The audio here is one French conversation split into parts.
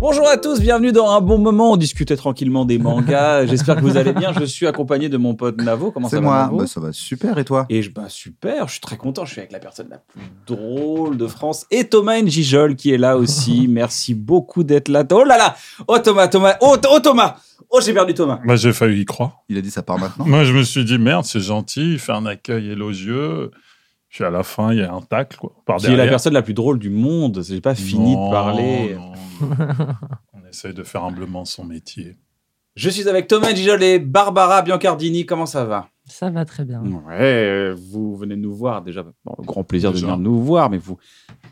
Bonjour à tous, bienvenue dans un bon moment. On discutait tranquillement des mangas. J'espère que vous allez bien. Je suis accompagné de mon pote Navo. Comment ça C'est va moi. Navo Bah, ça va super et toi Et je, bah, super, je suis très content. Je suis avec la personne la plus drôle de France et Thomas Njijol qui est là aussi. Merci beaucoup d'être là. Oh là là Oh Thomas, Thomas Oh, oh, Thomas Oh j'ai perdu Thomas Moi, Bah, j'ai failli y croire. Il a dit ça part maintenant. Moi, je me suis dit, merde, c'est gentil, il fait un accueil élogieux. Puis à la fin, il y a un tacle, quoi. Par Qui est la derrière. personne la plus drôle du monde. J'ai pas fini Non, de parler. non. On essaye de faire humblement son métier. Je suis avec Thomas Njijol et Barbara Biancardini. Comment ça va Ça va très bien. Ouais, euh, vous venez nous voir déjà. Bon, le grand plaisir de Déjà. venir nous voir, mais vous,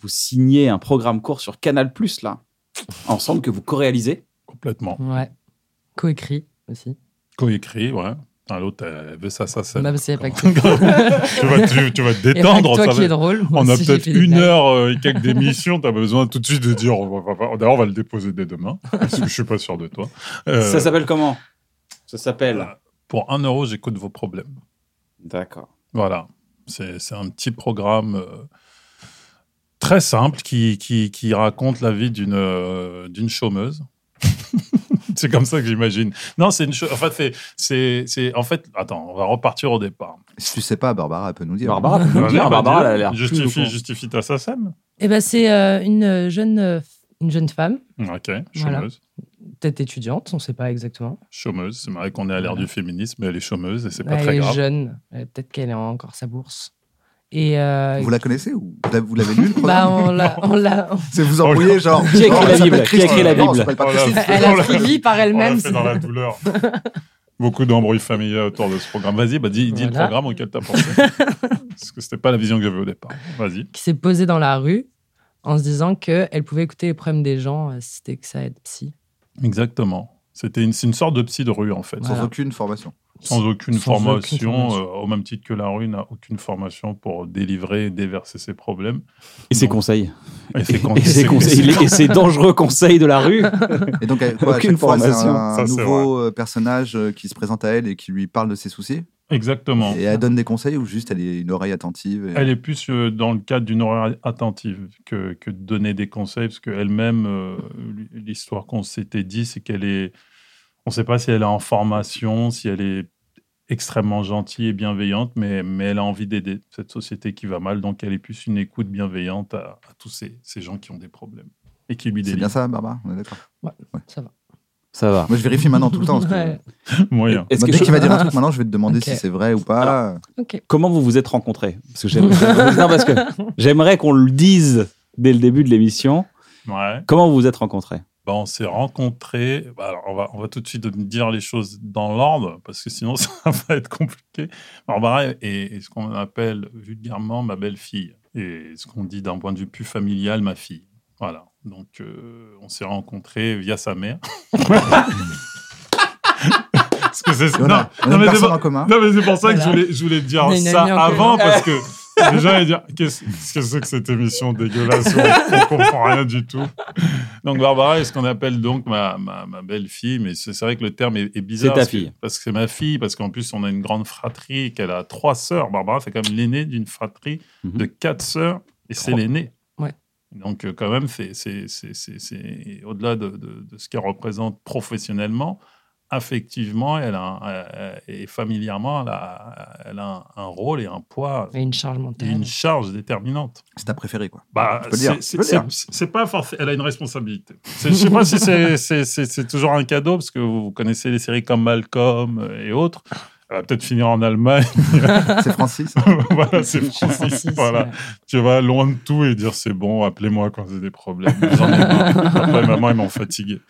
vous signez un programme court sur Canal Plus là, ensemble que vous co-réalisez. Complètement. Mm. Ouais. Coécrit aussi. Co-écrit, ouais. Ah, L'autre, elle veut ça, ça, ça. Bah, c'est pas que- tu, vas, tu, tu vas te Et pas que détendre. toi ça qui va- est drôle. moi On a aussi, j'ai peut-être fait des une blagues. heure euh, et quelques d'émission. T'as pas besoin tout de suite de dire. on va- on va- D'ailleurs, on va le déposer dès demain. Parce que je suis pas sûr de toi. Euh, Ça s'appelle comment Ça s'appelle. Pour un euro, j'écoute vos problèmes. D'accord. Voilà, c'est c'est un petit programme euh, très simple qui, qui, qui raconte la vie d'une euh, d'une chômeuse. c'est comme ça que j'imagine. Non, c'est une cho- En fait, c'est- c'est c'est en fait. Attends, on va repartir au départ. Si tu sais pas, Barbara, elle peut nous dire. Barbara, vous pouvez Voilà, dire, bah, Barbara, dis-le. elle a l'air. plus au Justifie, courant. justifie ta SACEM. Eh ben, c'est euh, une euh, jeune, euh, une jeune femme, Ok, chômeuse. Voilà. peut-être étudiante, on ne sait pas exactement. Chômeuse, c'est vrai qu'on est à l'ère Voilà. du féminisme, mais elle est chômeuse et c'est pas elle très est grave. jeune, euh, peut-être qu'elle a encore sa bourse. Et euh, Vous la connaissez ou vous l'avez- vous l'avez lu le bah, programme on l'a, on l'a. C'est vous embrouillez genre. Qui a écrit genre, la elle s'appelle Bible Qui a écrit la Christine. Bible Non, elle s'appelle pas Voilà. Christine. Elle On a l'a- pris vie par On l'a elle-même. fait dans la douleur. Beaucoup d'embrouilles familiales autour de ce programme. Vas-y, bah, dis, dis le Voilà. programme auquel tu as pensé. Parce que c'était pas la vision que j'avais au départ. Vas-y. Qui s'est posée dans la rue en se disant qu'elle pouvait écouter les problèmes des gens euh, si c'était que ça aide psy. Exactement. C'était une, c'est une sorte de psy de rue, en fait. Sans Voilà. aucune formation. Sans aucune Sans formation, aucune formation. euh, au même titre que la rue n'a aucune formation pour délivrer et déverser ses problèmes. Et ses Non. conseils. Et c'est quand- Et ses c'est- conseils. c'est- Les- Et ses dangereux conseils de la rue. Et donc, elle- quoi, à Aucune chaque fois, c'est formation. un Ça, c'est nouveau euh, personnage euh, qui se présente à elle et qui lui parle de ses soucis. Exactement. Et elle donne des conseils ou juste elle est une oreille attentive. et- Elle est plus euh, dans le cadre d'une oreille attentive que, que de donner des conseils, parce qu'elle-même, euh, l'histoire qu'on s'était dit, c'est qu'elle est. On ne sait pas si elle est en formation, si elle est extrêmement gentille et bienveillante, mais, mais elle a envie d'aider cette société qui va mal, donc elle est plus une écoute bienveillante à, à tous ces, ces gens qui ont des problèmes et qui lui C'est bien délivrent. ça, Barbara On est d'accord. Ça va. Ça va. Moi, je vérifie maintenant tout le temps. Parce que... Ouais. Moyen. Est-ce Moi, que dès je- qu'il va dire un truc, maintenant, je vais te demander Ok. si c'est vrai ou pas. Ok. Comment vous vous êtes rencontrés Parce que j'aime- non, parce que j'aimerais qu'on le dise dès le début de l'émission. Ouais. Comment vous vous êtes rencontrés Bah, on s'est rencontrés. bah, alors, on, va, on va tout de suite me dire les choses dans l'ordre, parce que sinon, ça va être compliqué. Barbara est, est ce qu'on appelle vulgairement ma belle-fille, et ce qu'on dit d'un point de vue plus familial, ma fille. Voilà. Donc, euh, on s'est rencontrés via sa mère. parce que c'est Et on a, on a non, une mais personne d'abord- en commun. non, mais c'est pour ça que je hein. Voilà. voulais, je voulais dire On a une ça amie en avant, commun. parce que déjà, ils dire qu'est-ce qu'est-ce que c'est que cette émission dégueulasse où On on comprend rien du tout. Donc, Barbara est ce qu'on appelle donc ma, ma, ma belle-fille, mais c'est c'est vrai que le terme est, est C'est bizarre. ta parce que- fille. Parce que c'est ma fille, parce qu'en plus, on a une grande fratrie, et qu'elle a trois sœurs. Barbara, c'est quand même l'aînée d'une fratrie Mhm. de quatre sœurs, et c'est l'aînée. Ouais. Donc, euh, quand même, c'est c'est- c'est- c'est- c'est- au-delà de, de- de ce qu'elle représente professionnellement affectivement elle a un- euh, et familièrement, elle a, elle a un, un rôle et un poids Et une charge et mentale. une charge déterminante. C'est ta préférée, quoi. Bah, Tu peux le dire, c'est- tu c'est peux le c'est- dire. c'est pas forcément. Elle a une responsabilité. C'est- Je sais pas si c'est- c'est c'est- c'est toujours un cadeau parce que vous connaissez les séries comme Malcolm euh, et autres. Elle va peut-être finir en Allemagne. C'est Francis. voilà, c'est Francis. Francis, Voilà. ouais. Tu vas loin de tout et dire c'est bon, appelez-moi quand j'ai des problèmes. J'en ai marre. Papa et maman, ils m'ont fatigué.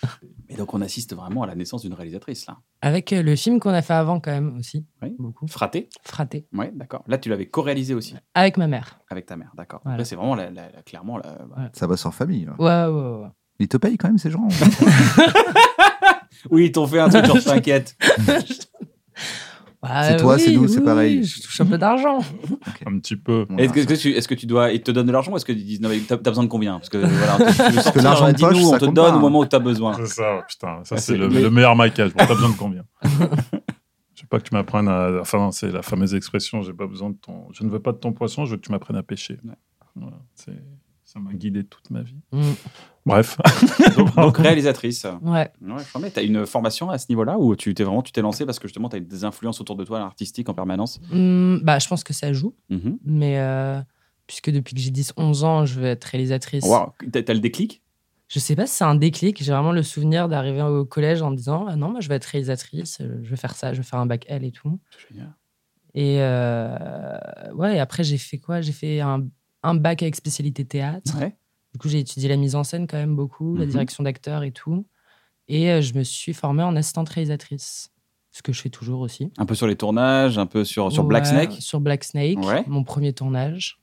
Mais donc on assiste vraiment à la naissance d'une réalisatrice là. Avec euh, le film qu'on a fait avant quand même aussi. Oui. Beaucoup. Fraté. Fraté. Ouais, d'accord. Là, tu l'avais co-réalisé aussi Avec ma mère. avec ta mère, d'accord. Voilà. Là, c'est vraiment la- la- la- clairement la. bah. Ça va sans famille. là. Ouais, ouais, ouais. ouais. Ils te payent quand même, ces gens. Oui, ils t'ont fait un truc genre t'inquiète. Bah, C'est toi, c'est nous, c'est pareil. Je touche un peu d'argent. Un petit peu. Bon, Est-ce que, alors, est-ce que tu, est-ce que tu dois, ils te donnent de l'argent ou est-ce qu'ils disent non mais t'as t'as besoin de combien Parce que euh, voilà, tu veux sortir, l'argent de dis-nous, poche, on ça te compte donne pas, au hein. moment où t'as besoin. C'est ça, ouais, putain. Ça, Ah, c'est c'est- le, mais- le meilleur maquillage. Bon, t'as besoin de combien Je veux pas que tu m'apprennes à. Enfin, non, c'est la fameuse expression j'ai pas besoin de ton. Je ne veux pas de ton poisson, je veux que tu m'apprennes à pêcher. Ouais. Voilà, c'est- ça m'a guidé toute ma vie. Mm. Bref. Donc, donc, réalisatrice. Ouais. Ouais, je crois, mais t'as une formation à ce niveau-là ou tu t'es vraiment tu t'es lancé parce que justement t'as des influences autour de toi artistiques en permanence. Mm, bah, je pense que ça joue. Mhm. Mais euh, puisque depuis que j'ai 10-11 ans, je vais être réalisatrice. Wow. T'as t'as le déclic Je sais pas si c'est un déclic. J'ai vraiment le souvenir d'arriver au collège en me disant ah non, moi je vais être réalisatrice, euh, je vais faire ça, je vais faire un bac L et tout. Génial. Et euh, ouais, et après j'ai fait quoi J'ai fait un, un bac avec spécialité théâtre. Ouais. Du coup, j'ai étudié la mise en scène quand même beaucoup, la Mhm. direction d'acteur et tout. Et euh, je me suis formée en assistante réalisatrice, ce que je fais toujours aussi. Un peu sur les tournages, un peu Oh, sur sur Black Ouais, Snake. Sur Black Snake, Ouais. mon premier tournage,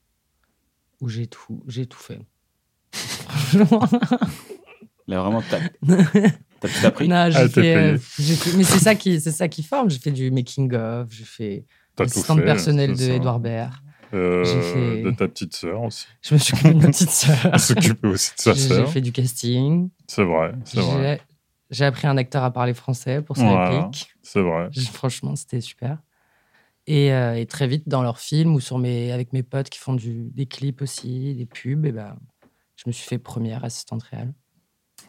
où j'ai tout, j'ai tout fait. Franchement. Là vraiment t'as t'as tout appris. Non, j'ai Ah, t'es fait, payé. euh, j'ai fait- mais c'est ça qui, c'est ça qui forme. J'ai fait du making of, j'ai fait T'as tout assistante fait, personnelle de c'est ça. Edouard Baird. Euh, J'ai fait- De ta petite sœur aussi. Je me suis occupée de ma petite sœur. Elle s'occupait aussi de sa J'ai j'ai sœur. fait du casting. C'est vrai, c'est vrai, J'ai j'ai appris un acteur à parler français pour sa Voilà. réplique. c'est vrai. J'ai- Franchement, c'était super. Et, euh, et très vite, dans leurs films ou sur mes, avec mes potes qui font du, des clips aussi, des pubs, et ben, je me suis fait première assistante réelle.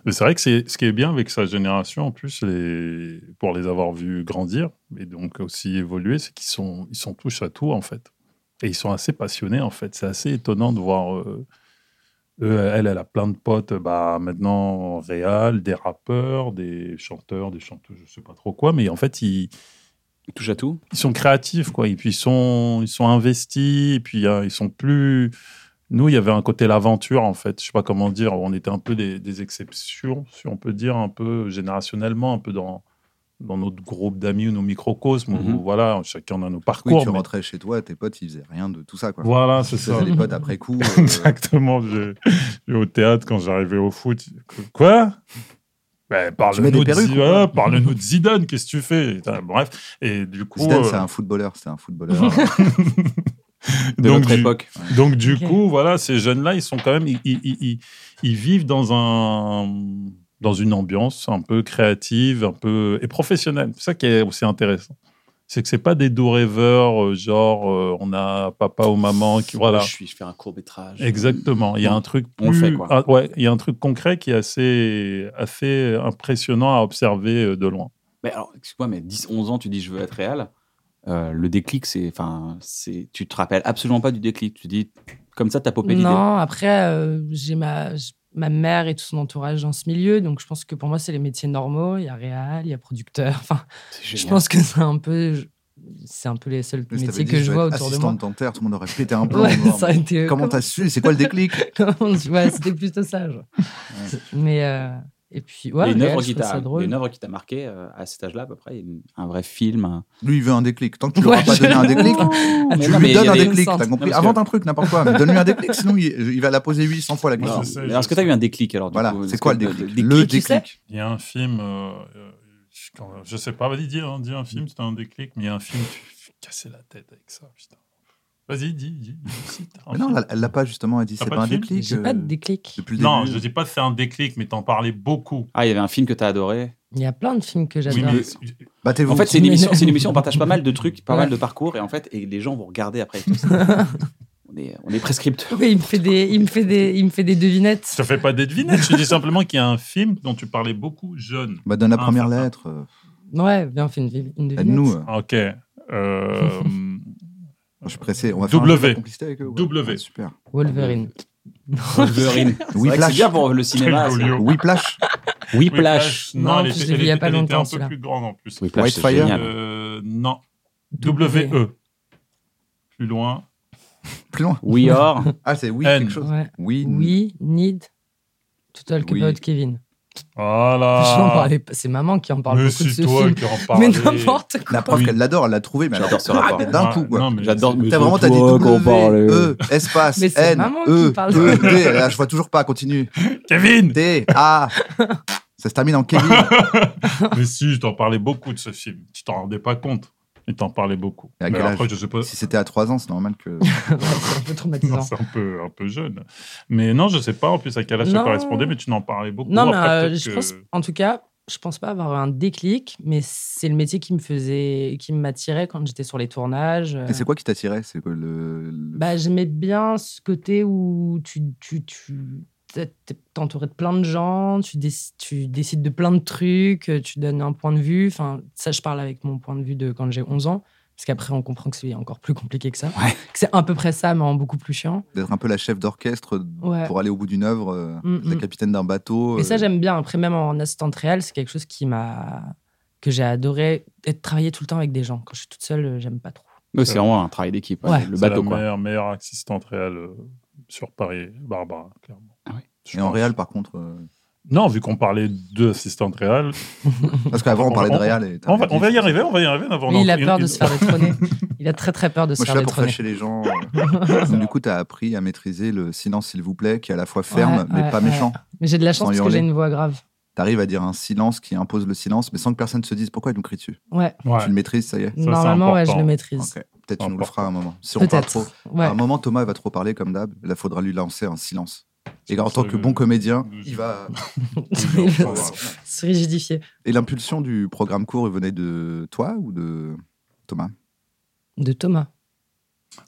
Mais c'est vrai que c'est ce qui est bien avec sa génération, en plus, les, pour les avoir vus grandir et donc aussi évoluer, c'est qu'ils sont, ils sont touche à tout, en fait. Et ils sont assez passionnés, en fait. C'est assez étonnant de voir. euh, eux, elle, elle a plein de potes, euh, bah, maintenant, réal, des rappeurs, des chanteurs, des chanteuses, je sais pas trop quoi, mais en fait, ils, Touche à tout. ils sont créatifs, quoi. Et puis, ils sont, ils sont investis, et puis, euh, ils sont plus. Nous, il y avait un côté l'aventure, en fait. Je sais pas comment dire. On était un peu des, des exceptions, si on peut dire, un peu générationnellement, un peu dans, dans notre groupe d'amis ou nos microcosmes. où, Mhm. voilà, chacun a nos Oui, parcours. tu mais- rentrais chez toi, tes potes, ils faisaient rien de tout ça. Quoi. Voilà, c'est Ça, ça. c'est les potes après coup. euh, Exactement. J'ai j'ai au théâtre, quand j'arrivais au foot, quoi ben, mets parle-nous des de, perruques, Zi- ou quoi ouais, parle-nous de Zidane, qu'est-ce que tu fais Putain, Bref, et du coup... Zidane, euh, c'est un footballeur. C'est un footballeur. De donc, notre du- époque. Donc du Ok. coup, voilà, ces jeunes-là, ils sont quand même, ils, ils- ils- ils- ils vivent dans un dans une ambiance un peu créative, un peu et professionnelle. C'est ça qui est aussi intéressant. C'est que c'est pas des doux rêveurs, euh, genre euh, on a papa ou maman qui voilà. Je suis, je fais un court métrage. Exactement. Il y a un truc On le plus- fait, quoi. ah, ouais, il y a un truc concret qui est assez assez impressionnant à observer euh, de loin. Mais alors, excuse-moi, mais 10, 11 ans, tu dis je veux être réel. Euh, le déclic, c'est, enfin, c'est, tu te rappelles absolument pas du déclic. Tu dis comme ça, t'as popé l'idée. Non, après, euh, j'ai ma, j- ma mère et tout son entourage dans ce milieu, donc je pense que pour moi, c'est les métiers normaux. Il y a réal, il y a producteur. Enfin, C'est je génial. pense que c'est un peu, je- c'est un peu les seuls Mais si t'avais métiers dit, que je veux vois être autour de moi. assistante dentaire, tout le monde aurait pété un plomb. Ouais, genre, ça a été. euh, Comment t'as su C'est quoi le déclic comment tu- Ouais, c'était plutôt ça. genre. Mais euh, et puis ouais, Et une réal, œuvre je qui trouve ça t'a, drôle. une œuvre qui t'a marqué euh, à cet âge-là, à peu près, une- un vrai film. un- Lui, il veut un déclic. Tant que tu lui auras Ouais, pas je- donné un déclic, Ah, Mais tu non, mais lui il y donnes a un des- déclic. Non, T'as compris parce que- Invente un truc, n'importe quoi. mais Donne-lui un déclic, sinon il, il va la poser 800 fois la Non, question. je sais, mais je alors, est-ce que t'as sais. eu un déclic alors du Voilà, coup Est-ce c'est quoi que le t'as- déclic t'as- Le tu sais déclic. Il y a un film, euh, euh, je, quand- je sais pas, vas-y, dis, hein, dis un film, c'était un déclic, mais il y a un film, tu te cassais la tête avec ça, putain. Vas-y, dis, dis, cite un Mais non, film. elle- elle l'a pas justement. Elle dit T'as c'est pas pas un de film déclic. J'ai pas de euh, déclic. Depuis le Non, début. je dis pas que c'est un déclic, mais t'en parlais beaucoup. Ah, il y avait un film que t'as adoré. Il y a plein de films que Oui, j'adore. mais Battez-vous. En fait, c'est une Mais- émission. C'est une émission. On partage pas mal de trucs, pas Ouais. mal de parcours, et en fait, et les gens vont regarder après. on est, on est prescripteurs. Oui, il me fait des, il me fait des, il me fait des devinettes. je te fais pas des devinettes, je te dis simplement qu'il y a un film dont tu parlais beaucoup jeune. Bah, donne la première Ah, ça- lettre. euh, Ouais, viens, on fait une, vi- une Bah, devinette. Aide-nous. euh. Ah, Ok. euh, Je suis pressé. On va faire W. un peu de complicité avec eux. ouais. W. Ah, Super. Wolverine. Wolverine. C'est vrai que C'est Whiplash. bien pour le cinéma. Golio. Whiplash. Whiplash. Non, Non, elle je était, l'ai vu elle il y a était- pas elle était longtemps, un peu celui-là. plus grande en plus. Whiplash, c'est Whitefire. génial. Euh, non, W. W-E. Plus loin. Plus loin. We are. Ah, c'est oui, N. quelque chose. Ouais. Oui. We need to talk Oui. about Kevin. Je n'en Voilà. parlais pas. C'est maman qui en parle Mais beaucoup de c'est ce Ah. toi film. qui en parles. Mais n'importe quoi. La preuve Oui. qu'elle l'adore, elle l'a trouvé, mais elle J'adore ce rapport. mais d'un coup, quoi. J'adore. T'as vraiment t'as dit W, euh. E, espace, Mais c'est N, maman qui E, parle. E, D. Là, je vois toujours pas, continue. Kevin D, A. Ça se termine en Kevin. Mais si, je t'en parlais beaucoup de ce film. Tu t'en rendais pas compte. Il t'en parlait beaucoup. Et à Mais quel après, âge je sais pas. Si c'était à 3 ans, c'est normal que. Ouais, c'est un peu Non, traumatisant. c'est un peu, un peu jeune. Mais non, je sais pas en plus à quel âge ça Non. correspondait, mais tu n'en parlais beaucoup. Non, mais Après, euh, peut-être je que- pense, en tout cas, je pense pas avoir un déclic, mais c'est le métier qui me faisait, qui m'attirait quand j'étais sur les tournages. euh, Et c'est quoi qui t'attirait C'est quoi le. le- Bah, j'aimais bien ce côté où tu, tu, tu t'es- t'es entouré de plein de gens, tu, déc- tu décides de plein de trucs, euh, tu donnes un point de vue. Enfin, ça, je parle avec mon point de vue de quand j'ai 11 ans, parce qu'après, on comprend que c'est encore plus compliqué que ça. Ouais. Que c'est à peu près ça, mais en beaucoup plus chiant. D'être un peu la chef d'orchestre Ouais. pour aller au bout d'une œuvre, euh, Mm, la mm. capitaine d'un bateau. Et ça, euh, j'aime bien. Après, même en assistante réelle, c'est quelque chose qui m'a que j'ai adoré être travailler tout le temps avec des gens. Quand je suis toute seule, euh, j'aime pas trop. Mais c'est vraiment un travail d'équipe. ouais, Ouais. Le C'est bateau, la quoi. meilleure, meilleure assistante réelle euh, sur Paris, Barbara, clairement. Ah oui. Je Et en pense. réel, par contre. euh, Non, vu qu'on parlait d'assistante réelle, Parce qu'avant, on parlait de réel. et- on va, on va y arriver, on va y arriver. on Mais en- il a peur de il- se faire détrôner. Il a très très peur de se Moi, je faire suis là pour détrôner. fâcher les gens. euh. Donc, du coup, tu as appris à maîtriser le silence, s'il vous plaît, qui est à la fois ferme, Ouais, mais ouais, pas ouais. méchant. Mais j'ai de la Sans chance parce que hurler. j'ai une voix grave. Tu arrives à dire un silence qui impose le silence, mais sans que personne se dise pourquoi il nous crie dessus. Ouais. Ouais. Tu le maîtrises, ça y est. c'est Normalement, ouais, je important. le maîtrise. Ok. Peut-être tu nous le Important. feras à un moment. Si on parle Peut-être. trop. Ouais. À un moment, Thomas il va trop parler comme d'hab. Là, faudra lui lancer un silence. Et en tant Ça, que euh, bon comédien, euh, il va. Il va Se rigidifier. Et l'impulsion du programme court venait de toi ou de Thomas De Thomas.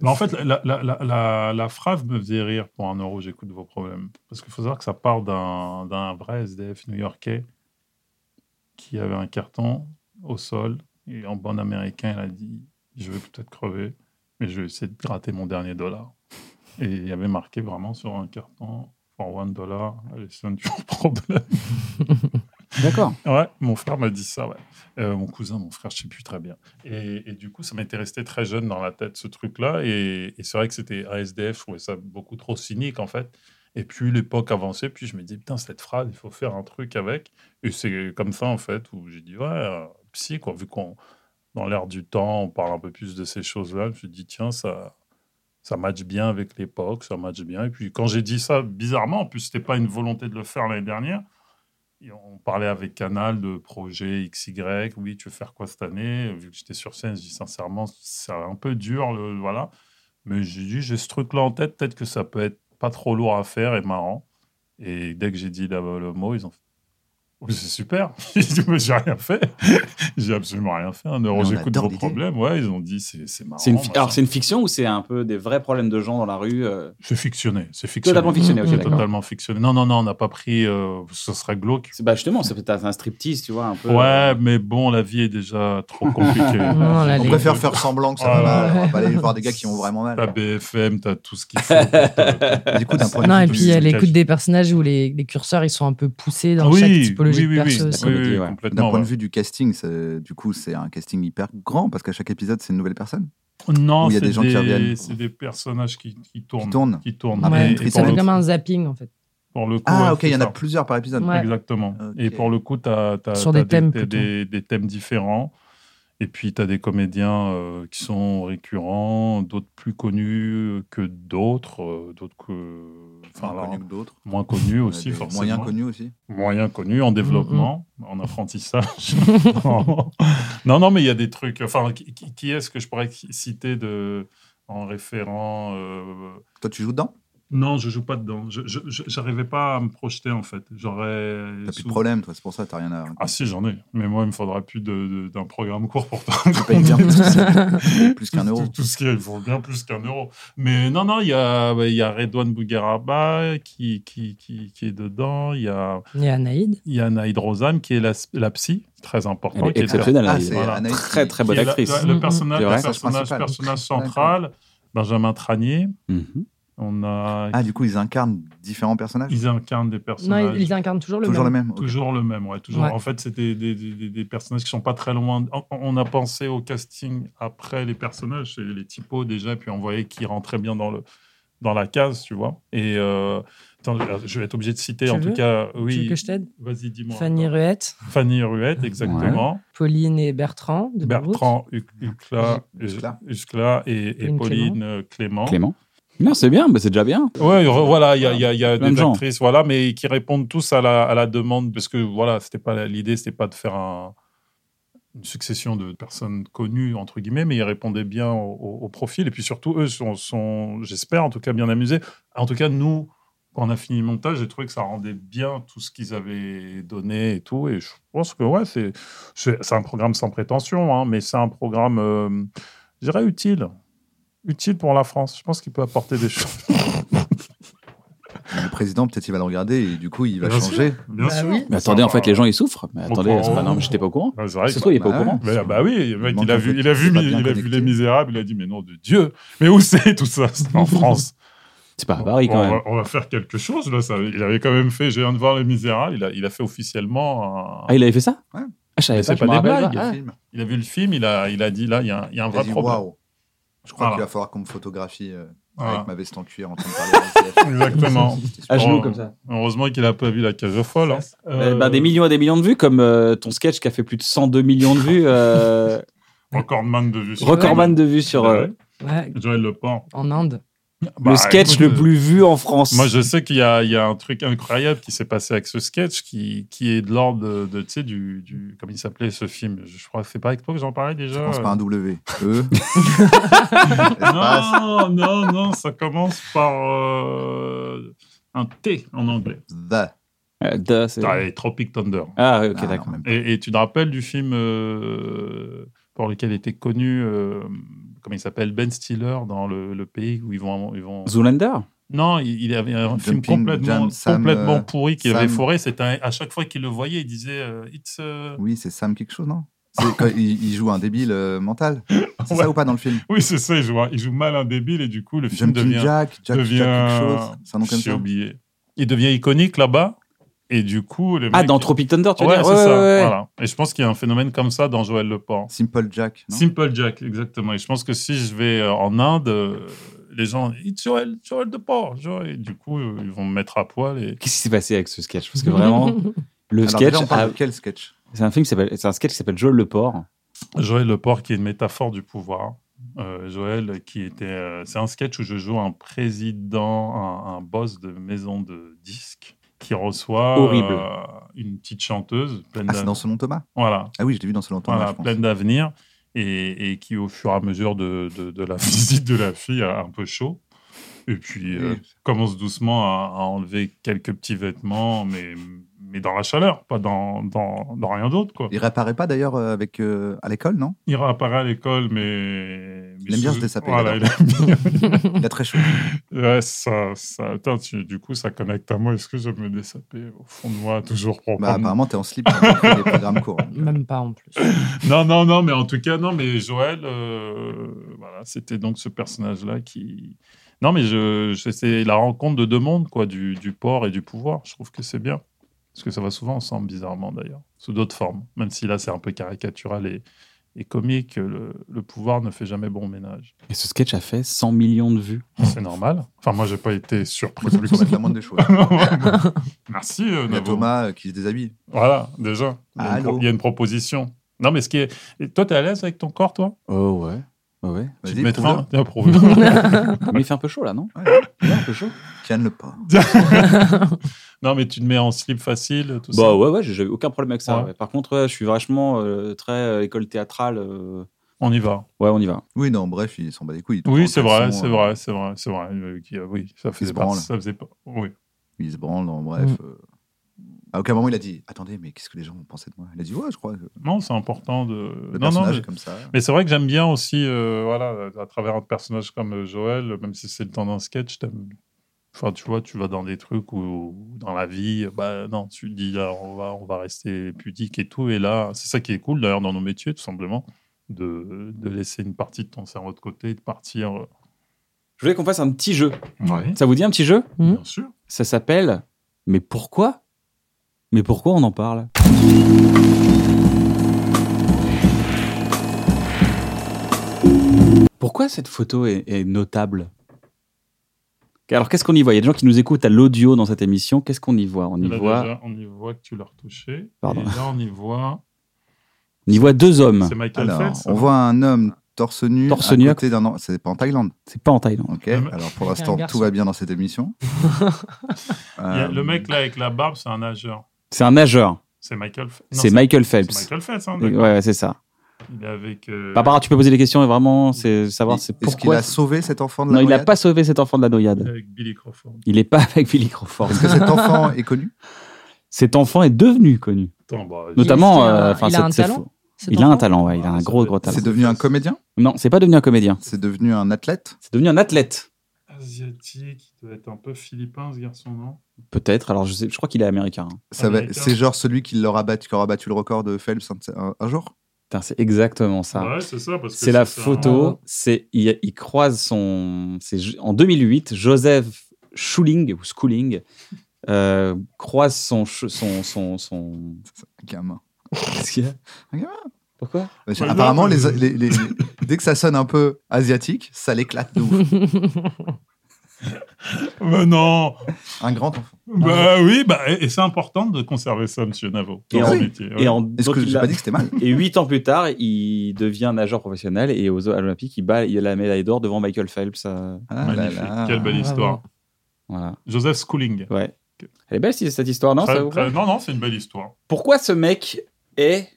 Mais en fait, la, la, la, la, la phrase me faisait rire pour un euro, j'écoute vos problèmes. Parce qu'il faut savoir que ça part d'un d'un vrai SDF new-yorkais qui avait un carton au sol et en bon américain, il a dit Je vais peut-être crever, mais je vais essayer de gratter mon dernier dollar. Et il y avait marqué vraiment sur un carton For one dollar, allez, c'est du problème. D'accord. Ouais, mon frère m'a dit ça, ouais. Euh, mon cousin, mon frère, je sais plus très bien. Et, et du coup, ça m'était resté très jeune dans la tête, ce truc-là. Et, et c'est vrai que c'était ASDF, je trouvais ça beaucoup trop cynique, en fait. Et puis, l'époque avançait, puis je me dis, putain, cette phrase, il faut faire un truc avec. Et c'est comme ça, en fait, où j'ai dit, ouais, euh, psy, quoi, vu qu'on, dans l'air du temps, on parle un peu plus de ces choses-là, je me suis dit, tiens, ça, ça match bien avec l'époque, ça match bien. Et puis, quand j'ai dit ça, bizarrement, en plus, c'était pas une volonté de le faire l'année dernière. Et on parlait avec Canal de projet XY, oui, tu veux faire quoi cette année Vu que j'étais sur scène, je dis sincèrement, c'est un peu dur, le, voilà. Mais j'ai dit, j'ai ce truc-là en tête, peut-être que ça peut être pas trop lourd à faire et marrant. Et dès que j'ai dit là, le mot, ils ont fait. Oh, c'est super, J'ai dit, Mais j'ai rien fait, j'ai absolument rien fait. Un euro, Mais on j'écoute adore vos l'idée. problèmes. Ouais, ils ont dit c'est c'est marrant. Oh, C'est une, fi- machin. alors, c'est une fiction ou c'est un peu des vrais problèmes de gens dans la rue euh, C'est fictionné, c'est fictionné. Totalement fictionné, ok, C'est C'est d'accord. totalement fictionné. Non, non, non, on n'a pas pris, euh, ce serait glauque. C'est- Bah justement, c'est peut-être un striptease, tu vois, un peu. euh. Ouais, mais bon, la vie est déjà trop compliquée. euh, Non, la On vie. préfère faire semblant que ça va Ah, Ouais. mal. On va pas aller voir des gars qui ont vraiment T'as mal. BFM, t'as tout ce qu'il faut. pour te- Du coup, d'un point de Non, vue et du- puis c'est elle le écoute cache. des personnages où les, les curseurs ils sont un peu poussés dans oui, chaque typologie oui, oui, de oui, perso oui, aussi. oui, comédie, ouais. D'un complètement. point de ouais. vue du casting, c'est- du coup, c'est un casting hyper grand parce qu'à chaque épisode, c'est une nouvelle personne non, où il y a c'est des gens qui reviennent. C'est des personnages qui, qui tournent. qui tourne. qui tournent. Ah, Ouais. Et- mais et triste, ça pour, fait le, triste. comme un zapping en fait. pour le coup, Ah, ouais, ok, il y en c'est a ça. plusieurs par épisode. Ouais. Exactement. Ok. Et pour le coup, tu as, Sur des thèmes plutôt. des, des thèmes différents. Et puis, tu as des comédiens euh, qui sont récurrents, d'autres plus connus euh, que d'autres, euh, d'autres que. Enfin, Enfin, alors, connu que d'autres. moins connus On a aussi, des forcément. Moyens connus aussi. moyen connu Mm, en développement, en apprentissage. non, non, mais il y a des trucs. Enfin, qui, qui- qui est-ce que je pourrais citer de, en référent euh, Toi, tu joues dedans Non, je joue pas dedans. Je je- je- j'arrivais pas à me projeter en fait. J'aurais. T'as plus de sous- problème, toi, c'est pour ça, t'as rien à. Ah si, j'en ai. Mais moi, il me faudra plus de- de- d'un programme court pour te Tu payes bien plus, plus qu'un tout- euro. Tout, tout ce qui est, il faut bien plus qu'un euro. Mais non, non, il y a, il y a Redouane Bougueraba qui, qui, qui, qui est dedans. Il y a, Il y a Anaïd. il y a Naïd Rozan qui est la, la psy, très Elle importante. est qui est- exceptionnelle, Ah, elle c'est hein, est voilà. Anaïs Très, qui- très qui bonne est la- actrice. la- le personnage, C'est vrai. personnage, Personnage principal. personnage central, Benjamin Tranier, Mhm. On a... Ah, du coup, ils incarnent différents personnages Ils incarnent des personnages. Non, ils, ils incarnent toujours le Toujours même. le même. ok. Toujours le même, ouais. Toujours. Ouais. En fait, c'était des, des- des- des personnages qui sont pas très loin. On- On a pensé au casting après les personnages, c'est les typos déjà, puis on voyait qui rentrait bien dans le dans la case, tu vois. Et euh, attends, je vais être obligé de citer, Tu en veux tout cas, Tu veux oui. que je t'aide Vas-y, dis-moi. Fanny Ruette, Fanny Ruette, exactement. Pauline et Bertrand. De Bellroute. Bertrand Huc- Hucla, Hucla. Hucla et, et Pauline Pauline euh, Clément. Clément. Non, c'est bien, bah, c'est déjà bien. Ouais, re- voilà, il y a, il y a- il y a Même des genre. actrices, voilà, mais qui répondent tous à la, à la demande, parce que voilà, c'était pas l'idée, c'était pas de faire un- une succession de personnes connues entre guillemets, mais ils répondaient bien au, au- au profil, et puis surtout eux sont, sont, j'espère en tout cas, bien amusés. En tout cas, nous, quand on a fini le montage, j'ai trouvé que ça rendait bien tout ce qu'ils avaient donné et tout, et je pense que ouais, c'est, c'est c'est un programme sans prétention, hein, mais c'est un programme, euh, je dirais utile. Utile pour la France. Je pense qu'il peut apporter des choses. Le président, peut-être, il va le regarder et du coup, il va Bien sûr. changer. Bien Bah sûr. oui. Mais attendez, en fait, les gens, ils souffrent. Mais On attendez, prend- c'est pas normal, j'étais pas au courant. Ouais, c'est vrai C'est que- toi, il est pas au Bah courant. Mais, bah oui, le mec, manque il a un vu, peu il a de- vu, pas Mi- bien il a vu connecté. Les Misérables, il a dit mais non de Dieu, mais où c'est tout ça C'est en France. C'est pas à Paris, quand on, même. Va, on va faire quelque chose là. Ça, il avait quand même fait. J'ai viens de voir Les Misérables. Il a, il a fait officiellement. un- Ah, il avait fait ça Ouais. Ah, je savais Mais pas, c'est je me pas des rappelle blagues. pas. Le Ah. film. Il a vu le film. Il a, il a dit là, il y a, un- il y a Il un a vrai dit problème. waouh. Je crois Voilà. qu'il va falloir qu'on me photographie euh, Voilà. avec ma veste en cuir en train de parler. à la SDF. Exactement. C'était super. Ah, À genoux, Oh. comme ça. Heureusement qu'il a pas vu la cage aux folles. hein. Euh, Euh, bah, des millions et des millions de vues, comme euh, ton sketch qui a fait plus de 102 millions de vues. euh, Recordman de vue. sur- recordman de vues sur euh, Ouais, Joël Le Pan. en Inde. Bah, le sketch écoute, le plus vu en France. Moi, je sais qu'il y, a il y a un truc incroyable qui s'est passé avec ce sketch qui, qui est de l'ordre de, de, tu sais, du, du. Comment il s'appelait ce film Je crois que c'est pas avec toi que j'en parlais Ça déjà. commence par un W. E. Ah, Espace. Ah Non, non, non, ça commence par euh, un T en anglais. The. Euh, duh, c'est- Ah, et Tropic Thunder. Ah, ok, Ah, non, d'accord. même pas. Et, et tu te rappelles du film euh, pour lequel était connu, euh, comment il s'appelle, Ben Stiller dans le, le pays où ils vont. Ils vont... Zoolander Non, il il avait un film Jumping complètement, Jam, Sam, complètement euh, pourri qu'il Sam. avait foré. C'était un- à chaque fois qu'il le voyait, il disait euh, It's. euh, Oui, c'est Sam quelque chose, non C'est quand il, il joue un débile euh, mental. C'est Ouais. ça ou pas dans le film Oui, c'est ça, il joue, un- il joue mal un débile et du coup, le film Jumping devient. Jack, Jack, devient- Jack quelque chose. C'est un nom comme J'ai ça. oublié. Il devient iconique là-bas et du coup. Les Ah, mecs- dans Tropic Thunder, tu veux Ouais, dire c'est Ouais, ça. ouais, ouais. Voilà. Et je pense qu'il y a un phénomène comme ça dans Joël Le Pan. Simple Jack. non Simple Jack, exactement. Et je pense que si je vais euh, en Inde, euh, les gens. It's Joël, Joël Le Pan. Joël. Et du coup, euh, ils vont me mettre à poil et. Qu'est-ce qui s'est passé avec ce sketch Parce que vraiment, le Alors, sketch. déjà, on parle ah a- de quel sketch C'est un film qui s'appelle. C'est un sketch qui s'appelle Joel le porc. Joël Le Port, qui est une métaphore du pouvoir. Euh, Joël, qui était. euh, c'est un sketch où je joue un président, un, un boss de maison de disques, qui reçoit Horrible. euh, une petite chanteuse pleine Ah, c'est d'a- dans Selon Thomas voilà, Ah oui, je l'ai vu dans Selon Thomas, Bah. voilà, je pense. pleine d'avenir, et, et qui, au fur et à mesure de, de- de la visite de la fille, a un peu chaud. Et puis, euh, Oui. commence doucement à, à enlever quelques petits vêtements, mais, mais dans la chaleur, pas dans, dans, dans rien d'autre. quoi. Il réapparaît pas d'ailleurs euh, avec euh, à l'école, non Il réapparaît à l'école, mais. mais Il aime bien sous- se dessaper, Voilà, il d'accord. aime bien. Il a très chaud. Ouais, ça, ça, putain, tu- du coup, ça connecte à moi. Est-ce que j'aime me dessaper Au fond de moi, toujours pour Bah, prendre- apparemment, t'es en slip quand tu fais des programmes courts. Même pas en plus. Non, non, non, mais en tout cas, non, mais Joël, euh, voilà, c'était donc ce personnage-là qui. Non, mais je, je- c'est la rencontre de deux mondes, quoi, du, du port et du pouvoir. Je trouve que c'est bien. Parce que ça va souvent ensemble, bizarrement d'ailleurs, sous d'autres formes. Même si là, c'est un peu caricatural et, et comique, le- le pouvoir ne fait jamais bon ménage. Et ce sketch a fait 100 millions de vues. C'est normal. Enfin, moi, j'ai pas été surpris. Moi, ça me semble être la moindre des choses. Ah, Merci, euh, Il y a Navo. Thomas euh, qui se déshabille. Voilà, déjà. Il y, a une Allô pro- il y a une proposition. Non, mais ce qui est. et Toi, t'es à l'aise avec ton corps, toi Oh ouais. Oh ouais. Tu Vas-y, te mets prouve-le. fin Tiens, prouve-le. Ah, Mais il fait un peu chaud là, non Ouais, Il fait un peu chaud. Tiens le pas. Non, mais tu te mets en slip facile, tout Bah ça. ouais, ouais, j'ai j'ai eu aucun problème avec ça. Ouais. ouais. Par contre, ouais, je suis vachement euh, très euh, école théâtrale. euh, On y va. Ouais, on y va. Oui, non, bref, il s'en bat les couilles. Il est Oui, tout c'est le temps en vrai, caleçon, c'est euh, vrai, c'est vrai, c'est vrai. Euh, qui- euh, Oui, ça faisait se pas. branle. Ça faisait pas. Oui. Il se branle, en bref. Mm. euh. À aucun moment, il a dit Attendez, mais qu'est-ce que les gens vont penser de moi Il a dit Ouais, je crois. que Non, c'est important de. Le non, non, personnage mais- est comme ça. Mais c'est vrai que j'aime bien aussi, euh, voilà, à travers un personnage comme euh, Joël, même si c'est le temps d'un sketch, t'aimes- Enfin, tu vois, tu vas dans des trucs où, dans la vie, euh, bah non, tu te dis, là, on va, on va rester pudique et tout. Et là, c'est ça qui est cool d'ailleurs dans nos métiers, tout simplement, de, de laisser une partie de ton cerveau de côté, de partir euh, je voulais qu'on fasse un petit jeu. Ouais, Ça vous dit un petit jeu bien sûr. Ça s'appelle Mais pourquoi Mais pourquoi on en parle Pourquoi cette photo est, est notable Alors qu'est-ce qu'on y voit Il y a des gens qui nous écoutent à l'audio dans cette émission. Qu'est-ce qu'on y voit On y Là, voit, déjà, on y voit que tu l'as retouché. Pardon. Et là, on y voit. on y voit deux hommes. C'est Michael Alors, Phelps. on voit un homme torse nu. Torse à nu à côté d'un. en- C'est pas en Thaïlande. C'est pas en Thaïlande. Ok. Le mec- Alors pour Un l'instant, garçon. tout va bien dans cette émission. Il y a- le Euh, mec là avec la barbe, c'est un nageur. C'est un nageur. C'est Michael. Ph- non, C'est Michael c'est Phelps. Michael Phelps. hein, Ouais, d'accord. ouais, c'est ça. Il est avec. euh, Barbara, tu peux poser des questions et vraiment c'est savoir c'est Est-ce qu'il pourquoi. a sauvé cet enfant de la Non, il n'a noyade pas sauvé cet enfant de la il est noyade. avec Billy Crawford. Il n'est pas avec Billy Crawford. Est-ce que cet enfant est connu Cet enfant est devenu connu. Attends, bah, Notamment. Est-ce qu'il a- euh, enfin, il a un c'est- c'est talent, faux. Cet Il a un enfant talent, ouais. Il a un Ça gros, peut- gros talent. C'est devenu un comédien Non, c'est pas devenu un comédien. C'est devenu un athlète C'est devenu un athlète. asiatique, il doit être un peu philippin ce garçon, non Peut-être. Alors, je, sais- je crois qu'il est américain. hein. Ça va- Américain. C'est genre celui qui, l'aura battu, qui aura battu le record de Phelps un, un- un jour Putain, C'est exactement ça. Ouais, c'est ça. parce que c'est la ça, photo. C'est il, il croise son. C'est ju- en 2008, Joseph Schuling ou Schooling euh, croise son ch- son son son. Un gamin. Qu'est-ce qu'il y a Un gamin. Pourquoi Parce que Ouais, Apparemment, non, les, mais- les- les- les- dès que ça sonne un peu asiatique, ça l'éclate de ouf. c'est un- Mais non Un grand enfant. Bah oui, bah, et et c'est important de conserver ça, monsieur Navo. Et dans en- le métier, ouais. Et en Est-ce donc, que il j'ai a- pas dit que c'était mal Et huit ans plus tard, il devient nageur professionnel et aux Olympiques, il bat il a la médaille d'or devant Michael Phelps. euh, Ah là Magnifique. là. Quelle belle Ah, histoire. voilà. Joseph Schooling. Ouais. Elle est belle si- cette histoire, non, Très- ça vous très- plaît non, non, c'est une belle histoire. Pourquoi ce mec est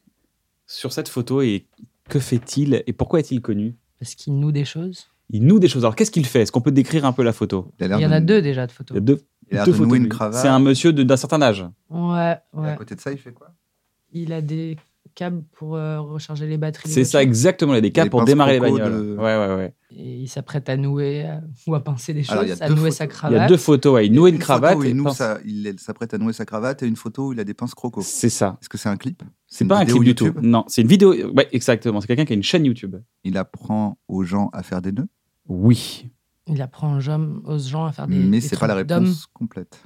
sur cette photo et que fait-il et pourquoi est-il connu Parce qu'il noue des choses. Il noue des choses. Alors qu'est-ce qu'il fait Est-ce qu'on peut décrire un peu la photo a l'air Il y en de- a deux déjà de photos. Il y a deux, Il a l'air deux de photos. nouer de une lui. cravate. C'est un monsieur de- d'un certain âge. Ouais, Et à ouais. côté de ça, il fait quoi Il a des câbles pour euh, recharger les batteries. des C'est ça voitures. exactement. Il y a des cas Des pour pinces démarrer les croco bagnoles. de- Ouais, ouais, ouais. Et il s'apprête à nouer euh, ou à pincer des choses, Alors, il y a à deux nouer photos. sa Il y cravate. a deux photos. ouais. Il noue une, photo cravate. où et il, noue pince. sa- il est- s'apprête à nouer sa cravate et une photo où il a des pinces croco. C'est ça. Est-ce que c'est un clip C'est pas un vidéo clip du tout. YouTube Non, c'est une vidéo. Ouais, exactement. C'est quelqu'un qui a une chaîne YouTube. Il apprend aux gens à faire des nœuds, Oui. Il apprend aux gens, aux gens à faire des. mais des c'est pas la trucs d'hommes. réponse complète.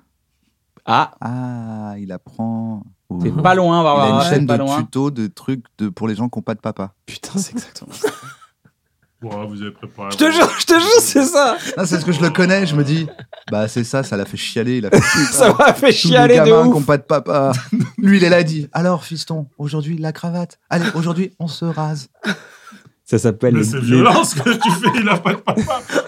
Ah, Ah, il apprend. aux- t'es pas loin, Il Barbara. a une t'es chaîne pas de loin. tutos, de trucs de, pour les gens qui n'ont pas de papa. Putain, c'est exactement. ça. Ouais, vous avez préparé. je te jure, je te jure, c'est ça. Non, c'est ce que je le connais, je me dis, bah c'est ça, ça l'a fait chialer. Il a fait putain, Ça m'a fait tous les chialer de gamins ouf. qui n'ont pas de papa. Lui, il est là, il dit, alors fiston, aujourd'hui la cravate. Allez, aujourd'hui on se rase. Ça s'appelle Mais les, c'est les- violent ce que tu fais, il a pas de papa.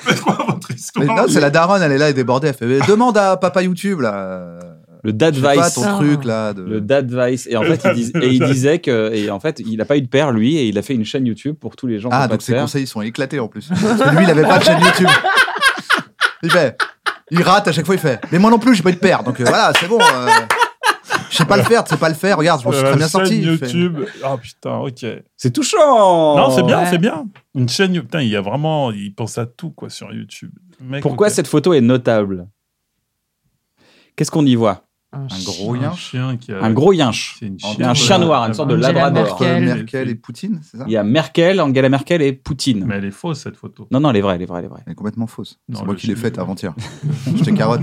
Mais quoi, votre histoire Mais non, c'est la daronne, elle est là, elle est débordée. Elle fait, mais demande à papa YouTube là. le Je sais pas dadvice. ton Ah. truc là. De... Le dadvice. Et en fait, il, dis- et il disait que, et en fait, il n'a pas eu de père lui, et il a fait une chaîne YouTube pour tous les gens. qui Ah, ont pas donc de ses père. conseils ils sont éclatés en plus. Parce que lui, il avait pas de chaîne YouTube. Il fait, il rate à chaque fois, il fait, mais moi non plus, j'ai pas eu de père, donc euh, voilà, c'est bon. euh, je sais pas le faire, tu sais pas le faire, regarde, je m'en suis La très bien chaîne sorti. il fait. YouTube. Ah putain, ok. C'est touchant. non, c'est bien, ouais. c'est bien. Une chaîne, putain, il y a vraiment, il pense à tout quoi sur YouTube. Mec, Pourquoi ok. cette photo est notable Qu'est-ce qu'on y voit Un chien. gros un lien chien qui a Un gros yinche. Euh, C'est une euh, Un chienne. chien noir, une sorte de Angela labrador. entre Merkel. Merkel. et Poutine, c'est ça Il y a Merkel, Angela Merkel et Poutine. Mais elle est fausse cette photo. Non, non, elle est vraie, elle est vraie, elle est vraie. Elle est complètement fausse. Non, C'est moi le qui l'ai chien. faite avant-hier. je te carotte.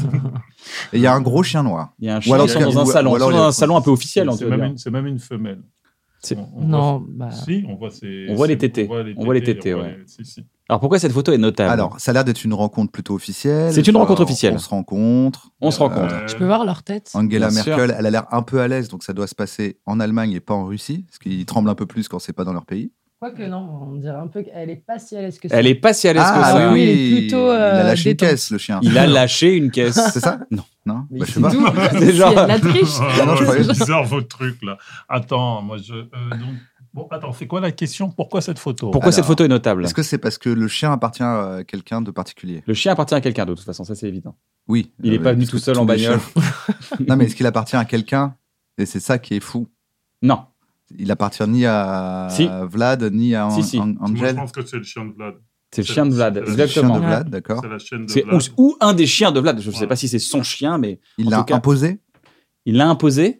Et il y a un gros chien noir. Il y a un alors, chien ils sont dans ou- un ou salon, ils alors sont il y dans a- un salon un peu officiel. on C'est peut même, dire. une- c'est même une femelle. C'est- On- on Non, voit- bah. Si, on voit ses- On voit les ses- tétés. On voit les tétés, on voit ouais. les- si, si. Alors pourquoi cette photo est notable Alors, ça a l'air d'être une rencontre plutôt officielle. C'est une Genre, rencontre officielle. On se rencontre. on se rencontre. Euh, Je peux voir leur tête Angela Bien Merkel, elle a l'air un peu à l'aise, donc ça doit se passer en Allemagne et pas en Russie, parce qu'ils tremblent un peu plus quand c'est pas dans leur pays. Quoique, non, on dirait un peu qu'elle est pas si à l'aise que ça. Elle est pas si à l'aise que Ah ça. oui, il est plutôt, il euh, a lâché une détente. caisse, le chien. Il a lâché une caisse. C'est ça Non. Non Mais Bah, Je sais c'est pas. tout. C'est C'est genre- de la triche. Ah, non, je ouais, croyais- c'est bizarre votre truc là. Attends, moi je. euh, donc- Bon, attends, c'est quoi la question Pourquoi cette photo Pourquoi cette Alors, photo est notable Est-ce que c'est parce que le chien appartient à quelqu'un de particulier Le chien appartient à quelqu'un de toute façon, ça c'est évident. Oui. Il n'est Euh, pas venu parce tout que seul tous en les bagnole. chiens- non, mais est-ce qu'il appartient à quelqu'un Et c'est ça qui est fou. Non. Il appartient ni à Si. Vlad, ni à An- Si, si. An- Moi, je Angel. pense que c'est le chien de Vlad. C'est le C'est- chien de Vlad, c'est le Le chien exactement. de Ouais. Vlad, d'accord. C'est la chaîne de C'est Vlad. ou, ou un des chiens de Vlad. Je ne sais Voilà. pas si c'est son chien, mais Il En l'a tout cas- imposé il l'a imposé.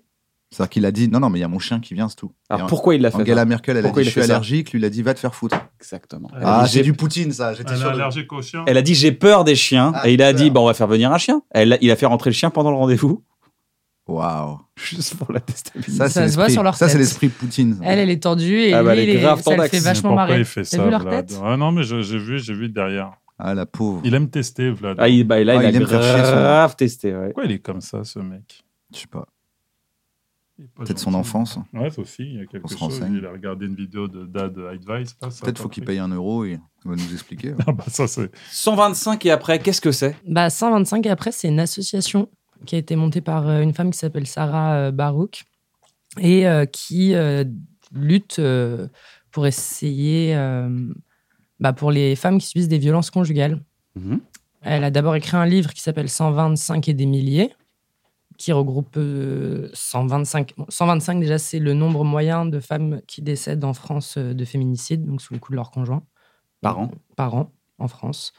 C'est-à-dire qu'il a dit non, non, mais il y a mon chien qui vient, c'est tout. Et Alors en- Ah, pourquoi il l'a fait Angela Merkel, elle a Pourquoi il a dit je suis fait ça allergique, lui il a dit va te faire foutre. Exactement. Elle a Ah, dit, c'est j'ai- du Poutine ça, j'étais Elle est sûr. de- allergique au chien. Elle a dit j'ai peur des chiens Ah, et il a peur. dit bah on va faire venir un chien. Elle, il a fait rentrer le chien pendant le rendez-vous Waouh. juste pour la déstabiliser. Ça, Ça c'est se voit l'esprit- sur leur Ça, c'est tête. l'esprit Poutine. Elle, elle est tendue et Ah bah, lui, elle est il est- grave ça le tendax. fait Mais vachement pourquoi marrer. il fait T'as ça, vu leur Vlad tête Ah non, mais je- j'ai vu, j'ai vu derrière. Ah, la pauvre. Il aime tester, Vlad. Ah, il, bah, là, Ah, il, il a aime faire chier son- grave testé. Ouais. Pourquoi il est comme ça, ce mec Je sais pas. Il est pas Peut-être gentil. son enfance. Ouais, aussi, il y a quelque On se chose. renseigne. Il a regardé une vidéo de Dad Advice. pas ça, Peut-être pas faut qu'il le truc. paye un euro et il va nous expliquer. Ah bah ça, c'est. 125 et après qu'est-ce que c'est Bah, 125 et après, c'est une association qui a été montée par euh, une femme qui s'appelle Sarah euh, Barouk et euh, qui euh, lutte euh, pour essayer euh, bah, pour les femmes qui subissent des violences conjugales. Mhm. Elle a d'abord écrit un livre qui s'appelle 125 et des milliers, qui regroupe euh, 125. bon, 125 déjà, c'est le nombre moyen de femmes qui décèdent en France euh, de féminicide, donc sous le coup de leur conjoint Par an. par an en France.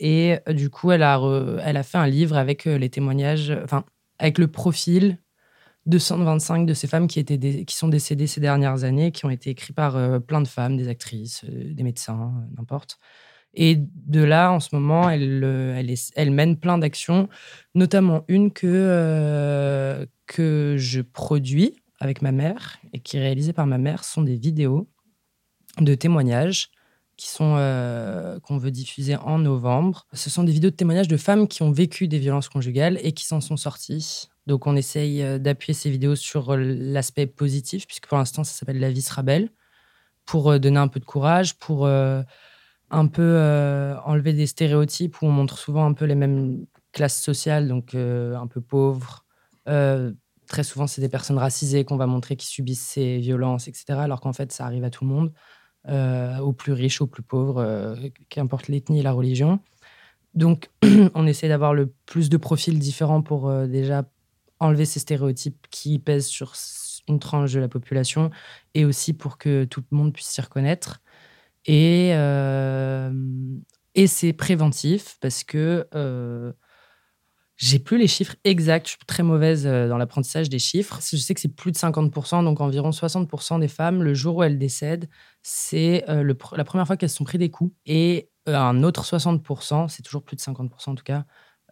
Et euh, du coup, elle a, re- elle a fait un livre avec euh, les témoignages, euh, enfin, avec le profil de 125 de ces femmes qui, étaient dé- qui sont décédées ces dernières années, qui ont été écrits par euh, plein de femmes, des actrices, euh, des médecins, euh, n'importe. Et de là, en ce moment, elle, euh, elle, est- elle mène plein d'actions, notamment une que, euh, que je produis avec ma mère et qui est réalisée par ma mère. Ce sont des vidéos de témoignages qui sont euh, qu'on veut diffuser en novembre. Ce sont des vidéos de témoignages de femmes qui ont vécu des violences conjugales et qui s'en sont sorties. Donc on essaye euh, d'appuyer ces vidéos sur euh, l'aspect positif, puisque pour l'instant ça s'appelle La vie sera belle, pour euh, donner un peu de courage, pour euh, un peu euh, enlever des stéréotypes où on montre souvent un peu les mêmes classes sociales, donc euh, un peu pauvres. Euh, très souvent c'est des personnes racisées qu'on va montrer qui subissent ces violences, etc. Alors qu'en fait ça arrive à tout le monde euh, aux plus riches, aux plus pauvres, euh, qu'importe l'ethnie et la religion. Donc, on essaie d'avoir le plus de profils différents pour euh, déjà enlever ces stéréotypes qui pèsent sur s- une tranche de la population et aussi pour que tout le monde puisse s'y reconnaître. Et, euh, et c'est préventif parce que euh, j'ai plus les chiffres exacts, je suis très mauvaise euh, dans l'apprentissage des chiffres. Je sais que c'est plus de 50%, donc environ 60% des femmes, le jour où elles décèdent, c'est euh, le pr- la première fois qu'elles se sont pris des coups. Et euh, un autre 60%, c'est toujours plus de 50% en tout cas,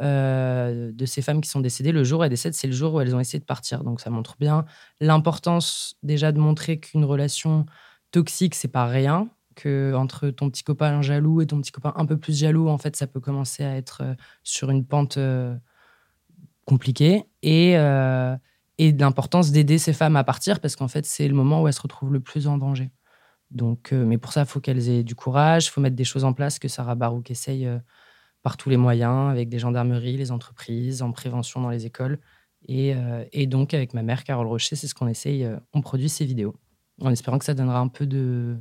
euh, de ces femmes qui sont décédées, le jour où elles décèdent, c'est le jour où elles ont essayé de partir. Donc ça montre bien l'importance déjà de montrer qu'une relation toxique, c'est pas rien. Que entre ton petit copain jaloux et ton petit copain un peu plus jaloux, en fait, ça peut commencer à être euh, sur une pente euh, compliquée. Et, euh, et de l'importance d'aider ces femmes à partir parce qu'en fait, c'est le moment où elles se retrouvent le plus en danger. Donc, euh, mais pour ça, il faut qu'elles aient du courage, il faut mettre des choses en place que Sarah Barouk essaye euh, par tous les moyens, avec des gendarmeries, les entreprises, en prévention dans les écoles. Et, euh, et donc, avec ma mère, Carole Rocher, c'est ce qu'on essaye. euh, on produit ces vidéos en espérant que ça donnera un peu de.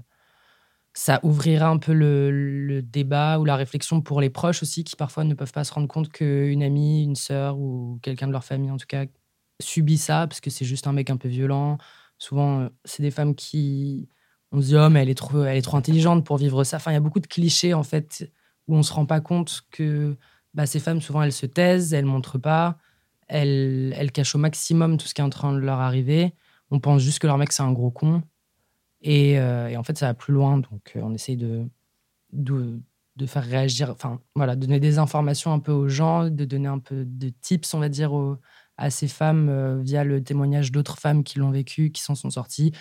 Ça ouvrira un peu le, le débat ou la réflexion pour les proches aussi, qui parfois ne peuvent pas se rendre compte qu'une amie, une sœur ou quelqu'un de leur famille, en tout cas, subit ça, parce que c'est juste un mec un peu violent. Souvent, euh, c'est des femmes qui. On se dit, oh, mais elle est, trop, elle est trop intelligente pour vivre ça. Enfin, il y a beaucoup de clichés, en fait, où on ne se rend pas compte que bah, ces femmes, souvent, elles se taisent, elles ne montrent pas, elles, elles cachent au maximum tout ce qui est en train de leur arriver. On pense juste que leur mec, c'est un gros con. Et, euh, et en fait, ça va plus loin. Donc, euh, on essaye de, de, de faire réagir, enfin, voilà, donner des informations un peu aux gens, de donner un peu de tips, on va dire, aux- à ces femmes euh, via le témoignage d'autres femmes qui l'ont vécu, qui s'en sont sorties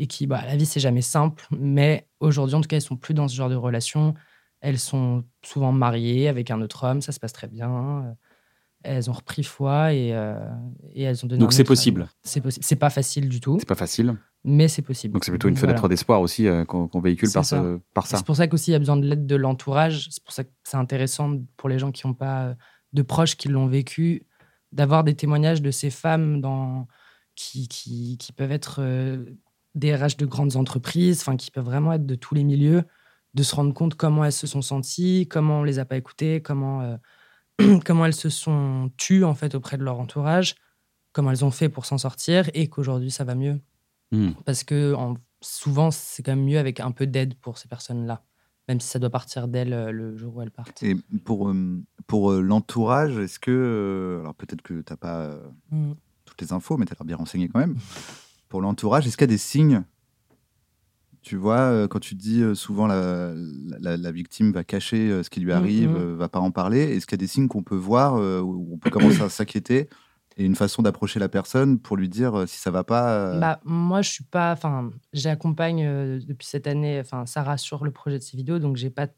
et qui, bah, la vie, c'est jamais simple. Mais aujourd'hui, en tout cas, elles sont plus dans ce genre de relation. Elles sont souvent mariées avec un autre homme, ça se passe très bien. Euh, Elles ont repris foi et, euh, et elles ont donné. Donc un c'est autre- possible. C'est possible. C'est pas facile du tout, C'est pas facile. mais c'est possible. Donc c'est plutôt une fenêtre Voilà. d'espoir aussi euh, qu'on qu'on véhicule C'est par, ça. ce- par ça. C'est pour ça qu'aussi il y a besoin de l'aide de l'entourage. C'est pour ça que c'est intéressant pour les gens qui n'ont pas euh, de proches qui l'ont vécu, d'avoir des témoignages de ces femmes dans... qui, qui, qui peuvent être euh, des RH de grandes entreprises, enfin qui peuvent vraiment être de tous les milieux, de se rendre compte comment elles se sont senties, comment on les a pas écoutées, comment, euh, comment elles se sont tues en fait auprès de leur entourage, comment elles ont fait pour s'en sortir et qu'aujourd'hui ça va mieux Mmh. Hmm. parce que en- souvent c'est quand même mieux avec un peu d'aide pour ces personnes-là, même si ça doit partir d'elles euh, le jour où elles partent. Et pour, euh, pour euh, l'entourage, est-ce que. euh, alors peut-être que t'as pas. euh, Mm. toutes les infos, mais tu as l'air bien renseigné quand même. Pour l'entourage, est-ce qu'il y a des signes Tu vois, euh, quand tu dis euh, souvent la, la- la victime va cacher euh, ce qui lui arrive, Mhm. euh, va pas en parler, est-ce qu'il y a des signes qu'on peut voir, euh, où on peut commencer à s'inquiéter et une façon d'approcher la personne pour lui dire euh, si ça va pas euh, Bah, moi, je suis pas. Enfin, j'accompagne euh, depuis cette année. Enfin, Sarah sur le projet de ces vidéos, donc j'ai pas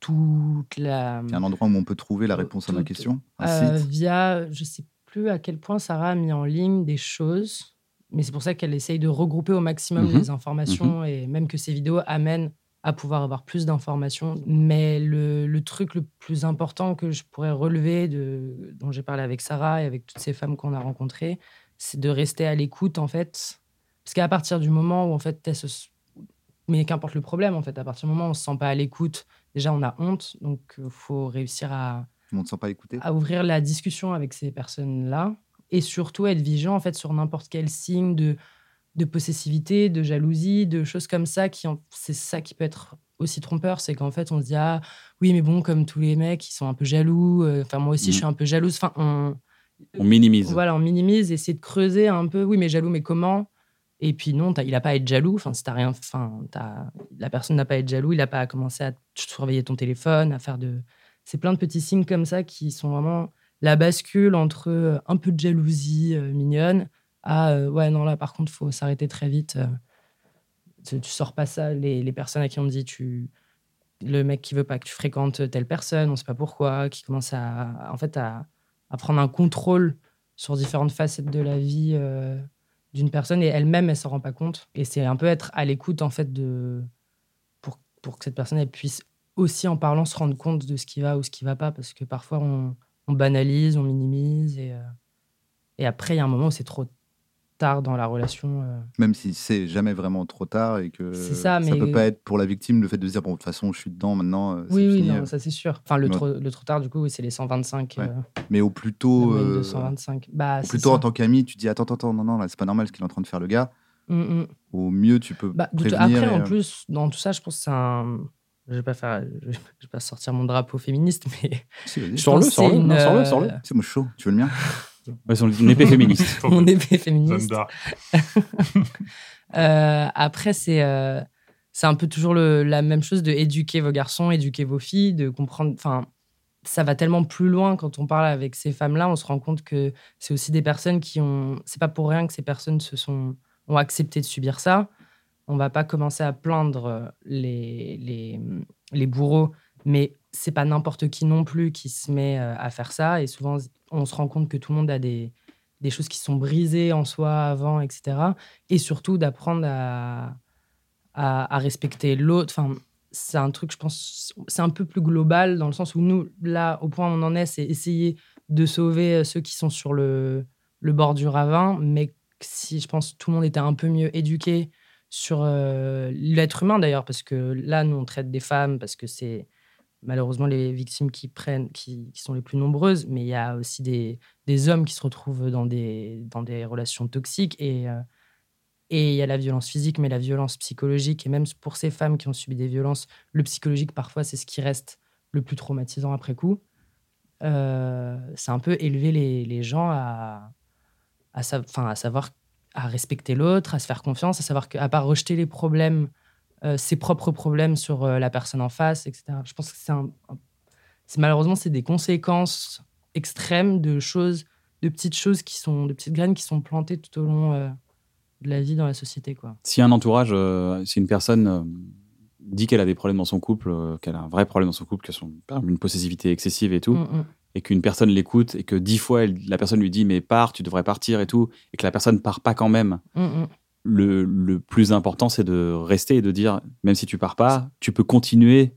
toute la. Il y a un endroit où on peut trouver la Tout- réponse à ma tout- question Un Euh, site via, je sais plus à quel point Sarah a mis en ligne des choses, mais c'est pour ça qu'elle essaye de regrouper au maximum Mhm. les informations et même que ces vidéos amènent à pouvoir avoir plus d'informations. Mais le, le truc le plus important que je pourrais relever, de, dont j'ai parlé avec Sarah et avec toutes ces femmes qu'on a rencontrées, c'est de rester à l'écoute en fait. Parce qu'à partir du moment où en fait, elles se- mais qu'importe le problème en fait, à partir du moment où on se sent pas à l'écoute, déjà on a honte, donc euh, faut réussir à, On ne sent pas écouté à ouvrir la discussion avec ces personnes-là et surtout être vigilant en fait sur n'importe quel signe de, de possessivité, de jalousie, de choses comme ça qui en- c'est ça qui peut être aussi trompeur, c'est qu'en fait on se dit ah oui mais bon comme tous les mecs ils sont un peu jaloux, euh, enfin moi aussi Mhm. je suis un peu jalouse, enfin on On minimise. voilà on minimise, essayer de creuser un peu oui mais jaloux mais comment et puis non, t'as- il n'a pas à être jaloux. Enfin, si t'as rien, enfin, t'as- la personne n'a pas à être jaloux. Il n'a pas à commencer à t- surveiller ton téléphone, à faire de. C'est plein de petits signes comme ça qui sont vraiment la bascule entre euh, un peu de jalousie euh, mignonne à euh, ouais non là par contre faut s'arrêter très vite. euh. tu, tu sors pas ça. Les, les personnes à qui on dit tu le mec qui veut pas que tu fréquentes telle personne, on sait pas pourquoi, qui commence à en fait à, à prendre un contrôle sur différentes facettes de la vie. euh, d'une personne et elle-même, elle s'en rend pas compte. Et c'est un peu être à l'écoute, en fait, de... pour, pour que cette personne elle puisse aussi, en parlant, se rendre compte de ce qui va ou ce qui va pas. Parce que parfois, on, on banalise, on minimise. Et, euh, et après, il y a un moment où c'est trop tard dans la relation. euh. Même si c'est jamais vraiment trop tard et que C'est ça, mais- peut pas être pour la victime le fait de se dire bon de toute façon je suis dedans maintenant euh, c'est Oui, oui, fini. non, ça c'est sûr. Enfin, le, Ouais. trop, le trop tard, du coup, oui, c'est les 125. Ouais. euh, Mais au plus la tôt, moyenne de euh, 125. Bah, au c'est plus tôt en ça. tant qu'ami, tu dis attends attends attends non non là c'est pas normal ce qu'il est en train de faire le gars. Mm, mm. Au mieux tu peux Bah, de toute- prévenir. après, et, en euh, plus, dans tout ça, je pense que c'est un. Je vais pas faire, je vais je vais pas sortir mon drapeau féministe, mais si, vas-y. Sors-le, pense que sors-le, c'est une, non, sors-le, sors-le. euh, C'est moi je suis chaud. Tu veux le mien Ouais, c'est une épée féministe. mon épée féministe. Thunder. Euh, après, c'est euh, c'est un peu toujours le- la même chose de éduquer vos garçons, éduquer vos filles, de comprendre. Enfin, ça va tellement plus loin quand on parle avec ces femmes-là. On se rend compte que c'est aussi des personnes qui ont. C'est pas pour rien que ces personnes se sont ont accepté de subir ça. On va pas commencer à plaindre les les, les bourreaux, mais c'est pas n'importe qui non plus qui se met euh, à faire ça. Et souvent, on se rend compte que tout le monde a des des choses qui sont brisées en soi avant, etc et surtout d'apprendre à, à, à respecter l'autre. Enfin, c'est un truc, je pense, c'est un peu plus global dans le sens où nous, là, au point où on en est, c'est essayer de sauver euh, ceux qui sont sur le, le bord du ravin, mais que si je pense tout le monde était un peu mieux éduqué sur euh, l'être humain d'ailleurs, parce que là, nous, on traite des femmes, parce que c'est malheureusement les victimes qui, prennent, qui, qui sont les plus nombreuses, mais il y a aussi des, des hommes qui se retrouvent dans des, dans des relations toxiques et euh, et il y a la violence physique, mais la violence psychologique, et même pour ces femmes qui ont subi des violences, le psychologique, parfois, c'est ce qui reste le plus traumatisant après coup. Euh, c'est un peu élever les, les gens à, à, sa- 'fin, à savoir, à respecter l'autre, à se faire confiance, à savoir qu'à pas rejeter les problèmes, euh, ses propres problèmes sur euh, la personne en face, etc. Je pense que c'est un- un- c'est- malheureusement, c'est des conséquences extrêmes de choses, de petites choses qui sont, de petites graines qui sont plantées tout au long. euh, de la vie dans la société, quoi. si un entourage, euh, si une personne euh, dit qu'elle a des problèmes dans son couple, euh, qu'elle a un vrai problème dans son couple, que son une possessivité excessive et tout, Mm, mm. et qu'une personne l'écoute et que dix fois elle- la personne lui dit mais pars, tu devrais partir et tout, et que la personne part pas quand même. Mm, mm. Le, le plus important, c'est de rester et de dire, même si tu pars pas, tu peux continuer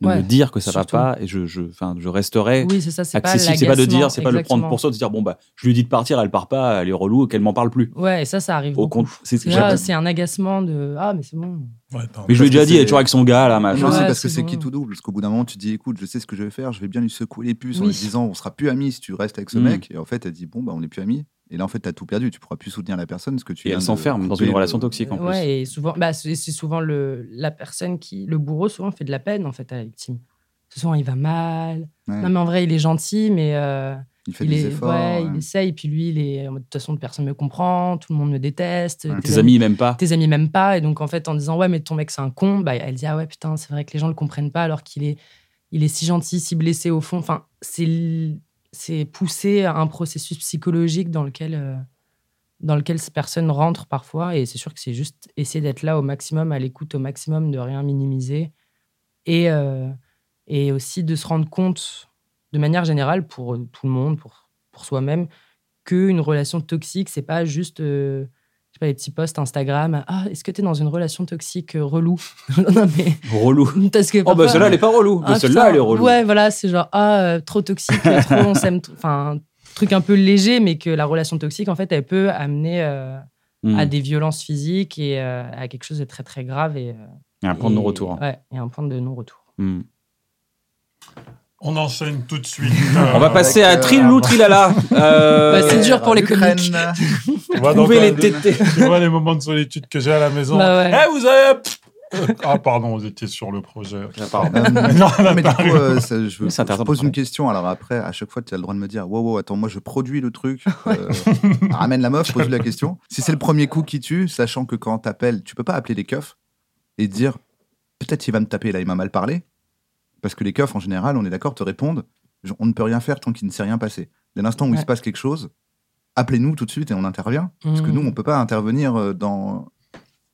de Ouais, me dire que ça surtout. va pas et je, je, enfin, je resterai Oui, c'est ça, c'est pas accessible. C'est pas de l'agacement, dire, c'est pas le prendre pour exactement. soi, de dire bon bah, je lui dis de partir, elle part pas, elle est relou, qu'elle m'en parle plus. Ouais, et ça, ça arrive Au beaucoup. compte, c'est Parce que là, c'est un agacement de ah, mais c'est bon. Ouais, attends. Mais je lui ai déjà parce que dit, elle c'est- est toujours avec son gars là, Mais machin. aussi Ouais, parce que c'est c'est bon. qui tout double. Parce qu'au bout d'un moment tu dis écoute je sais ce que je vais faire, je vais bien lui secouer les puces en Oui. lui disant on sera plus amis si tu restes avec ce Mm. mec. Et en fait elle dit bon bah on est plus amis. Et là en fait t'as tout perdu, tu pourras plus soutenir la personne parce que tu. Et viens elle de s'enferme dans couper une le- relation toxique en plus. ouais, et souvent, bah, c'est c'est souvent le, la personne qui, le bourreau, souvent fait de la peine en fait à la victime. ce soir il va mal. Ouais. Non, mais en vrai, il est gentil, mais euh, Il fait il, des est- efforts. ouais, ouais. il essaye. Puis lui, il est en mode, de toute façon, personne me comprend, tout le monde me déteste. Ouais, Tes amis, ils m'aiment pas. Tes amis m'aiment pas. Et donc, en fait, en disant, ouais, mais ton mec, c'est un con, bah, elle dit, ah ouais, putain, c'est vrai que les gens le comprennent pas alors qu'il est, il est si gentil, si blessé au fond. Enfin, c'est l- c'est poussé à un processus psychologique dans lequel, euh, dans lequel ces personnes rentrent parfois. Et c'est sûr que c'est juste essayer d'être là au maximum, à l'écoute au maximum, de rien minimiser. Et, euh, et aussi de se rendre compte, de manière générale, pour tout le monde, pour, pour soi-même, qu'une relation toxique, c'est pas juste. euh, je sais pas, les petits posts Instagram. Ah, est-ce que tu es dans une relation toxique euh, relou Non, non, mais. Relou. Parce que Oh, bah parfois- celle-là, elle est pas relou. Ah, mais celle-là, putain, elle est relou. Ouais, voilà, c'est genre, ah, euh, trop toxique, euh, trop, on s'aime. t- Enfin, un truc un peu léger, mais que la relation toxique, en fait, elle peut amener euh, Hmm. à des violences physiques et euh, à quelque chose de très, très grave. Et, euh, Il y a un point de et- non-retour. hein. Ouais, et un point de non-retour. Hmm. On enchaîne tout de suite. On va Euh, passer à avec, euh, Trilou Trilala. Euh, Bah, c'est dur pour les Ukraine. comiques. on va Vous pouvez dans- les téter. euh, Tu vois les moments de solitude que j'ai à la maison. Bah ouais. Eh, vous avez. Ah, pardon, vous étiez sur le projet. Euh, Non, on a mais du pas coup, eu. euh, ça- je, Oui, c'est je intéressant pose de parler. une question. Alors après, à chaque fois, tu as le droit de me dire Wow, wow, attends, moi je produis le truc. euh, ramène la meuf, pose-lui la question. Si c'est le premier coup qui tue, sachant que quand t'appelles, tu peux pas appeler les keufs et dire Peut-être il va me taper, là, il m'a mal parlé. Parce que les keufs, en général, on est d'accord, te répondent genre, On ne peut rien faire tant qu'il ne s'est rien passé. Dès l'instant où il Ouais. se passe quelque chose, appelez-nous tout de suite et on intervient. Parce que Mmh. Mhm. nous, on peut pas intervenir euh, dans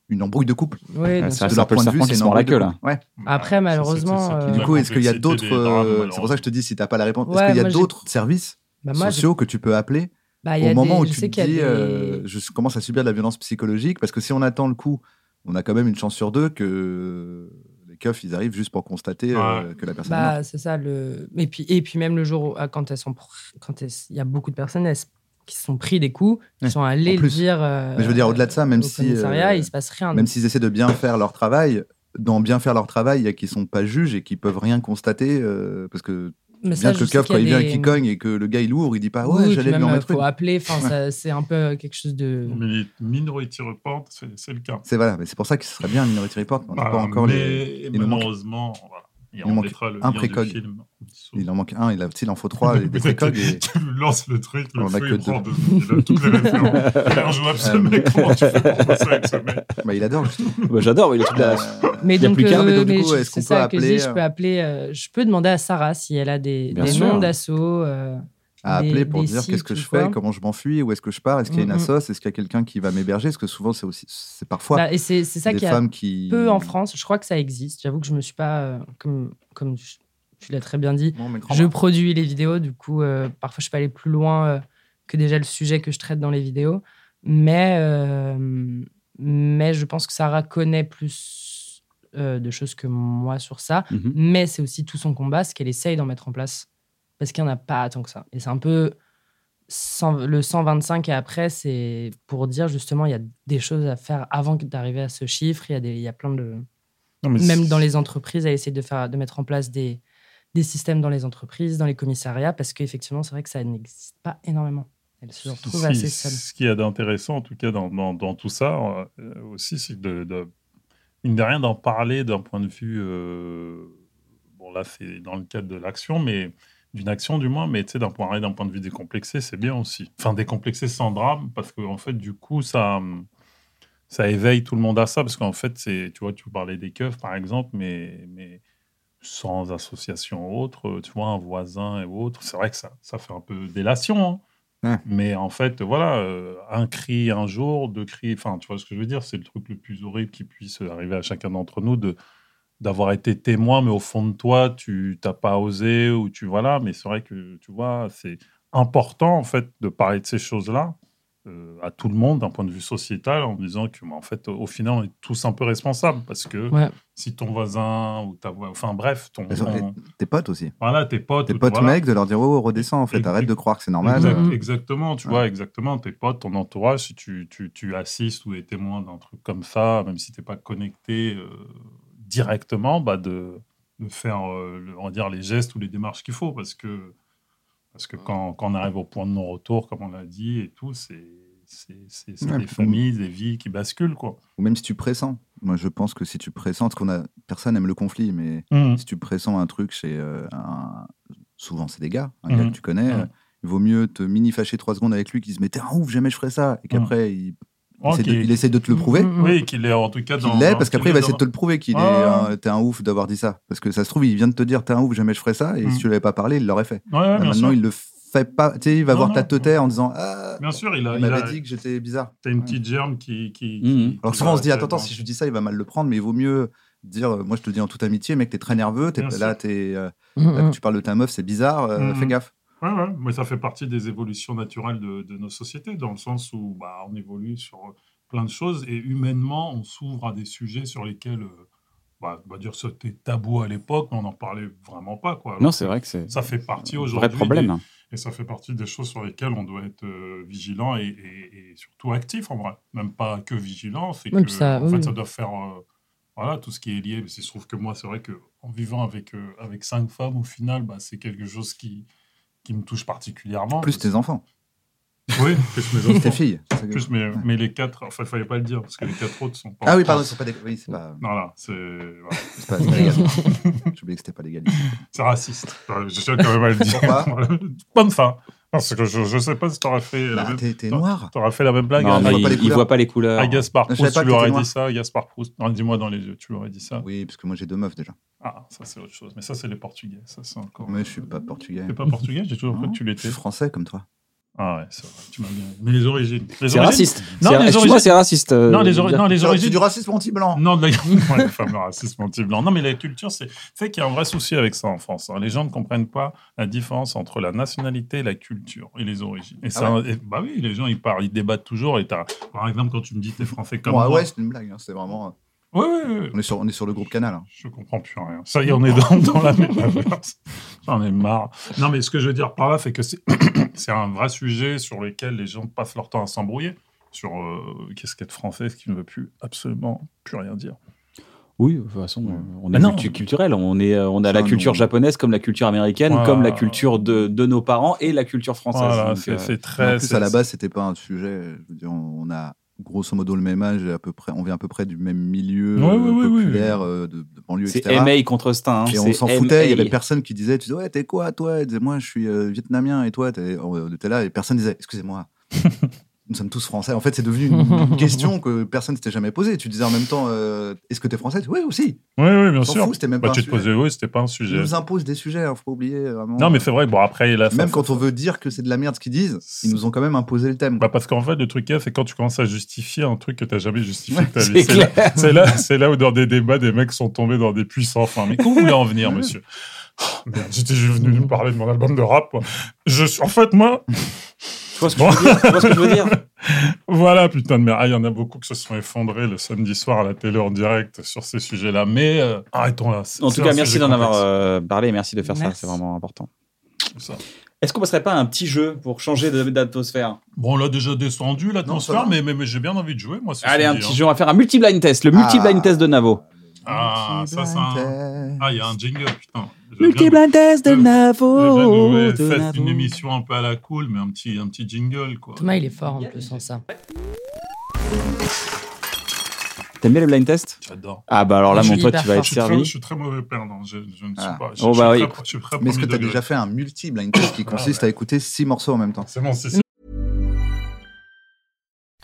une embrouille de couple. Ouais, donc- Ça, de c'est leur un peu le point de vue, serpent qui c'est se une mord la embrouille de queue, là. couple. Ouais. Après, Ça, malheureusement, c'était ça, euh, toute Du la coup, est-ce qu'il y a complexité d'autres. des euh, drames, C'est pour malheureusement. ça que je te dis, si t'as pas la réponse, Ouais, est-ce qu'il y a moi, j'ai- d'autres services bah, moi, j'ai- sociaux que tu peux appeler bah, il y a au des- moment où je tu te sais qu'il y a dis, des- euh, je commence à subir de la violence psychologique Parce que si on attend le coup, on a quand même une chance sur deux que les keufs, ils arrivent juste pour constater euh, que la personne est morte. Bah, c'est ça. Le... Et, puis, et puis, même le jour où, ah, quand elles sont. pr- Quand elles- il y a beaucoup de personnes elles se- qui se sont pris des coups, Ouais, qui sont allées en plus. dire. Mais je veux dire, au-delà de ça, même si, Il euh, il se passe rien. Même s'ils essaient de bien faire leur travail, dans bien faire leur travail, il y a qui sont pas juges et qui peuvent rien constater. euh, parce que Mais bien ça, je que le sais keuf, quand qu'il y a il vient et des- qu'il cogne et que le gars il ouvre, il dit pas Oui, Ouais, puis j'allais lui en même, euh, mettre faut une. appeler. Enfin, ça- c'est un peu quelque chose de. Mais Minority Report, c'est c'est le cas. C'est voilà, mais c'est pour ça que ce serait bien Minority Report. mais On n'a Voilà, pas encore les. Ah, mais nous manque- malheureusement, voilà. Et il on manque mettra le un lien du précog. film en dessous. Il en manque un, il, a, il en faut trois, les précogs. Et... Tu lances le truc, le On en a feu, que il prend deux. Il a toutes les références. Il est injouable ce Euh, mec. Comment tu fais pour bosser avec ce mec Bah, il adore justement. euh, Bah, J'adore, il est tout de la- Mais Il y a donc, euh, plus qu'un, mais donc, du mais coup, je- est-ce qu'on c'est peut ça que je dis, appeler, je euh, peux appeler. euh, je peux demander à Sarah si elle a des, Bien des sûr. noms d'assaut. euh, à des- appeler pour des dire sites qu'est-ce que ou je quoi. fais, comment je m'enfuis, où est-ce que je pars, est-ce qu'il y a une Mhm. assoce, est-ce qu'il y a quelqu'un qui va m'héberger, parce que souvent c'est aussi, c'est parfois bah, et c'est c'est ça des qui a femmes qui. peu en France. Je crois que ça existe. J'avoue que je me suis pas. euh, comme comme tu tu l'as très bien dit, Non, mais je produis les vidéos, du coup, euh, parfois je suis pas allée plus loin euh, que déjà le sujet que je traite dans les vidéos. Mais, euh, mais je pense que Sarah connaît plus euh, de choses que moi sur ça. Mhm. Mais c'est aussi tout son combat, ce qu'elle essaye d'en mettre en place. Parce qu'il n'y en a pas tant que ça. Et c'est un peu. cent- le 125 et après, c'est pour dire justement, il y a des choses à faire avant d'arriver à ce chiffre. Il y, a des- il y a plein de Non, mais même c'est- dans les entreprises, à essayer de, faire, de mettre en place des, des systèmes dans les entreprises, dans les commissariats, parce qu'effectivement, c'est vrai que ça n'existe pas énormément. Elle se retrouve Si, assez seule. Ce qu'il y a d'intéressant, en tout cas, dans, dans- dans tout ça euh, aussi, c'est de, de, mine de rien d'en parler d'un point de vue. euh, bon, là, c'est dans le cadre de l'action, mais d'une action du moins, mais tu sais, d'en parler d'un point de vue décomplexé, c'est bien aussi. Enfin, décomplexé sans drame, parce que en fait, du coup, ça. hum, Ça éveille tout le monde à ça, parce qu'en fait, c'est, tu vois, tu parlais des keufs, par exemple, mais, mais sans association autre, euh, tu vois, un voisin et autres, c'est vrai que ça, ça fait un peu délation. hein. Mais en fait, voilà, euh, un cri un jour, deux cris, enfin, tu vois ce que je veux dire, c'est le truc le plus horrible qui puisse arriver à chacun d'entre nous de d'avoir été témoin, mais au fond de toi, tu t'as pas osé ou tu voilà, mais c'est vrai que tu vois, c'est important en fait de parler de ces choses-là euh, à tout le monde d'un point de vue sociétal en disant que, bah, en fait, au final, on est tous un peu responsables parce que Ouais. si ton voisin ou ta voix, enfin bref, ton, Elles sont- ton- Tes potes aussi. voilà, tes potes, Tes ou- potes voilà, mecs, de leur dire Oh, redescends en fait, Exact- arrête de croire que c'est normal. Exact- Mhm. Exactement, tu Ouais. vois, exactement. Tes potes, ton entourage, si tu, tu, tu assistes ou es témoin d'un truc comme ça, même si tu n'es pas connecté euh, directement, bah de, de faire euh, le- on va dire, les gestes ou les démarches qu'il faut. Parce que, parce que quand, quand on arrive au point de non-retour, comme on l'a dit, et tout, c'est c'est- c'est- c'est Ouais, des puis- familles, des vies qui basculent. Quoi. Ou même si tu pressens. Moi, je pense que si tu pressens, parce qu'on a personne aime le conflit, mais Mhm. si tu pressens un truc chez euh, un- souvent c'est des gars, un Mhm. gars que tu connais, Mhm. euh, il vaut mieux te mini fâcher trois secondes avec lui qui se met t'es un ouf, jamais je ferais ça, Mmh. et qu'après il, Oh, essaie de- qu'il- il essaie de te le prouver. Mm, mm, Oui, qu'il est en tout cas dans. Il l'est dans- parce qu'après il qu'il va est essayer de te dans- le prouver qu'il est Ah. un- t'es un ouf d'avoir dit ça parce que ça se trouve il vient de te dire t'es un ouf jamais je ferais ça et Mhm. si tu l'avais pas parlé il l'aurait fait. Ouais, ouais, Là, bien, maintenant sûr. il le fait pas, tu sais il va Non, voir non. ta teuté en disant ah bien sûr, il a. il Bah, Il a... m'avait dit que j'étais bizarre. T'as une petite germe qui. qui, Mhm. qui- Alors qui souvent on va se dit attends être- attends si je lui dis ça il va mal le prendre mais il vaut mieux dire euh, moi je te le dis en toute amitié mec t'es très nerveux t'es Bien sûr. là t'es euh, mm, là mm. que tu parles de ta meuf c'est bizarre euh, Mhm. fais gaffe. Ouais, ouais, mais ça fait partie des évolutions naturelles de, de nos sociétés, dans le sens où bah, on évolue sur plein de choses et humainement, on s'ouvre à des sujets sur lesquels, euh, bah, on va dire, c'était tabou à l'époque, mais on n'en parlait vraiment pas. Quoi. Alors, Non, c'est vrai que c'est Ça fait partie un aujourd'hui. vrai problème. des- Et ça fait partie des choses sur lesquelles on doit être euh, vigilant et, et- et surtout actif en vrai. Même pas que vigilant, c'est Oui, que puis ça- en oui. fait, ça doit faire euh, voilà, tout ce qui est lié. Mais il se trouve que moi, c'est vrai que en vivant avec, euh, avec cinq femmes, au final, bah, c'est quelque chose qui, qui me touche particulièrement. Plus tes enfants, Oui, plus mes plus enfants. tes filles. Plus mes- mais les quatre, enfin, il fallait pas le dire parce que les quatre autres sont pas. Ah oui, en pardon, France. c'est pas des- oui, c'est pas, Voilà, c'est voilà, c'est pas, c'est pas légal. J'ai oublié que c'était pas légal. c'est raciste. Enfin, Je tiens quand même à le dire. Pourquoi Voilà. Bonne fin. Parce que je ne sais pas si tu aurais fait la Bah, même T'es t'es noir. T'auras fait la même blague Non, à, mais voit pas les il, il couleurs. voit pas les couleurs. à Ah, Gaspard Je savais Proust. pas Tu que lui aurais t'étais dit ça, à Gaspard Proust. Non, dis-moi dans les yeux, tu lui aurais dit ça. Oui, parce que moi j'ai deux meufs déjà. Ah, ça c'est autre chose. Mais ça, c'est les Portugais. Ça, c'est encore. Mais je suis pas portugais. T'es pas portugais, j'ai toujours cru Non, que tu Je suis l'étais. français comme toi. Ah ouais, c'est vrai, tu m'as bien. Mais les origines. Les C'est origines- raciste. Non, C'est- les excuse-moi, origines- c'est raciste. euh, Non, les, de hein. ori- dire- non, les C'est origines. c'est du racisme anti-blanc. Non, de la... Ouais, le fameux racisme anti-blanc. Non, mais la culture, c'est fait qu'il y a un vrai souci avec ça en France. hein. Les gens ne comprennent pas la différence entre la nationalité, la culture et les origines. Ah Et ça, et- bah oui, les gens, ils parlent, ils débattent toujours. Et t'as, par exemple, quand tu me dis t'es français comme Bon, ah moi. ouais, c'est une blague. hein, C'est vraiment. euh, Ouais, ouais, ouais. On est sur, on est sur le groupe Canal. hein. Je comprends plus rien. Ça y est, on est dans, dans la même averse. J'en ai marre. Non, mais ce que je veux dire par là, c'est que c'est c'est un vrai sujet sur lequel les gens passent leur temps à s'embrouiller. Sur euh, qu'est-ce qu'être français, ce qui ne veut plus absolument plus rien dire. Oui, de toute façon, euh, Ouais. on Mais est non. multiculturel. On, est, euh, on a Ça, la nous- culture japonaise comme la culture américaine, Voilà. comme la culture de, de nos parents et la culture française. Voilà, Donc, c'est euh, c'est Mais très. En plus, c'est- à la base, c'était pas un sujet. Je veux dire, on on a grosso modo le même âge, et à peu près, on vient à peu près du même milieu Ouais, euh, ouais, ouais, ouais. populaire euh, de, de banlieue, c'est etc. MA contre Stein. hein, Et on c'est s'en MA. foutait, il y avait personne qui disait, tu disais, ouais, t'es quoi, toi Elle disait, moi, je suis euh, vietnamien, et toi, t'es on était là, et personne disait, excusez-moi, nous sommes tous français. En fait, c'est devenu une, une question que personne ne s'était jamais posée. Tu disais en même temps, euh, est-ce que t'es français Oui, aussi. Oui, oui, bien On s'en sûr. fout, c'était même Bah, pas tu un te sujet. posais, oui, c'était pas un Ils sujet. nous imposent des sujets, hein, faut pas oublier. Vraiment. Non, mais c'est vrai, que, bon, après, là, ça- Même quand on veut dire que c'est de la merde ce qu'ils disent, ils nous ont quand même imposé le thème. Bah, parce qu'en fait, le truc, qu'il y a, c'est quand tu commences à justifier un truc que tu n'as jamais justifié de ta vie. C'est C'est là, clair. c'est là, c'est là où, dans des débats, des mecs sont tombés dans des puits sans fin. Mais où vous voulez en venir, monsieur Oh, Merde, j'étais juste venu nous parler de mon album de rap. moi. Je, suis- en fait, moi, Tu vois ce que je veux dire Tu vois ce que je veux dire voilà, putain de merde. Ah, Il y en a beaucoup qui se sont effondrés le samedi soir à la télé en direct sur ces sujets-là. Mais euh, arrêtons là. C'est- En c'est tout un cas, merci sujet d'en avoir complexe. euh, parlé et merci de faire Merci. ça. C'est vraiment important. Ça. Est-ce qu'on passerait pas à un petit jeu pour changer de- d'atmosphère Bon, on l'a déjà descendu, ça l'atmosphère, va. mais, mais, mais j'ai bien envie de jouer, moi. ce Allez, un samedi, petit hein. jeu. On va faire un multi-blind test. Le multi-blind test de Navo. Ah, ça, c'est un. un... Ah, il y a un jingle, putain. Je viens de- Multi-blind test de de- Navo. Déjà, de nous, ouais, faites Navo. une émission un peu à la cool, mais un petit, un petit jingle, quoi. Thomas, il est fort en plus en ça. T'aimes bien les blind tests J'adore. Ah bah alors là, Je mon suis pote, hyper tu vas fort. être Je suis, très, je servi. suis très mauvais perdant. Je, je ne suis Ah. pas. Je, Oh, je bah suis oui. très, je suis très Mais est-ce que premier t'as degré. Ah déjà fait un multi-blind test qui consiste à écouter six morceaux en même temps C'est bon, c'est ça.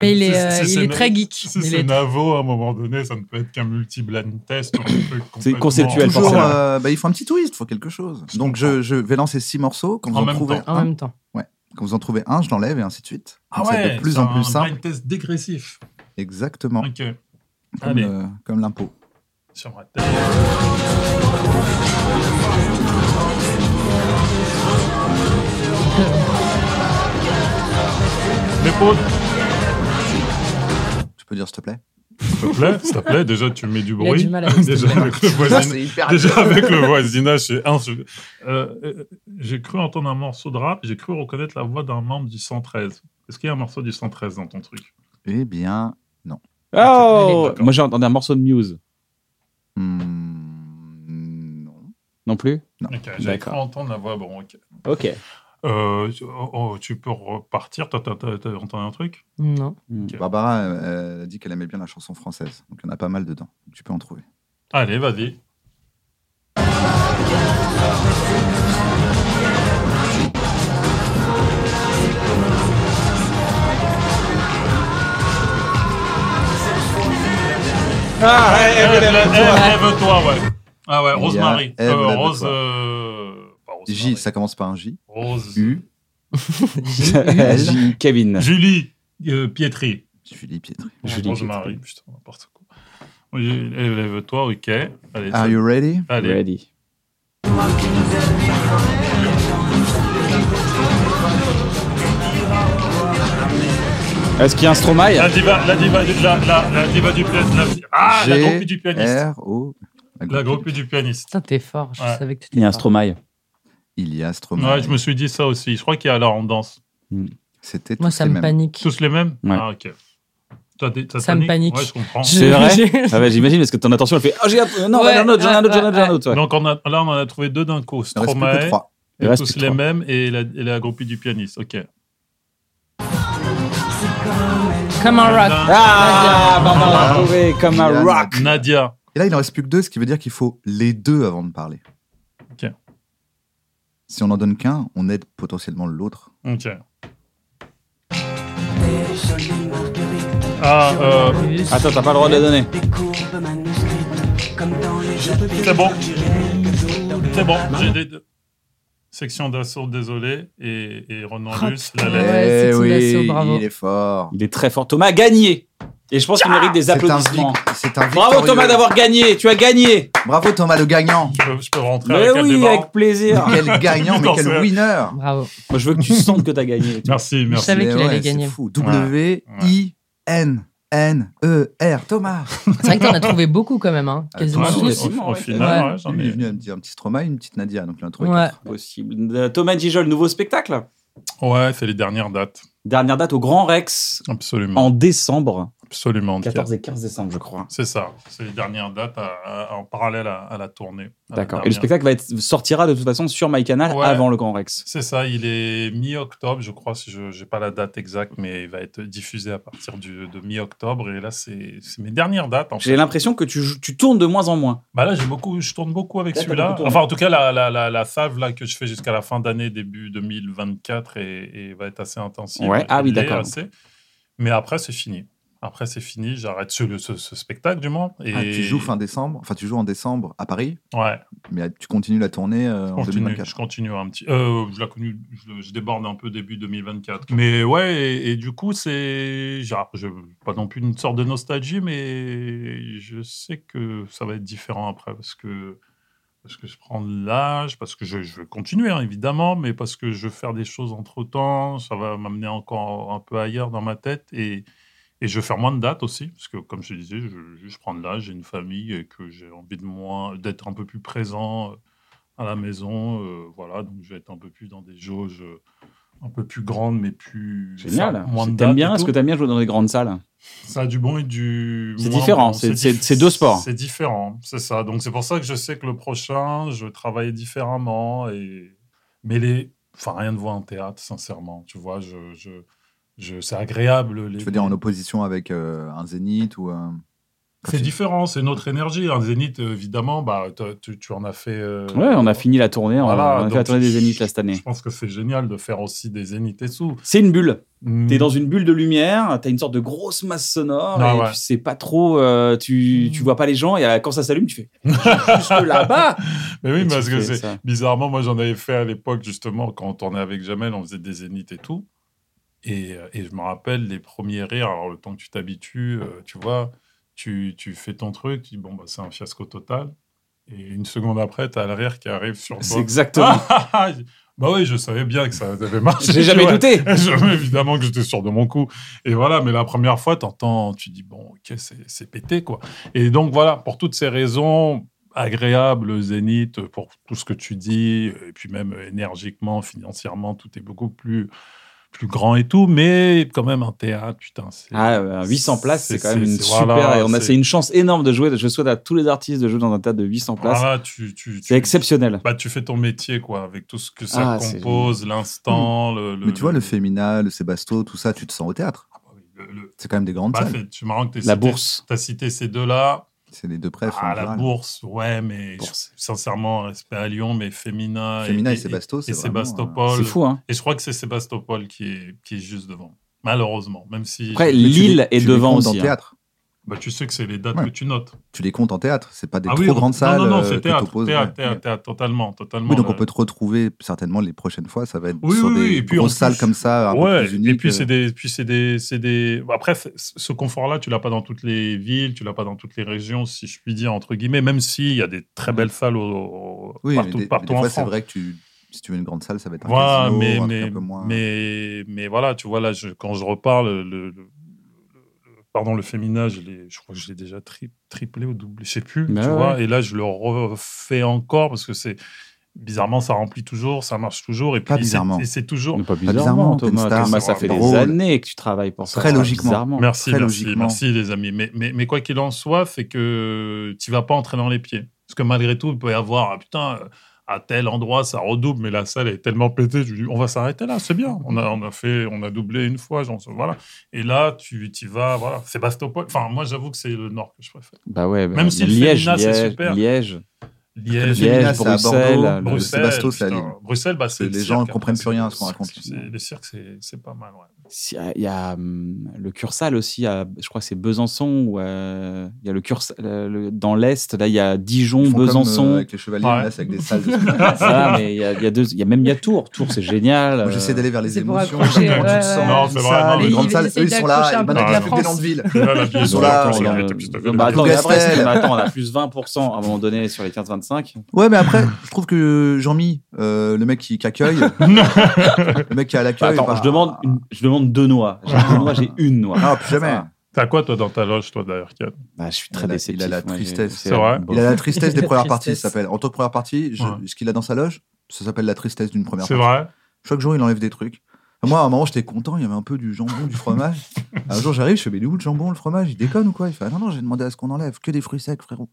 Mais il est, Si- euh, si il c'est est na- très geek. Si Il c'est est- Navo, à un moment donné, ça ne peut être qu'un multi-blind test. ou un truc complètement- conceptuel, Toujours, forcément. euh, bah, il faut un petit twist, il faut quelque chose. Donc je, je vais lancer six morceaux. Quand vous En en, même trouvez temps. En un, même temps. quand vous en trouvez un, je l'enlève et ainsi de suite. Ah Donc, c'est ouais, de plus c'est en plus un simple. blind test dégressif. Exactement, Ok. comme, Allez. euh, comme l'impôt. Sur ma tête. L'épaule. Tu peux dire s'il te plaît S'il te plaît, s'il te plaît, déjà tu mets du Il a bruit. du mal avec ce déjà, bruit. avec le Ça, voisin- c'est hyper déjà avec le voisinage, c'est insu- Euh, euh, j'ai cru entendre un morceau de rap, j'ai cru reconnaître la voix d'un membre du 113. Est-ce qu'il y a un morceau du 113 dans ton truc Eh bien, Oh d'accord. Moi, j'ai entendu un morceau de Muse. hmm, non. Non plus Ok, J'ai cru D'accord. entendre la voix. Bon, ok. Ok. Euh, oh, oh, tu peux repartir. T'as t'as- t'as- t'as entendu un truc Non. Barbara euh, elle a dit qu'elle aimait bien la chanson française, donc il y en a pas mal dedans. Tu peux en trouver. Allez, vas-y. Ah, Ève, Lève-toi, ouais. Ah ouais, Il y a Rosemary. Ève, Euh, lève-toi. Rose. euh, pas Rosemary. J, ça commence par un J. Rose. U, J. Kevin. Julie euh, Pietri. Julie Pietri. Julie Rosemary, putain, n'importe quoi. Oui, Lève lève-toi, ok. Allez, Are ça- you ready allez. Ready. Est-ce qu'il y a un Stromae La diva, la diva, du- la, la, la diva du pianiste. Ah, la G, groupie du pianiste. R, O. La groupie du pianiste. Putain, t'es fort. Je Ouais. savais que tu Il y a un fort. Stromae. Il y a Stromae. Ouais, je me suis dit ça aussi. Je crois qu'il y a la danse. C'était Moi, tous ça les me mêmes. panique. Tous les mêmes Ouais. Ah, ok. T'as des- t'as Ça me panique panique. Ouais, je comprends. Je- C'est vrai je- Ah bah, J'imagine parce que ton attention elle fait. Ah, j'ai un- non, Ouais, j'en ai un autre, j'en ai un autre, ouais, j'en ai un autre, j'en ai un autre. ouais. Donc on a, là, on en a trouvé deux d'un coup. Il ne reste plus que Stromae, trois. et Il reste tous plus que les trois. mêmes, et la, et la groupie du pianiste. Ok. Comme un rock. Ah, bah, on Ah. l'a trouvé comme un Yann. rock. Nadia. Et là, il en reste plus que deux, ce qui veut dire qu'il faut les deux avant de parler. Ok. Si on en donne qu'un, on aide potentiellement l'autre. Ok. Ah, euh, Attends, t'as pas le droit de le donner. c'est bon. C'est bon. J'ai des deux. Section d'assaut, désolé. Et, et Renan Oh, Luce, la putain. lettre. ouais, Eh c'est Tilasso, bravo. il est fort. Il est très fort. Thomas a gagné. Et je pense qu'il mérite des Ah C'est un applaudissements. vic- C'est un Bravo victorieux. Thomas d'avoir gagné. Tu as gagné. Bravo Thomas le gagnant. Je peux, je peux rentrer Mais avec un oui, débat. avec plaisir. Mais Quel gagnant, mais Non, quel c'est- winner. Bravo. Moi, je veux que tu sentes que t'as gagné. tu vois. Merci, Je merci. savais Mais qu'il ouais, allait c'est gagner. fou. W I N N E R Thomas. C'est vrai que t'en as trouvé beaucoup quand même. Hein. Quasiment Ouais, Attends, tous. au, au Ouais. final, Ouais. ouais, j'en Lui, il est ai. venu à me dire un petit Stromae, une petite Nadia, donc il en a trouvé. Ouais. Possible. Euh, Thomas Gijol, nouveau spectacle. Ouais, c'est les dernières dates. Dernière date au Grand Rex Absolument. en décembre. Absolument. Pierre. 14 et 15 décembre, je crois. C'est ça. C'est les dernières dates à- à- en parallèle à, à la tournée. à la D'accord. Et le dernière. spectacle va être, sortira de toute façon sur MyCanal Ah, Ouais. avant le Grand Rex. C'est ça, il est mi-octobre, je crois, si je n'ai pas la date exacte, mais il va être diffusé à partir du- de mi-octobre. Et là, c'est c'est mes dernières dates. En fait. J'ai l'impression que tu, jou- tu tournes de moins en moins. Bah là, j'ai beaucoup, je tourne beaucoup avec Là, t'as celui-là. beaucoup tourné. Enfin, en tout cas, la, la, la, la fave là, que je fais jusqu'à la fin d'année, début 2024, et, et va être assez intensive. Ouais. Je Ah oui, l'ai d'accord. assez. Mais après, c'est fini. Après, c'est fini. J'arrête ce, ce, ce spectacle, du moins. Et... Ah, tu joues fin décembre, enfin tu joues en décembre à Paris, Ouais, mais tu continues la tournée euh, je en continue, 2024. je continue un petit. euh, je, la connu- je, je déborde un peu début 2024. Mais ouais, et, et du coup, c'est. genre, je- Pas non plus une sorte de nostalgie, mais je sais que ça va être différent après parce que. Parce que je prends de l'âge, parce que je, je vais continuer hein, évidemment, mais parce que je vais faire des choses entre temps, ça va m'amener encore un peu ailleurs dans ma tête et, et je vais faire moins de dates aussi, parce que comme je disais, je, je prends de l'âge, j'ai une famille et que j'ai envie de moins d'être un peu plus présent euh, à la maison. euh, voilà, donc je vais être un peu plus dans des jauges euh, un peu plus grandes, mais plus. Génial. faire moins T'aimes de dates bien et Est-ce que tout. t'aimes bien jouer dans des grandes salles Ça a du bon et du. C'est moins différent, bon. c'est- diff- c'est- c'est deux sports. C'est différent, c'est ça. Donc c'est pour ça que je sais que le prochain, je vais travailler différemment. Et... Mais les. Enfin, rien ne voit en théâtre, sincèrement. Tu vois, je. je... je- C'est agréable. Les, Tu veux dire en opposition avec euh, un Zénith ou un. C'est différent, c'est une autre énergie. Un zénith, euh, évidemment, bah, t'as- tu, tu en as fait. euh, Ouais, on a fini la tournée. on- Voilà, on a fait donc la tournée des je- Zéniths là, cette année. Je pense que c'est génial de faire aussi des zéniths et tout. C'est une bulle. T'es Mm. dans une bulle de lumière, t'as une sorte de grosse masse sonore, Ah et ouais. tu sais pas trop, euh, tu, tu vois pas les gens, et euh, quand ça s'allume, tu fais juste là-bas. Mais oui, Et tu parce que fais c'est ça. bizarrement, moi j'en avais fait à l'époque justement quand on tournait avec Jamel, on faisait des zéniths et tout. Et, euh, et je me rappelle les premiers rires. Alors le temps que tu t'habitues, euh, tu vois, tu, tu fais ton truc, tu dis bon bah c'est un fiasco total. Et une seconde après, t'as le rire qui arrive sur toi. C'est exactement. Ah, ah, ah, bah oui, je savais bien que ça avait marché. J'ai jamais tu vois. douté. Jamais, évidemment que j'étais sûr de mon coup. Et voilà, mais la première fois, t'entends, tu dis, bon, ok, c'est- c'est pété, quoi. Et donc, voilà, pour toutes ces raisons agréables, Zénith, pour tout ce que tu dis, et puis même énergiquement, financièrement, tout est beaucoup plus, plus grand et tout, mais quand même un théâtre, putain, c'est... Ah, ouais, 800 places, c'est quand même une c'est- super. voilà, et on a- c'est c'est- une chance énorme de jouer. Je souhaite à tous les artistes de jouer dans un théâtre de 800 places. Voilà, tu, tu, C'est tu- exceptionnel. Bah, tu fais ton métier, quoi, avec tout ce que ça Ah, c'est compose, l'instant, le, le- Mais tu vois, le le- Fémina, le Sébasto, tout ça, tu te sens au théâtre. le- le- C'est quand même des grandes bah, salles. c'est- c'est marrant que t'aies La cité- bourse. T'as cité ces deux-là. C'est les deux prefs. en Ah, la général. bourse, ouais, mais Bourse. je- sincèrement, respect à Lyon, mais Femina, Fémina et Sébasto, c'est hein, et vraiment, euh, Sébastopol. C'est fou, hein. Et je crois que c'est Sébastopol qui est, qui est juste devant. Malheureusement, même si Après, Mais tu Lille les- est tu les devant comptes aussi. En hein. théâtre. bah, tu sais que c'est les dates Ouais. que tu notes. Tu les comptes en théâtre. C'est pas des ah trop oui, on- grandes salles. Non, non, non, euh, c'est que théâtre, t'opposes, théâtre, ouais. théâtre, théâtre, totalement, totalement. Oui, donc on Euh, peut te retrouver certainement les prochaines fois. Ça va être Oui, sur oui, des oui, et puis en grosses salles plus- comme ça, un peu ouais, plus uniques. et puis c'est des, puis c'est des, c'est des. Après, c'est- ce confort-là, tu l'as pas dans toutes les villes, tu l'as pas dans toutes les régions, si je puis dire entre guillemets. Même s'il y a des très belles salles au- au- Oui, mais partout, des- mais partout des en fois, c'est France. vrai que tu, si tu veux une grande salle, ça va être un Voilà, casino, mais, un truc mais, un peu moins. mais, mais voilà, tu vois, là, je- quand je reparle, le, le- le- pardon, le féminin, je, l'ai- je crois que je l'ai déjà tri- triplé ou doublé, je sais plus, Bah tu ouais. vois, et là, je le refais encore parce que c'est bizarrement, ça remplit toujours, ça marche toujours, et puis Pas c'est- bizarrement. et c'est toujours. Mais Pas bizarrement, bizarrement, t'es une Thomas. star, Thomas, c'est ça fait des drôle. années que tu travailles pour ça. Très Pas logiquement. bizarrement. Merci, très merci, logiquement. merci, les amis. Mais, mais, mais quoi qu'il en soit, fait que tu vas pas entrer dans les pieds. Parce que malgré tout, il peut y avoir, ah, putain, à tel endroit, ça redouble, mais la salle est tellement pétée. Je dis, on va s'arrêter là, c'est bien. On a, on a fait, on a doublé une fois, genre, voilà. Et là, tu y vas, voilà. Sébastopol. Enfin, moi, j'avoue que c'est le Nord que je préfère. Bah ouais, bah, Même si le Liège, féminin, c'est Liège, super. Liège. Le Liège, Fémina, Liège, c'est à Bruxelles, Bordeaux. Le Bruxelles, Sébasto, c'est à putain. Lille. Bruxelles, bah, c'est Les le gens cirque, comprennent après, plus rien à c'est- ce qu'on raconte. c'est- Le cirque, c'est c'est pas mal, ouais. Si- euh, Il y a hum, le Cursal aussi, à, je crois que c'est Besançon. Ou euh, il y a le Cursal euh, le- dans l'Est. Là, il y a Dijon, Ils font comme, euh, Besançon. avec les chevaliers, Ouais. là, c'est avec des salles. de spectacle. Ça, mais il y a, il y a deux, il y a même il y a Tours. Tours, c'est génial. Moi, j'essaie euh, d'aller vers les C'est pour émotions. accrocher, comment tu ouais, te sens, ouais. Non, c'est les vrai, non, salles, mais les grandes ils salles, essaient eux, ils sont là. d'accrocher Et un peu maintenant qu'il y a la plus que des France. grandes villes. Et là, la bière, Ils sont c'est là, encore, on c'est a- la piste de- Bah, attends, mais après, Gastel. c'est- bah, attends, on a plus 20% à un moment donné sur les Bah, 15-25. Ouais, mais après, je trouve que Jean-Mi, euh, le mec qui, qui accueille, le mec qui est à Bah, l'accueil. attends, bah, je demande, une- je demande deux noix. J'ai deux noix, j'ai une noix. Ah, plus jamais. T'as quoi, toi, dans ta loge, toi, d'ailleurs, Kian Bah, je suis Il très a la- déceptif. il a la moi, j'ai- tristesse. C'est vrai. bon. Il a la tristesse des La premières parties, tristesse. ça s'appelle. En tant que première partie, je- Ouais. ce qu'il a dans sa loge, ça s'appelle la tristesse d'une première C'est partie. vrai. Chaque jour, il enlève des trucs. Moi, à un moment, j'étais content, il y avait un peu du jambon, du fromage. Un jour, j'arrive, je fais, mais il est où le jambon, le fromage Il déconne ou quoi Il fait, ah non, non, j'ai demandé à ce qu'on enlève que des fruits secs, frérot.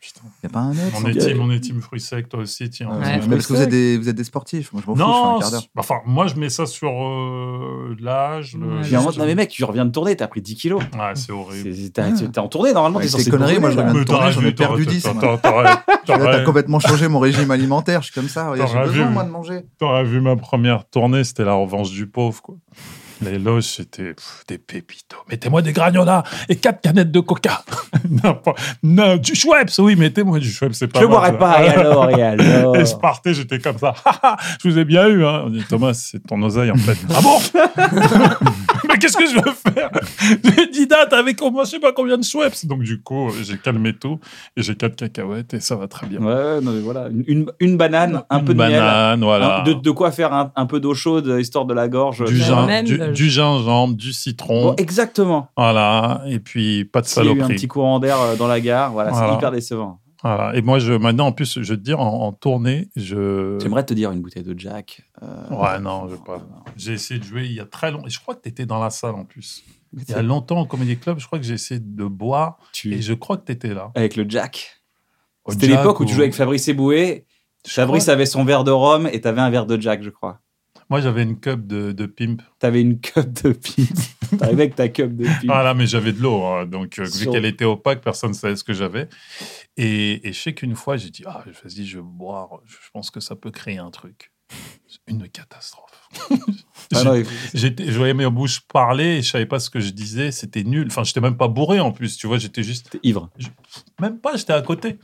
Putain. Il n'y a pas un autre. On sans- est, gars. team, on est team fruits secs, toi aussi, tiens. Euh, Ouais, mais parce que vous êtes, des, vous êtes des sportifs, moi je m'en fous, je fais un hein. non, quart d'heure. c'est- enfin, moi je mets ça sur euh, l'âge. le- Ouais, Puis à un moment, juste- non, mais mec, tu reviens de tourner, t'as pris 10 kilos. Ouais, c'est horrible. C'est- T'as t'es en tournée, normalement, Avec t'es tes censé. brûler, conneries, moi, je là. reviens de Mais tourner, t'aurais j'en ai vu, perdu hein. t'aurais- 10, moi. t'aurais- T'aurais Là, T'as t'aurais- complètement changé mon régime alimentaire, je suis comme ça, regarde, j'ai T'aurais besoin vu. moi de manger. t'aurais vu ma première tournée, c'était la revanche du pauvre, quoi. Les loges, c'était pff, des pépitos. Mettez-moi des granola et quatre canettes de coca. N'importe- non, du Schweppes, oui, mettez-moi du Schweppes, c'est pas Je mal, boirai ça. pas, et alors, et alors. Et je partais, j'étais comme ça. Ha, ha, je vous ai bien eu. Hein. On dit, Thomas, c'est ton oseille en fait. ah bon Mais qu'est-ce que je veux faire J'ai 10 dates avec au moins je sais pas combien de Schweppes. Donc du coup, euh, j'ai calmé tout et j'ai quatre cacahuètes et ça va très bien. Ouais, ouais, non, mais voilà. Une, une, une banane, un Une peu de miel. banane, voilà. un- de, de quoi faire un, un peu d'eau chaude, histoire de la gorge. Du, Mais gin- même, du, euh, du gingembre, du citron. Bon, exactement. Voilà. Et puis pas de S'il y a eu un saloperie. petit courant d'air euh, dans la gare, voilà, Voilà. c'est hyper décevant. Voilà. Et moi, je, maintenant, en plus, je vais te dire, en, en tournée, je. J'aimerais te dire une bouteille de Jack. euh, Ouais, non, je veux pas. euh, J'ai essayé de jouer il y a très longtemps. Et je crois que tu étais dans la salle en plus. Il y a longtemps au Comedy Club, je crois que j'ai essayé de boire tu- et je crois que tu étais là. Avec le Jack. Au C'était Jack l'époque où tu ou- jouais avec Fabrice Eboué. Fabrice avait son verre de rhum et t'avais un verre de Jack, je crois. Moi, j'avais une cup de, de pimp. T'avais une cup de pinte. T'arrivais avec ta cup de pinte. Voilà, Ah mais j'avais de l'eau. hein. donc, euh, vu Sur- qu'elle était opaque, personne ne savait ce que j'avais. Et, et je sais qu'une fois, j'ai dit Ah, vas-y, je vais boire. Je pense que ça peut créer un truc. Une catastrophe. Ah J'ai- non, J'étais, je voyais mes bouches parler et je savais pas ce que je disais, c'était nul. Enfin, j'étais même pas bourré en plus, tu vois, j'étais juste, t'es ivre. même pas, j'étais à côté.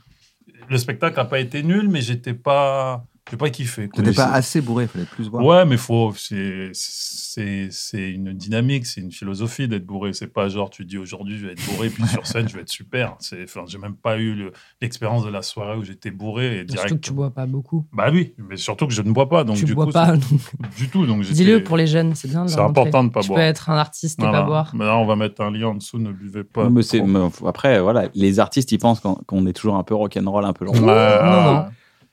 Le spectacle n'a pas été nul, mais j'étais pas, J'ai pas kiffé. quoi. T'étais Et pas c'est- assez bourré, fallait plus voir. Ouais, mais faut, c'est, c'est, c'est une dynamique, c'est une philosophie d'être bourré. C'est pas genre tu dis aujourd'hui je vais être bourré, puis sur scène je vais être super. C'est, enfin, j'ai même pas eu le- l'expérience de la soirée où j'étais bourré et direct. Surtout que tu bois pas beaucoup. Bah oui, mais surtout que je ne bois pas, donc tu du bois coup, pas. donc- c'est- du tout. Donc j'étais- Dis-le pour les jeunes, c'est bien. de C'est leur montrer. important de pas tu boire. peux être un artiste et Voilà. pas boire. Mais là, on va mettre un lien en dessous, ne buvez pas. Non, mais c'est- trop. mais faut- après, voilà, les artistes, ils pensent qu'on qu'on est toujours un peu rock'n'roll, un peu genre. Ouais, ouais. non.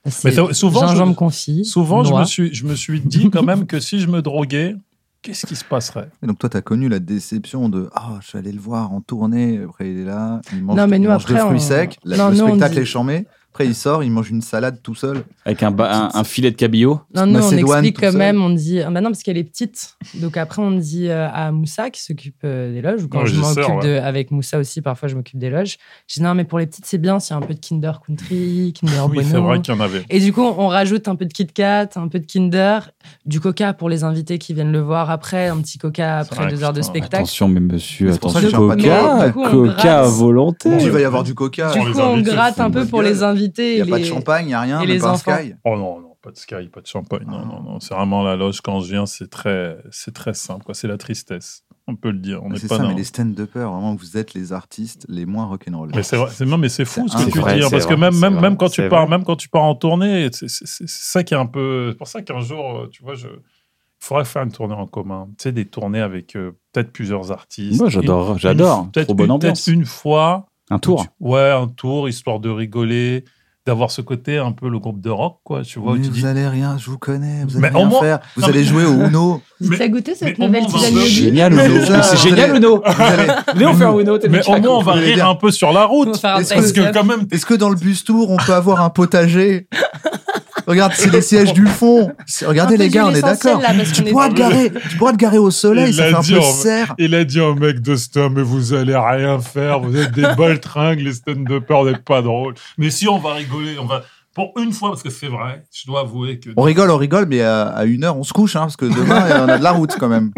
C'est c'est- souvent, je- gingembre confit. Souvent, je noix. me, suis, je me suis dit quand même que si je me droguais, qu'est-ce qui se passerait Et donc toi, t'as connu la déception de ah, je suis allé le voir en tournée. Après, il est là, il mange, Non, mais il nous, mange deux après, fruits on- secs. la- Non, le nous, on spectacle dit- est charmé. Après, il sort, il mange une salade tout seul. Avec un, ba- un, un filet de cabillaud. Non, non, on Macédoine, explique tout quand ça. même, on dit. Ah, bah non, parce qu'elle est petite. Donc après, on dit euh, à Moussa qui s'occupe euh, des loges, ou quand Ouais, je j'ai sœur, m'occupe ouais. de. Avec Moussa aussi, parfois, je m'occupe des loges. Je dis non, mais pour les petites, c'est bien s'il y a un peu de Kinder Country, Kinder Ah Oui, Bueno. c'est vrai qu'il y en avait. Et du coup, on rajoute un peu de Kit Kat, un peu de Kinder, du Coca pour les invités qui viennent le voir après, un petit Coca C'est après vrai, deux heures de putain. spectacle. Attention, mais monsieur, Mais c'est pour ça attention. que j'ai un pas de Coca, drogue. Du coup, on Coca à brasse. volonté. On dit, il va y avoir du coca. Du On les coup, on invite, gratte ils un font peu une pour gueule. les invités. Il n'y a et pas de les- champagne, il n'y a rien, et mais les pas un enfants. sky. Oh non, non, pas de Sky, pas de champagne. Non, non, non. C'est vraiment la loge quand je viens, c'est très, c'est très simple. quoi. C'est la tristesse. On peut le dire. On Ah, n'est C'est pas ça, dans- mais les stand de peur, vraiment, vous êtes les artistes les moins rock'n'roll. Mais c'est vrai, c'est non, mais c'est fou ce C'est que tu vrai, dis, hein, Ah, c'est parce que vrai, même c'est même, vrai, même quand tu c'est pars, vrai. même quand tu pars en tournée, c'est c'est- c'est- c'est ça qui est un peu. C'est pour ça qu'un jour, euh, tu vois, je il faudrait faire une tournée en commun. Tu sais, des tournées avec euh, peut-être plusieurs artistes. Moi, Une- j'adore, j'adore. une- Peut-être Trop bonne une- peut-être ambiance. une fois. Un tour. Tu- Ouais, un tour, histoire de rigoler, d'avoir ce côté un peu le groupe de rock, quoi. Tu vois, où Mais tu vous dis. allez rien, je vous connais, vous Mais allez au rien moins- faire. Vous Non, allez mais- jouer au Uno. Mais- Ça a goûté mais cette au nouvelle moins, on va tisane en yogurt Génial, Mais Uno. ça, Mais C'est vous génial, allez- Uno. Vous allez- Venez, on fait un Uno. t'es Mais le au chat. moins, on va voulez rire dire- un peu sur la On route. va faire un Est-ce Parce test. que quand même, Est-ce que dans le bus tour, on peut avoir un potager Regarde, c'est les sièges du fond. C'est- Regardez Un les peu gars, on est l'essentiel, d'accord. là, parce Tu qu'on est pourras, dans te le- garer, tu pourras te garer au soleil, Il ça l'a fait un dit, peu on- serre. Il a dit au mec de Stum, mais vous allez rien faire, vous êtes des baltringues, les stand-uppers, n'est pas drôles. Mais si, on va rigoler, on va. Pour une fois, parce que c'est vrai, je dois avouer que. On rigole, on rigole, mais à, à une heure, on se couche, hein, parce que demain, on a de la route quand même.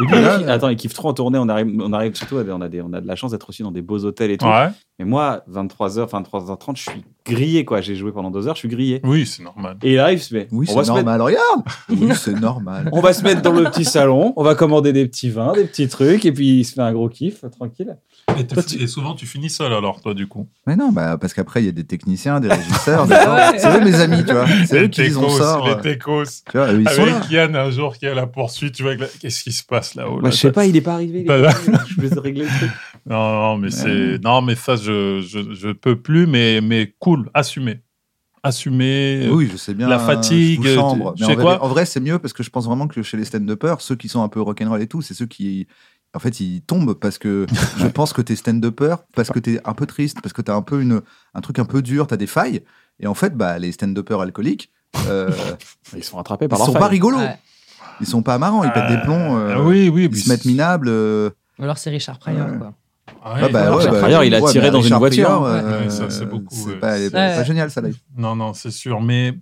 Mais lui, Voilà. il kiffe- Attends, il kiffe trop en tournée. On arrive, on arrive surtout, à des- on a, des, on a de la chance d'être aussi dans des beaux hôtels et tout. Ouais, Mais moi, 23h, 23h30, je suis grillé, quoi. J'ai joué pendant deux heures, je suis grillé. oui, c'est normal. Et il arrive, il se met, Oui, on, c'est va se mettre, normal. Regarde Oui, c'est normal. on va se mettre dans le petit salon, on va commander des petits vins, des petits trucs, et puis il se fait un gros kiff, tranquille. Et, Toi, tu- souvent, tu finis seul alors, toi, du coup. Mais non, bah, parce qu'après, il y a des techniciens, des régisseurs. des Ouais. gens. C'est eux, mes amis, tu vois. C'est eux Les qui disent, on techos, sort. les euh, techos. Tu vois, eux, ils sont là. Avec Yann, un jour, qui a la poursuite, tu vois, avec la- qu'est-ce qui se passe là-haut Moi, là, je sais pas, il est pas arrivé. Bah il est pas arrivé. Je voulais régler le truc. Non, non, mais c'est non, mais ça, je, je, je peux plus, mais mais cool, assumer, assumer. Oui, je sais bien. la euh, fatigue, je vous chambre. tu- Mais tu sais en vrai, quoi en vrai, c'est mieux parce que je pense vraiment que chez les stand-uppers, ceux qui sont un peu rock'n'roll et tout, c'est ceux qui. En fait, ils tombent parce que je pense que t'es stand-upper, parce que t'es un peu triste, parce que t'as un peu une, un truc un peu dur, t'as des failles. Et en fait, bah, les stand-uppers alcooliques, euh, Ils sont rattrapés ils par leur sont pas faille. rigolos. Ouais. Ils sont pas marrants, ils pètent des plombs. euh, Ah oui, oui, Ils mais se mettent minables. euh, Ou alors c'est Richard Pryor. Ouais. quoi. Ah ouais, ah bah non, ouais, Richard bah, Pryor, il a ouais, tiré bah, dans une Richard voiture. Pryor, Ouais, euh, ça, c'est beaucoup, ouais. C'est pas, elle est Ouais. pas génial, ça, live. Non, non, c'est sûr, mais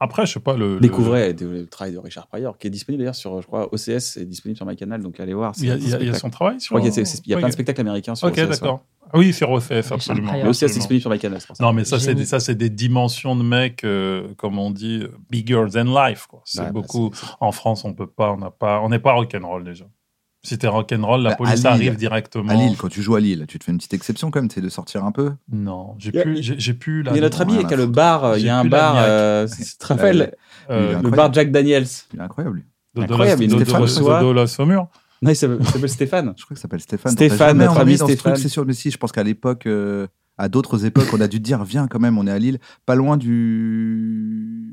après, je sais pas le. le- Découvrez le travail de Richard Pryor, qui est disponible d'ailleurs sur, je crois, OCS, c'est disponible sur MyCanal, donc allez voir. c'est Il y a, un il y a- il y a spectacle. son travail Je sur. crois qu'il y a, c'est- il y a Ouais, plein de spectacles américains sur Ok, OCS. ouais. d'accord. Ah Oui, c'est refait, Richard absolument. hein. Pryor. Mais OCS est absolument. disponible sur MyCanal, c'est pour ça. Non, mais ça, c'est Génie. des, ça, c'est des dimensions de mecs, euh, comme on dit, euh, bigger than life. quoi. C'est Ouais, bah, beaucoup. c'est- en France, on peut pas, on n'a pas, on n'est pas rock'n'roll déjà. Si t'es rock'n'roll, la Bah, à police Lille. arrive directement. À Lille, quand tu joues à Lille, tu te fais une petite exception quand même, c'est de sortir un peu. Non, j'ai Il y a- plus, j'ai j'ai plus la. Il y a notre ami rien qui a à le foutre. bar, euh, il y J'ai a un plus la bar, niaque. euh, tu te Ouais, rappelles euh, Il a un- Le bar Jack Daniels. Il est incroyable. de Dolas- incroyable, il de était Dolas- François. de Dolas Saumur. Non, il s'appelle il s'appelle Stéphane. Je crois que ça s'appelle Stéphane. Stéphane, T'as jamais notre envie ami dans ce truc, Stéphane. C'est sûr, mais si, je pense qu'à l'époque, euh, à d'autres époques, on a dû te dire, viens quand même, on est à Lille, pas loin du...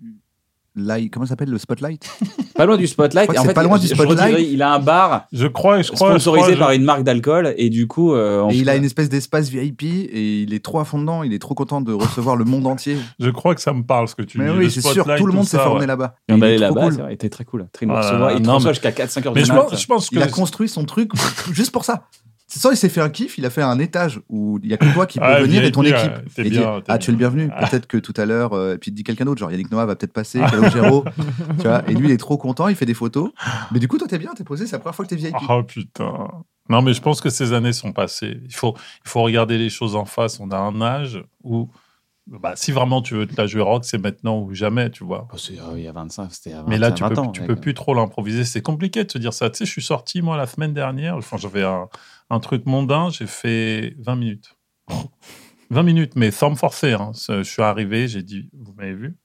Light, comment ça s'appelle le spotlight Pas loin du Je spotlight. crois Et en que c'est fait, pas loin du je redirais, Spotlight. Il a un bar Je crois, je crois. sponsorisé je crois, par une marque d'alcool et du coup. euh, on- et il a une espèce d'espace VIP et il est trop à fond dedans, il est trop content de recevoir le monde entier. Je crois que ça me parle ce que tu Mais dis. oui, le c'est sûr, spotlight, tout le monde s'est ça, formé ouais. là-bas. Et on Il est allait trop là-bas, cool. c'est vrai, il était très cool. Très Ah là morceau. là, Il non, te mais- jusqu'à 4-5 heures Mais du je mat. pense, je pense que. Il a construit son truc juste pour ça. C'est ça, il s'est fait un kiff, il a fait un étage où il y a que toi qui peux Ah, venir VIP, et ton ouais, équipe. t'es Et bien, dire, t'es ah, tu es le bien. bienvenu. Peut-être que tout à l'heure, euh, et puis il dit quelqu'un d'autre, genre Yannick Noah va peut-être passer, Calogero, tu vois. Et lui, il est trop content, il fait des photos. Mais du coup, toi, t'es bien, t'es posé, c'est la première fois que t'es VIP. Oh putain. Non, mais je pense que ces années sont passées. Il faut, il faut regarder les choses en face. On a un âge où Bah, si vraiment tu veux te la jouer rock, c'est maintenant ou jamais, tu vois. Parce que, euh, il y a 25, c'était Ah, à 20, Mais là, tu 20 peux, ans, tu mec. peux plus trop l'improviser. C'est compliqué de se dire ça. Tu sais, je suis sorti, moi, la semaine dernière. Enfin, j'avais un, un truc mondain. J'ai fait 20 minutes. 20 minutes, mais sans me forcer. hein. Je suis arrivé, j'ai dit, vous m'avez vu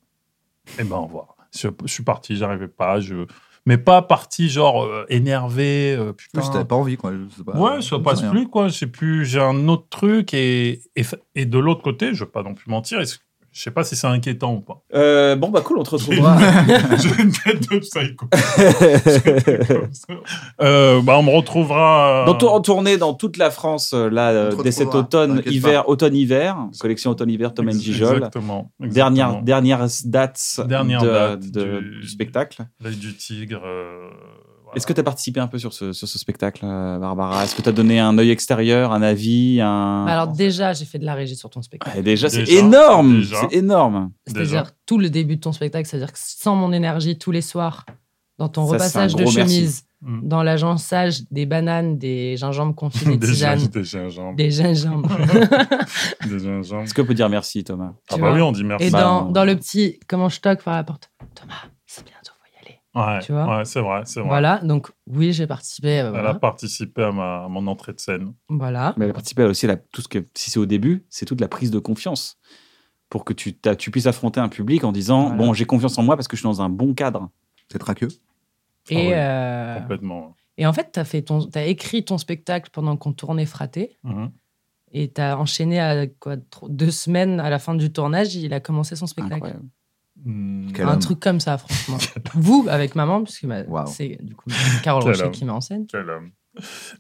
Eh ben, au revoir. Je, je suis parti, j'arrivais pas. Je... Mais pas parti, genre, euh, énervé. euh, putain. Plus, t'avais pas envie, quoi. je sais pas. Ouais, ça passe Rien. plus, quoi. J'ai plus, j'ai un autre truc et, et, et de l'autre côté, je veux pas non plus mentir. est-ce- Je sais pas si c'est inquiétant ou pas. Euh, bon, bah cool, on te retrouvera. J'ai une tête de psycho. Comme ça. Euh, bah, on me retrouvera. euh, Donc, en tournée dans toute la France, euh, là, euh, On te dès cet retrouvera, automne, t'inquiète hiver, automne-hiver, collection automne-hiver, Tom ex- Gijol. Exactement. Dernière, exactement. dernière date Dernière de- date de- du- du spectacle. L'œil du tigre. euh, voilà. Est-ce que tu as participé un peu sur ce, sur ce spectacle, euh, Barbara Est-ce que tu as donné un œil extérieur, un avis un... Alors déjà, j'ai fait de la régie sur ton spectacle. Ouais, Eh, déjà, c'est Déjà, énorme déjà. C'est énorme Déjà. C'est-à-dire tout le début de ton spectacle, c'est-à-dire que sans mon énergie tous les soirs, dans ton Ça, c'est un repassage de gros merci. chemise, Mm. dans l'agençage des bananes, des gingembres confits, des Déjà, tisanes, des gingembre. des gingembres. Des gingembre. Est-ce qu'on peut dire merci, Thomas Ah, Tu bah oui, Ah, bah on vois. hein. dit merci. Et Bah, dans, on- dans le petit comment je toque par la porte, Thomas, c'est bientôt, faut y aller. Ouais, tu vois. ouais, c'est vrai, c'est vrai. Voilà, donc oui, j'ai participé. euh, Elle a Voilà. participé à, ma, à mon entrée de scène. Voilà. Ah Mais elle a participé aussi, à la- tout ce que, si c'est au début, c'est toute la prise de confiance pour que tu, t'as- tu puisses affronter un public en disant Voilà. Bon, j'ai confiance en moi parce que je suis dans un bon cadre. C'est traqueux. Et, oui, euh, Complètement. et en fait, tu as écrit ton spectacle pendant qu'on tournait Fraté. Mhm. Et tu as enchaîné à quoi, tro- deux semaines à la fin du tournage, il a commencé son spectacle. Incroyable. Mm. Quel un homme. truc comme ça, franchement. Vous, avec maman, puisque ma- Waouh. c'est du coup Carole Quel Rocher homme. qui met en scène. Quel homme.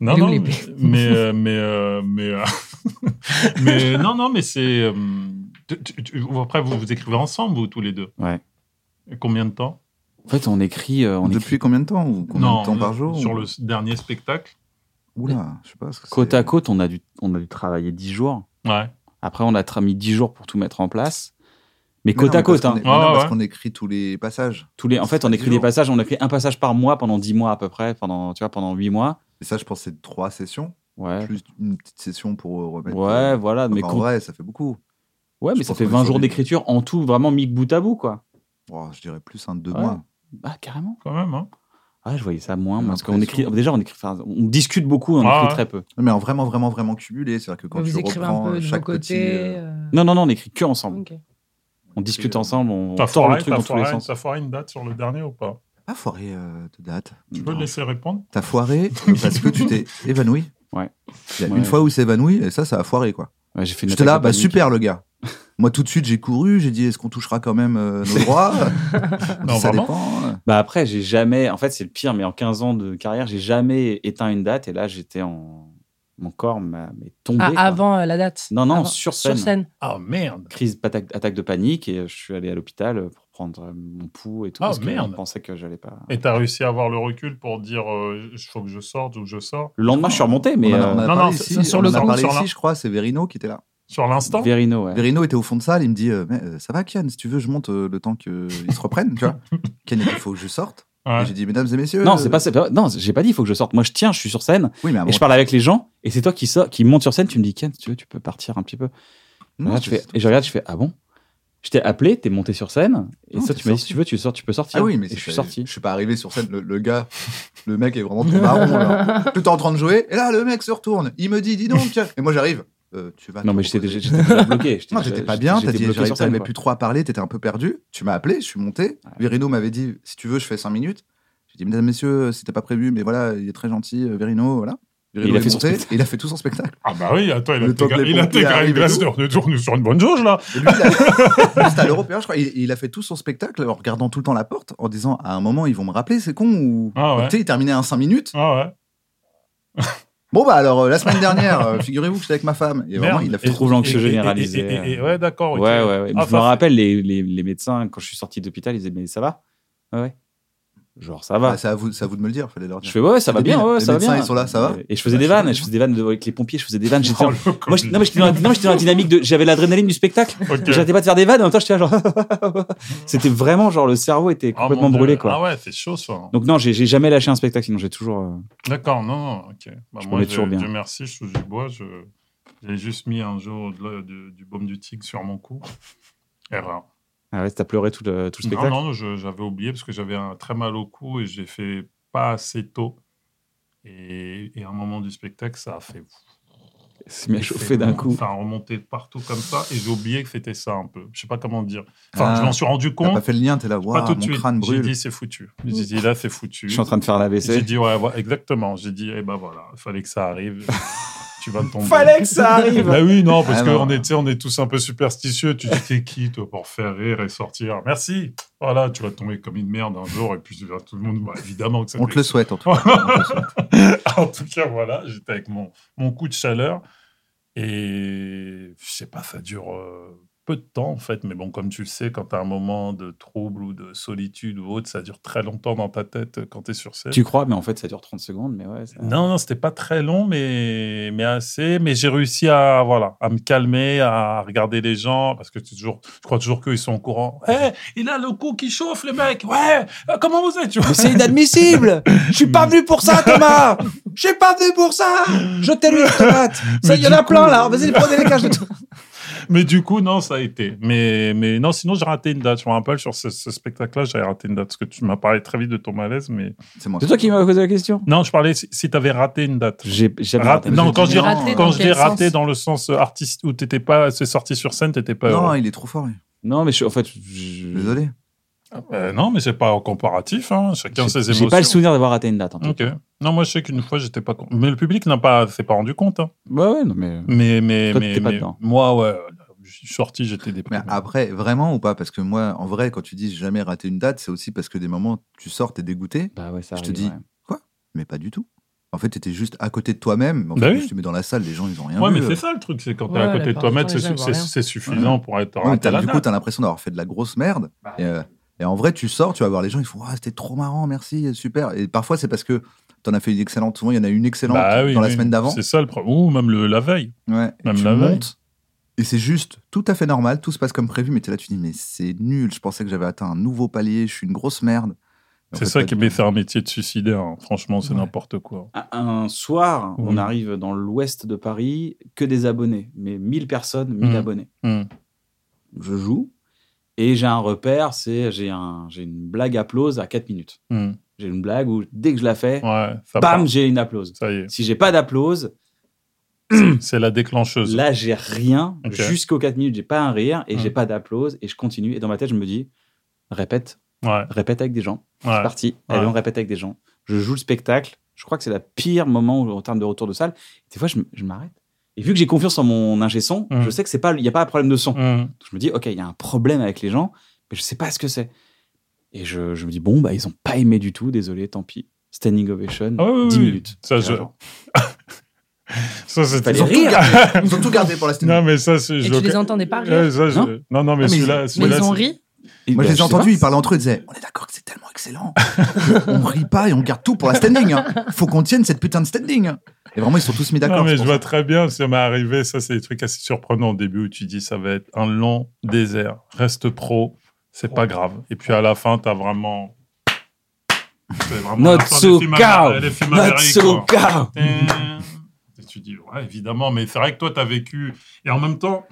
Non, Il est où, non, l'épée mais mais euh, mais, euh, mais, euh, mais, non, non, mais c'est. euh, tu- tu- tu- après, vous vous écrivez ensemble, vous tous les deux. Ouais. Et combien de temps En fait, on écrit. euh, on Depuis écrit combien de temps ou combien Non, de temps par jour Sur ou- le s- dernier spectacle. Oula, je sais pas. ce que côte c'est. à côte, on a dû, on a dû travailler 10 jours. Ouais. Après, on a tra- mis 10 jours pour tout mettre en place. Mais Mais côte non, à mais parce côte, qu'on hein. est- mais non, Ouais, Parce ouais. qu'on écrit tous les passages. Tous les, en fait, on Dix écrit des jours. passages, on écrit un passage par mois pendant 10 mois à peu près, pendant, tu vois, pendant 8 mois. Et ça, je pense, c'est trois sessions. Ouais. Plus une petite session pour remettre. Ouais, euh, voilà. Mais, en con- vrai, ça fait beaucoup. ouais, mais je ça pense fait qu'on est 20 sur jours des- d'écriture en tout, vraiment mis bout à bout, quoi. Oh, je dirais plus un deux Ouais. mois. Ah, carrément. Quand même, hein. Ah, je voyais ça moins, J'ai moi, parce qu'on l'impression. écrit. Déjà, on écrit. enfin, on discute beaucoup, on Ah, écrit ouais. très peu. Mais en vraiment, vraiment, vraiment cumulé. C'est-à-dire que quand vous tu écrivez reprends euh, un peu de vos chaque petit. côtés. euh, euh, Non, non, non, on écrit que ensemble. ok. On discute euh, ensemble, on T'as tord le foiré, truc t'as dans tous les foiré, sens. t'as foiré une date sur le dernier ou pas Pas foiré euh, de date. Tu peux le laisser répondre T'as foiré parce que tu t'es évanoui. Ouais. Il y a Ouais. une fois où il s'est évanoui et ça, ça a foiré quoi. Ouais, j'ai fait une J'étais attaque là, de bah panique. super le gars. Moi tout de suite j'ai couru, j'ai dit est-ce qu'on touchera quand même euh, nos droits On dit, Non, Ça vraiment dépend. Bah après, j'ai jamais. En fait, c'est le pire, mais en 15 ans de carrière, j'ai jamais éteint une date. Et là, j'étais en. Mon corps m'a m'est tombé. Ah, quoi. avant euh, la date Non, non, Avant- sur scène. Sur scène. Ah merde Crise, attaque, attaque de panique. Et je suis allé à l'hôpital pour prendre euh, mon pouls et tout. Ah, parce que merde. Je pensais que j'allais pas. Et t'as réussi à avoir le recul pour dire il faut que je sorte ou je sors Le lendemain, je suis remonté, mais. on en a- euh, on en a non, parlé non, ici, c'est- sur on le en a coup, parlé sur ici, la- je crois, c'est Verino qui était là. Sur l'instant Verino, ouais. Verino était au fond de salle, il me dit euh, mais, euh, ça va Kian, si tu veux je monte euh, le temps qu'ils se reprennent, tu vois. Kian il dit, faut que je sorte. Ouais. Et j'ai dit mesdames et messieurs. euh, Non, c'est pas, c'est pas- Non, j'ai pas dit, il faut que je sorte. Moi, je tiens, je suis sur scène Oui mais à un et je moment- parle avec les gens. Et c'est toi qui sors, qui monte sur scène. Tu me dis, Ken, si tu veux, tu peux partir un petit peu. Non, Là, je c'est- fais- et je regarde, je fais, ah bon Je t'ai appelé, t'es monté sur scène. Et Non, ça, t'es tu m'as dit, sorti. si tu veux, tu sors, tu peux sortir. Ah oui, mais et c'est- je suis sorti. Je suis pas arrivé sur scène. Le, le gars, le mec est vraiment trop marron. là. Tout est en train de jouer. Et là, le mec se retourne. Il me dit, dis donc. Et moi, j'arrive. Euh, tu vas. Non, te mais j'étais reposer. déjà, j'étais déjà bloqué. J'étais Non, déjà- t'étais pas bien. T'as j'étais dit, bloqué j'arrive- sur scène, t'arrivais quoi. plus trop à parler. T'étais un peu perdu. Tu m'as appelé. Je suis monté. Verino m'avait dit, si tu veux, je fais 5 minutes. J'ai dit, mesdames, messieurs, euh, c'était pas prévu, mais voilà, il est très gentil, euh, Verino, voilà. Verino il a est fait son monté, spectacle. et il a fait tout son spectacle. Ah bah oui, attends, il a Le temps que intégré- les il a pompiers intégré une arrivent et glace tout. de retourne sur une bonne jauge là Et lui, il a- C'était à l'Européen, je crois. Il, il a fait tout son spectacle en regardant tout le temps la porte, en disant, à un moment, ils vont me rappeler, c'est con, ou. Ah ouais. Tu sais, il terminait à 5 minutes. Ah ouais. Bon bah alors euh, la semaine dernière, euh, figurez-vous que j'étais avec ma femme. Et vraiment, Merde. il a Et- fait. trouve et- l'anxieux et- et- généralisé. et- et- et- Ouais, d'accord. ok. Ouais, ouais, ouais. je Ah, ça me fait- rappelle, les, les, les médecins, quand je suis sorti d'hôpital, ils disaient, mais ça va Ouais, ouais. Genre, ça va. Bah, c'est à vous, c'est à vous de me le dire. Fallait leur je dire. fais, ouais, ouais, ça va Les bien, ouais, médecins, ça va bien. ils sont là, ça va Et je faisais Bah, des je sais vannes, pas. je faisais des vannes de- avec les pompiers, je faisais des vannes. J'étais Oh, en- le Moi, je- non, mais j'étais dans, non, mais j'étais dans la dynamique de. J'avais l'adrénaline du spectacle. Ok. J'arrêtais pas de faire des vannes, en même temps, j'étais là, genre. C'était vraiment, genre, le cerveau était Ah, mon complètement Dieu. brûlé, quoi. Ah ouais, c'est chaud ça. Donc, non, j'ai j'ai jamais lâché un spectacle, sinon j'ai toujours. euh, D'accord, non, ok. Bah, Je me moi, mets toujours bien. Dieu merci, je touche du bois, je, J'ai juste mis un jour de l'eau- du, du baume du tigre sur mon cou. Erreur. Ah ouais, t'as pleuré tout le, tout le Non, spectacle non, je- j'avais oublié parce que j'avais un très mal au cou et je l'ai fait pas assez tôt. Et, et à un moment du spectacle, ça a fait. C'est bien chauffé d'un coup. Ça a remonté partout comme ça et j'ai oublié que c'était ça un peu. Je sais pas comment dire. Enfin, Ah, je m'en suis rendu T'as pas compte. fait le lien, t'es là, Pas waouh, tout de mon suite. crâne J'ai brûle. dit c'est foutu. J'ai dit là c'est foutu. Je suis en train de faire la J'ai WC. dit ouais, ouais, exactement. J'ai dit eh ben voilà, fallait que ça arrive. tu vas tomber. Fallait que ça arrive Bah oui, non, parce Ah, non. qu'on est, tu sais, on est tous un peu superstitieux. Tu dis, t'es qui, toi, pour faire rire et sortir Merci Voilà, tu vas tomber comme une merde un jour, et puis tu vas- tout le monde, bah, évidemment que ça On te le t'explose. souhaite en tout cas. On te le souhaite. en tout cas, voilà, j'étais avec mon, mon coup de chaleur, et je sais pas, ça dure euh, peu de temps, en fait, mais bon, comme tu le sais, quand t'as un moment de trouble ou de solitude ou autre, ça dure très longtemps dans ta tête euh, quand t'es sur scène. Tu crois, mais en fait, ça dure 30 secondes. Mais ouais, ça- Ah. Non, non, c'était pas très long, mais, mais assez. Mais j'ai réussi à, voilà, à me calmer, à regarder les gens, parce que c'est toujours, je crois toujours qu'ils sont au courant. Hé, il a le cou qui chauffe, le mec. Ouais, euh, comment vous êtes tu vois Mais c'est inadmissible Je suis pas venu pour ça, Thomas Je suis pas venu pour ça Jetez-lui une tomate Ça, Mais il y en du a coup- plein, là Vas-y, prenez les cages de tout Mais du coup, non, ça a été. Mais, mais non, sinon, j'ai raté une date. Je me rappelle, sur ce, ce spectacle-là, j'avais raté une date, parce que tu m'as parlé très vite de ton malaise, mais. C'est moi. C'est toi qui m'as posé la question Non, je parlais si, tu avais raté une date. J'ai jamais Raté- raté. non, quand je dis Raté raté, dans quand je quel dis raté sens dans le sens euh, artiste où t'étais pas, c'est sorti sur scène, t'étais pas. heureux. Non, il est trop fort, lui. Non, mais je, en fait, je- Désolé. Euh, non, mais c'est pas comparatif. Hein. Chacun ses j'ai émotions. Hein j'ai pas le souvenir d'avoir raté une date. En tout Ok. Non, moi je sais qu'une fois j'étais pas con. Mais le public n'a pas s'est pas rendu compte. hein. cas. Ouais, ouais, non, mais... Mais mais Toi, mais, t'étais pas mais dedans. moi ouais, je suis sorti, Mais j'étais ah, déprimé. après, vraiment ou pas Parce que moi, en vrai, quand tu dis j'ai jamais raté une date, c'est aussi parce que des moments, tu sors, t'es dégoûté, Bah ouais, ça Je te arrive, dis, ouais. mais pas du tout. En fait, t'étais juste à côté de toi-même. mais En Bah fait, oui. quand tu te mets dans la salle, les gens, ils ont rien Ouais, vu. mais c'est ça le truc, c'est quand t'es Ouais, à la côté de part toi-même, du c'est temps, les gens c'est- voient rien. c'est suffisant pour être. Ouais, mais raté t'as- à la du coup, date. Bah t'as l'impression d'avoir fait de la grosse merde. Et, euh, et en vrai, tu sors, tu vas voir les gens, ils font Ah, c'était trop marrant, merci, super. Et parfois, c'est parce que t'en as fait une excellente. Souvent, il y en a une excellente Bah oui, dans la oui. semaine d'avant. C'est ça le problème. Ou même le, la veille. Ouais, et Même tu la veille. montes. Et c'est juste tout à fait normal, tout se passe comme prévu, mais t'es là, tu dis, mais c'est nul, je pensais que j'avais atteint un nouveau palier, je suis une grosse merde. En C'est fait, ça pas qui du met tout. faire un métier de suicidaire. hein. Franchement, c'est n'importe quoi. Un soir, on Mm. arrive dans l'ouest de Paris, que des abonnés, mais 1000 personnes, 1000 Mm. abonnés. Hmm. Je joue et j'ai un repère, c'est j'ai un, j'ai une blague applause à 4 minutes. Hmm. J'ai une blague où dès que je la fais, Ouais, ça bam, part. j'ai une applause. Ça y est, Si j'ai pas d'applause, c'est la déclencheuse. là j'ai rien Ok. jusqu'aux 4 minutes, j'ai pas un rire et Mm. j'ai pas d'applause et je continue et dans ma tête je me dis répète, Ouais, répète avec des gens. ouais. C'est parti. Ouais. Allez, on répète avec des gens. Je joue le spectacle. Je crois que c'est la pire moment où- en termes de retour de salle. Des fois, je, m- je m'arrête. Et vu que j'ai confiance en mon ingé son, Mm. je sais que c'est pas, il n'y a pas un problème de son. Hmm. Donc, je me dis, ok, il y a un problème avec les gens, mais je sais pas ce que c'est. Et je, je me dis, bon, bah, ils ont pas aimé du tout. Désolé, tant pis. Standing ovation, Ah oui, oui, 10 oui. minutes. Ça, je- Genre, Ça, c'était Fallait Ils ont, tout rire. gardé. Ils ont tout gardé pour la Non, semaine. mais ça, c'est. Et je tu le- les entendais pas rire Ouais, ça, je- Non. Non, non, mais Ah, mais ils- celui-là. Mais celui-là, ils ont c'est- ri. Et Moi, bah, je les ai sais entendus, pas. ils parlaient entre eux, ils disaient On est d'accord que c'est tellement excellent. on rit pas et on garde tout pour la standing. hein. Faut qu'on tienne cette putain de standing. hein. Et vraiment, ils sont tous mis Non, d'accord. mais c'est je pour vois ça. très bien, ça m'est arrivé. Ça, c'est des trucs assez surprenants au début où tu dis ça va être un long désert. Reste pro, c'est pas grave. Et puis à la fin, t'as vraiment. C'est vraiment Not la fin des so films à- cow. les films à Not Amérique, so quoi. cow. Et tu dis, ouais, évidemment, mais c'est vrai que toi, t'as vécu. Et en même temps,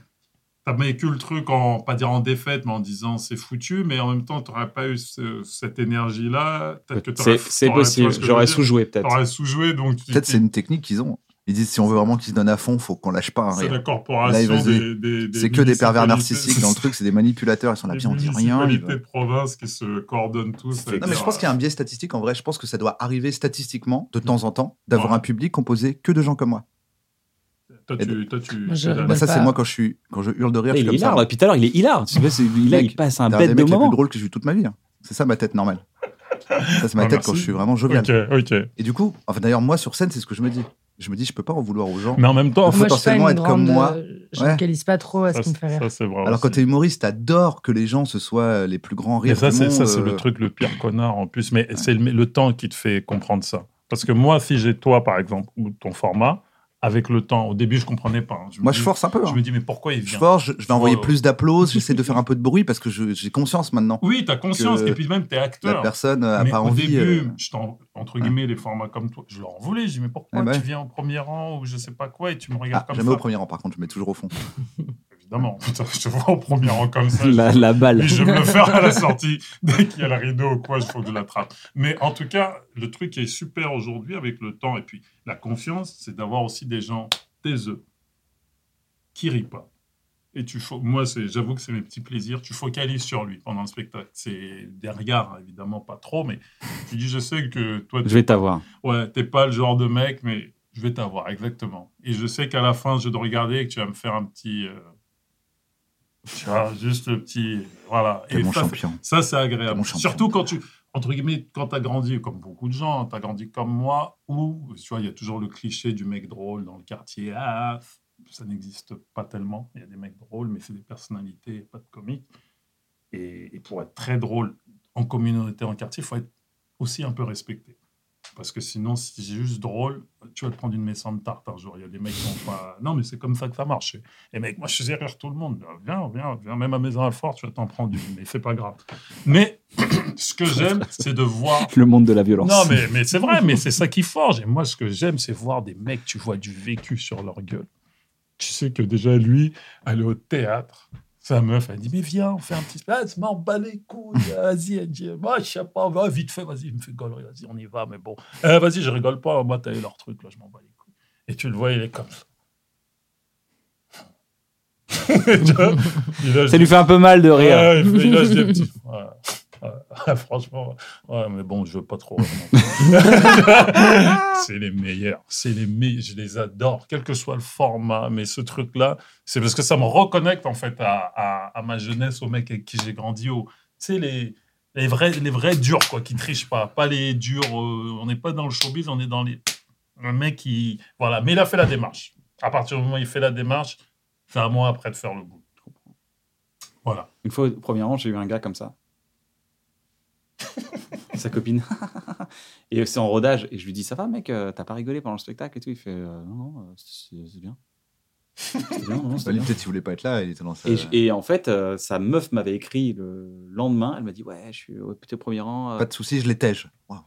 t'as vécu le truc en, pas dire en défaite, mais en disant c'est foutu, mais en même temps, t'aurais pas eu ce- cette énergie-là. Peut-être que t'aurais- C'est- C'est t'aurais- tu vois possible. ce que je veux J'aurais dire sous-joué peut-être. T'aurais sous-joué, donc tu- Peut-être tu- c'est une technique qu'ils ont. Ils disent Si on veut vraiment qu'ils se donnent à fond, faut qu'on lâche pas un C'est rire. la corporation Là, vas-y. des, des- des C'est que des pervers municipalités- narcissiques dans le truc, c'est des manipulateurs. Ils sont là, Des Viens, on dit rien. ils municipalités veulent- de province qui se coordonnent tous. à Non, Non, dire, mais je pense qu'il y a un biais statistique. En vrai, je pense que ça doit arriver statistiquement, de temps en temps, d'avoir Ouais. un public composé que de gens comme moi. Toi, tu. Toi, tu Moi, je- t'as- Ouais, Bah, ça, pas- c'est moi quand je, suis, quand je hurle de rire. Et je suis il est comme ça. hein. hilar. là. Depuis tout à l'heure, il est hilar. Tu sais, c'est- il a- il passe un C'est un des bête de mecs les plus moment. drôles que j'ai eu toute ma vie. hein. C'est ça ma tête normale. Ça, c'est ma Ah, tête quand merci. je suis vraiment jovial. Ok, ok. Et du coup, enfin d'ailleurs, moi sur scène, c'est ce que je me dis. Je me dis, je peux pas en vouloir aux gens. Mais en même temps, Faut Moi, je suis pas potentiellement une être comme grande, moi. euh, Je Ouais. me calise pas trop à ce ça, qui me fait c'est- ça, rire. c'est vrai. Alors quand aussi. t'es humoriste, t'adores que les gens ce soient les plus grands Mais rires ça, du c'est monde. ça, c'est euh, le truc le pire connard en plus. Mais c'est le, le temps qui te fait comprendre ça. Parce que moi, si j'ai toi, par exemple, ou ton format, avec le temps. Au début, je comprenais pas. hein. me Moi, je dis- force un peu. hein. Je me dis, mais pourquoi il Je vient force, je, je vais envoyer Oh. plus d'applaudissements, j'essaie de faire un peu de bruit parce que je- j'ai conscience maintenant. Oui, t'as conscience, que et puis même, t'es La acteur. personne euh, a mais pas au envie. début, euh, je t'en- entre guillemets, les formats comme toi, je leur en voulais. Je dis, mais pourquoi Eh ben. tu viens au premier rang ou je sais pas quoi et tu me ah, regardes comme jamais ça au premier rang, par contre, je mets toujours au fond. Évidemment, putain, je te vois au premier rang comme ça. La, la balle. Et je vais me le faire à la sortie dès qu'il y a le rideau ou quoi, il faut que je l'attrape. Mais en tout cas, le truc qui est super aujourd'hui avec le temps et puis la confiance, c'est d'avoir aussi des gens taiseux qui rient pas. Et tu fo- moi, c'est- j'avoue que c'est mes petits plaisirs. Tu focalises sur lui pendant le spectacle. C'est des regards, évidemment, pas trop, mais tu dis, je sais que toi, tu Je vais t'avoir. Ouais, t'es pas le genre de mec, mais je vais t'avoir, exactement. Et je sais qu'à la fin, je vais te regarder et que tu vas me faire un petit. euh, Tu vois, juste le petit. Voilà. T'es Et mon ça, champion. ça, c'est T'es agréable. mon champion. Surtout quand tu. Entre guillemets, quand t'as grandi, comme beaucoup de gens, hein, t'as grandi comme moi, ou, tu vois, il y a toujours le cliché du mec drôle dans le quartier. Ah, ça n'existe pas tellement. Il y a des mecs drôles, mais c'est des personnalités, pas de comiques. Et, et pour être très drôle en communauté, en quartier, il faut être aussi un peu respecté. Parce que sinon, si c'est juste drôle, tu vas te prendre une messante de tarte un jour. Il y a des mecs qui n'ont pas. Non, mais c'est comme ça que ça marche. Et mec, moi, je faisais rire tout le monde. Ah, Viens, viens, viens, même à Maison Alfort, tu vas t'en prendre une. Mais c'est pas grave. Mais ce que j'aime, c'est de voir Le monde de la violence. non, mais, mais c'est vrai, mais c'est ça qui forge. Et moi, ce que j'aime, c'est voir des mecs, tu vois du vécu sur leur gueule. Tu sais que déjà, lui, aller au théâtre, sa meuf, elle dit Mais viens, on fait un petit. Ah, ça m'en bat les couilles, vas-y. Elle dit Moi, je sais pas, va, vite fait, vas-y, il me fait gaulerie, vas-y, on y va, mais bon. Eh, vas-y, je rigole pas, moi, t'as eu leur truc, là, je m'en bats les couilles. Et tu le vois, il est comme ça. Tu vois Il lâche Ça lui fait un peu mal de rire. Ouais, il fait- il lâche des petits. Ouais. Ouais, franchement, ouais, mais bon, je veux pas trop. vraiment. c'est les meilleurs, c'est les meilleurs, je les adore, quel que soit le format. Mais ce truc-là, c'est parce que ça me reconnecte en fait à, à- à ma jeunesse, aux mecs avec qui j'ai grandi, aux, tu sais, les, les, vrais, les vrais durs, quoi, qui trichent pas. Pas les durs, euh, on n'est pas dans le showbiz, on est dans les. Le mec qui. Voilà, mais il a fait la démarche. À partir du moment où il fait la démarche, c'est à moi après de faire le bout. Voilà. Une fois, au premier rang, j'ai eu un gars comme ça. Sa copine. et c'est en rodage. Et je lui dis Ça va, mec, euh, t'as pas rigolé pendant le spectacle et tout Il fait Euh, Non, non, euh, c'est c'est bien. C'était bien, non, non, Bah, c'était lui, bien. Peut-être qu'il voulait pas être là, il était dans sa. Et, je- et en fait, euh, sa meuf m'avait écrit le lendemain. Elle m'a dit Ouais, je suis au plutôt au premier rang. euh. Pas de soucis, je l'étège. Waouh.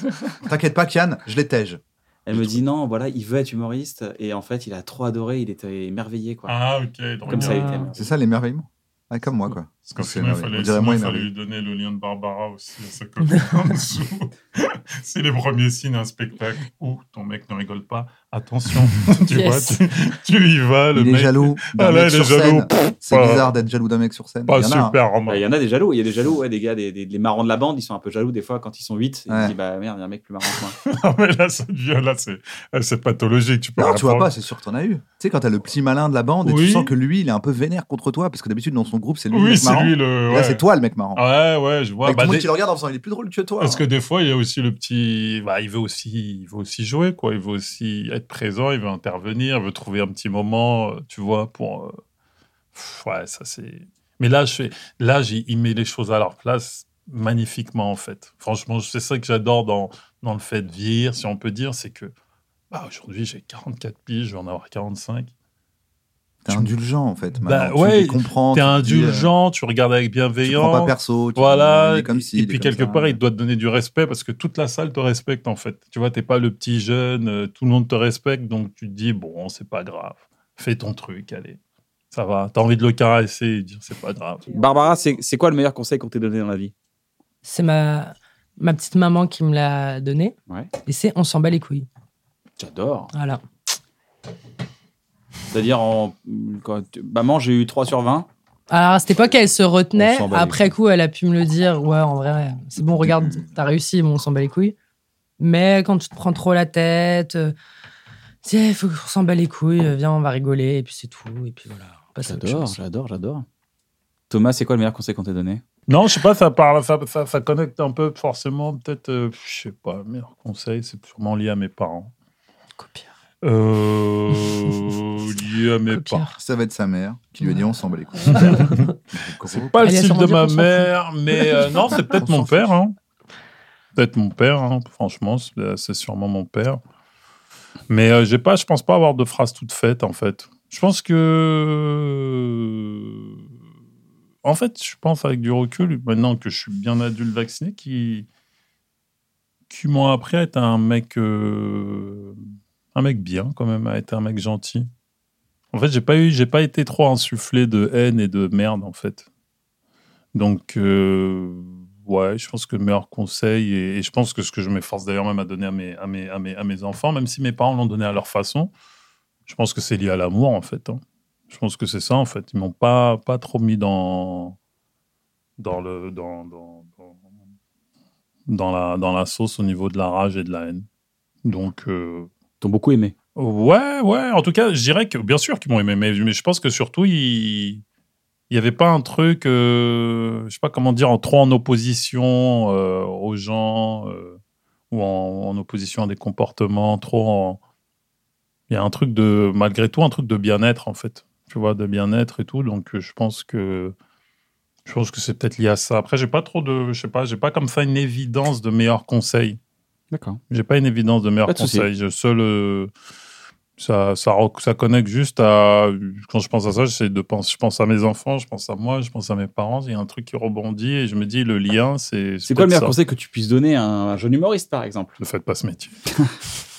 T'inquiète pas, Kian, je l'étège. Elle me dit Non, voilà, il veut être humoriste. Et en fait, il a trop adoré. Il était émerveillé. Quoi. Ah, ok. donc comme ça, il était. Ah. émerveillé. C'est ça l'émerveillement Ah, Comme moi, quoi. Parce qu'au C'est final, il merveilleux. fallait, On dirait moins sinon, fallait émerveillé. lui donner le lien de Barbara aussi à sa copine en dessous. C'est les premiers signes d'un spectacle où ton mec ne rigole pas. Attention, tu Yes. vois, tu, tu y vas, le il mec. est jaloux. d'un Ah là, mec il sur est scène. jaloux. Pff, C'est pas- bizarre d'être jaloux d'un mec sur scène. Pas Il y en a un. super, hein. Bah, Il remarque. y en a des jaloux, il y a des jaloux, ouais, des gars, des, des- les marrants de la bande, ils sont un peu jaloux des fois quand ils sont 8. Ils Ouais. disent bah merde, il y a un mec plus marrant que moi. Non, mais là, ça devient, là, c'est, là, c'est pathologique. Tu peux Non, rien tu vois faire. pas, c'est sûr, t'en as eu. Tu sais, quand t'as le petit malin de la bande et tu hein. Oui. sens que lui, il est un peu vénère contre toi, parce que d'habitude, dans son groupe, c'est lui le Oui, mec c'est marrant. lui le. Là, ouais. c'est toi le mec marrant. Ouais, ouais, je vois. Avec Bah, tout le monde des- qui le regarde en faisant, il est plus drôle que toi. Parce que des fois, il y a aussi le petit. bah, il veut aussi, il veut aussi jouer, quoi. Il veut aussi être présent, il veut intervenir, il veut trouver un petit moment, euh, tu vois, pour. euh, pff, Ouais, ça c'est. Mais là, je fais... là, j'ai- il met les choses à leur place magnifiquement, en fait. Franchement, c'est ça que j'adore dans dans le fait de vieillir, si on peut dire, c'est que. bah, aujourd'hui, j'ai 44 piges, je vais en avoir 45. T'es tu- indulgent, en fait. Bah, maintenant. ouais, tu les comprends. tu T'es te dis, euh, indulgent, tu regardes avec Tu prends bienveillance. pas perso. tu- Voilà. il est comme et, ci, et il est puis comme quelque ça. part, il doit te donner du respect parce que toute la salle te respecte en fait. Tu vois, t'es pas le petit jeune, euh, tout le monde te respecte, donc tu te dis bon, c'est pas grave, fais ton truc, allez, ça va. T'as envie de le caresser et dire c'est pas grave. Barbara, c'est c'est quoi le meilleur conseil qu'on t'ait donné dans la vie C'est ma, ma petite maman qui me l'a donné. Ouais. Et c'est on s'en bat les couilles. J'adore. Voilà. C'est-à-dire, en... quand tu- maman, j'ai eu 3 sur 20. Alors Ah, à cette époque, elle se retenait. On s'en bat les Après coup, elle a pu me le dire. Ouais, en vrai, c'est bon, regarde, t'as réussi, bon, on s'en bat les couilles. Mais quand tu te prends trop la tête, euh, tu sais, faut qu'on s'en bat les couilles, euh, viens, on va rigoler, et puis c'est tout. Et puis voilà, on passe à autre chose. j'adore, j'adore. Thomas, c'est quoi le meilleur conseil qu'on t'ait donné Non, je sais pas, ça parle, ça, ça- ça connecte un peu forcément, peut-être, euh, je sais pas, meilleur conseil, c'est sûrement lié à mes parents. Copieur, Euh, lié à mes parents. copieur. Ça va être sa mère qui lui a dit, on s'en bat les couilles. C'est pas Elle le est style de ma sûrement dire qu'on s'en mère, mais euh, non, c'est peut-être On s'en mon euh, père. hein. Peut-être mon père, hein. franchement, c'est c'est sûrement mon père. Mais euh, j'ai pas, je pense pas avoir de phrase toute faite en fait. Je pense que, en fait, je pense avec du recul maintenant que je suis bien adulte vacciné, qui, qui m'ont appris à être un mec, euh, un mec bien quand même, à être un mec gentil. En fait, j'ai pas eu, j'ai pas été trop insufflé de haine et de merde en fait. Donc euh, ouais, je pense que le meilleur conseil, et, et je pense que ce que je m'efforce d'ailleurs même à donner à mes, à mes, à mes, à mes enfants, même si mes parents l'ont donné à leur façon, je pense que c'est lié à l'amour, en fait. hein. Je pense que c'est ça, en fait. Ils m'ont pas, pas trop mis dans, dans, le, dans, dans, dans, dans la, dans la sauce au niveau de la rage et de la haine. Donc, euh, T'ont beaucoup aimé. ouais, ouais. En tout cas, je dirais que, bien sûr qu'ils m'ont aimé, mais, mais je pense que surtout, ils il n'y avait pas un truc, euh, je sais pas comment dire, en, trop en opposition euh, aux gens euh, ou en, en opposition à des comportements, trop en... Il y a un truc de, malgré tout, un truc de bien-être, en fait. Tu vois, de bien-être et tout. Donc, euh, je pense que... Je pense que c'est peut-être lié à ça. Après, j'ai pas trop de, je sais pas, j'ai pas comme ça une évidence de meilleurs conseils. D'accord. J'ai pas une évidence de meilleur Pas de souci. conseil. Je seul, euh, ça, ça, rec- ça connecte juste à. Quand je pense à ça, j'essaie de penser. Je pense à mes enfants, je pense à moi, je pense à mes parents. Il y a un truc qui rebondit et je me dis le lien, c'est. C'est quoi le peut-être meilleur ça. conseil que tu puisses donner à un jeune humoriste, par exemple Ne faites pas ce métier.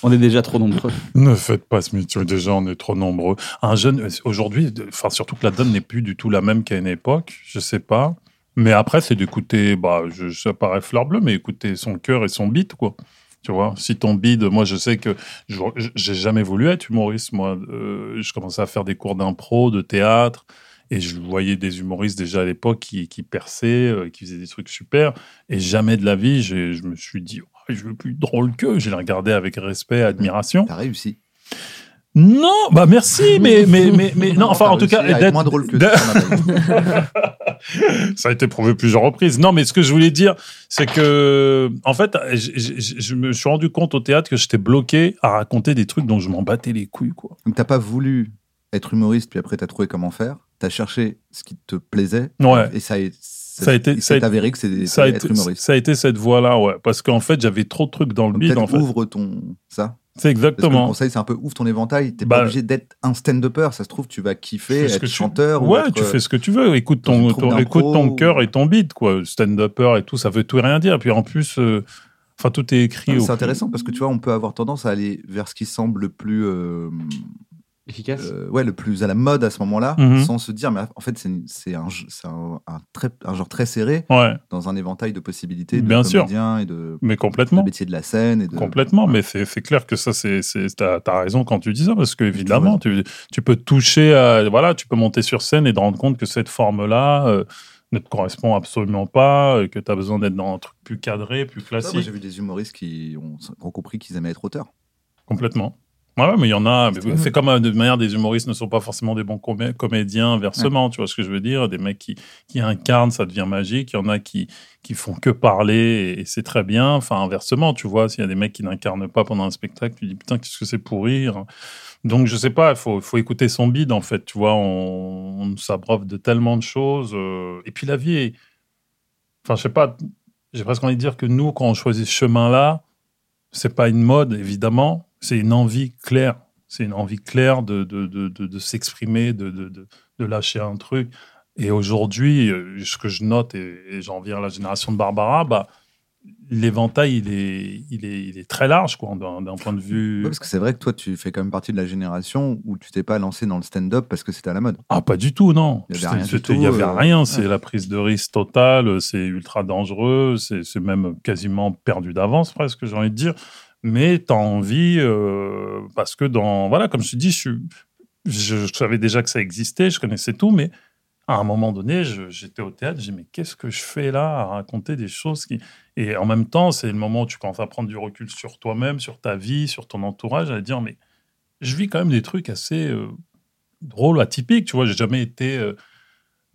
On est déjà trop nombreux. Ne faites pas ce métier. Déjà, on est trop nombreux. Un jeune aujourd'hui, de- enfin surtout que la donne n'est plus du tout la même qu'à une époque. Je sais pas. Mais après, c'est d'écouter. Bah, je, ça paraît fleur bleue, mais écouter son cœur et son beat, quoi. Tu vois, si ton bide, moi je sais que je- je- j'ai jamais voulu être humoriste. Moi, Euh, je commençais à faire des cours d'impro, de théâtre, et je voyais des humoristes déjà à l'époque qui, qui perçaient, euh, qui faisaient des trucs super. Et jamais de la vie, j'ai- je me suis dit, Oh, je veux plus drôle que. Je les regardais avec respect, admiration. T'as réussi. Non, bah merci, mais mais mais, mais non, enfin t'as en tout cas, réussi à être d'être- moins drôle que d'être- ça, on appelle. ça a été prouvé plusieurs reprises. Non, mais ce que je voulais dire, c'est que en fait, j- j- j- je me suis rendu compte au théâtre que j'étais bloqué à raconter des trucs dont je m'en battais les couilles, quoi. Donc t'as pas voulu être humoriste, puis après t'as trouvé comment faire. T'as cherché ce qui te plaisait. Ouais. Et ça a, Ça a été- il ça a s'est été- avéré que c'est Ça a, c'est été, être humoriste. ça a été cette voie-là, ouais. Parce qu'en fait, j'avais trop de trucs dans le Donc bide, peut-être en fait. ouvre ton ça. C'est Parce que le exactement. conseil c'est un peu ouvre ton éventail. T'es Bah, pas obligé d'être un stand-upper. Ça se trouve tu vas kiffer, fais ce être que tu- chanteur. ou Ouais, être, tu euh, fais ce que tu veux. Écoute dans une ton, troupe ton- d'impro écoute ton ou- cœur et ton bid, quoi. Stand-upper et tout, ça veut tout et rien dire. Puis en plus, euh, enfin, tout est écrit. Non, au euh, C'est plus- intéressant parce que tu vois, on peut avoir tendance à aller vers ce qui semble le plus, euh, Efficace euh, ouais, le plus à la mode à ce moment-là, Mhm. sans se dire, mais en fait, c'est une- c'est un, jeu- c'est un, un très- un genre très serré Ouais, dans un éventail de possibilités de Bien sûr. comédiens et de, mais de complètement. métiers de la scène et de. Complètement, mais c'est c'est clair que ça, c'est c'est- t'as as raison quand tu dis ça, parce que évidemment, tu, tu peux toucher, à, voilà, tu peux monter sur scène et te rendre compte que cette forme-là euh, ne te correspond absolument pas, euh, que tu as besoin d'être dans un truc plus cadré, plus Ça, moi, classique. j'ai vu des humoristes qui ont, ont compris qu'ils aimaient être auteurs. Complètement. Ouais, ouais, mais il y en a. mais C'est comme euh, de manière des humoristes ne sont pas forcément des bons comé- comédiens, inversement. Tu vois ce que je veux dire Des mecs qui, qui incarnent, ça devient magique. Il y en a qui, qui font que parler et, et c'est très bien. Enfin, inversement, tu vois, s'il y a des mecs qui n'incarnent pas pendant un spectacle, tu dis putain, qu'est-ce que c'est pourri. Donc, je sais pas, il faut, faut écouter son bide en fait. Tu vois, on, on s'abreuve de tellement de choses. euh, et puis la vie est. Enfin, je sais pas, j'ai presque envie de dire que nous, quand on choisit ce chemin-là, c'est pas une mode, évidemment, c'est une envie claire. C'est une envie claire de, de, de, de, de s'exprimer, de, de, de, de lâcher un truc. Et aujourd'hui, euh, ce que je note, et, et j'en viens à la génération de Barbara, bah, l'éventail, il est, il, est, il est très large, quoi, d'un d'un point de vue. Ouais, parce que c'est vrai que toi, tu fais quand même partie de la génération où tu t'es pas lancé dans le stand-up parce que c'était à la mode. Ah, pas du tout, non. Il y avait C'était- rien du c'était- Il n'y tout, avait euh, rien. C'est la prise de risque totale, c'est ultra dangereux, c'est c'est même quasiment perdu d'avance, presque, j'ai envie de dire. Mais tu as envie, euh, parce que dans. Voilà, comme je te dis, je, suis- je- je savais déjà que ça existait, je connaissais tout, mais à un moment donné, je- j'étais au théâtre, j'ai dit, mais qu'est-ce que je fais là à raconter des choses qui. Et en même temps, c'est le moment où tu commences à prendre du recul sur toi-même, sur ta vie, sur ton entourage, à dire, mais je vis quand même des trucs assez. euh, drôle, atypique, tu vois, j'ai jamais été... euh,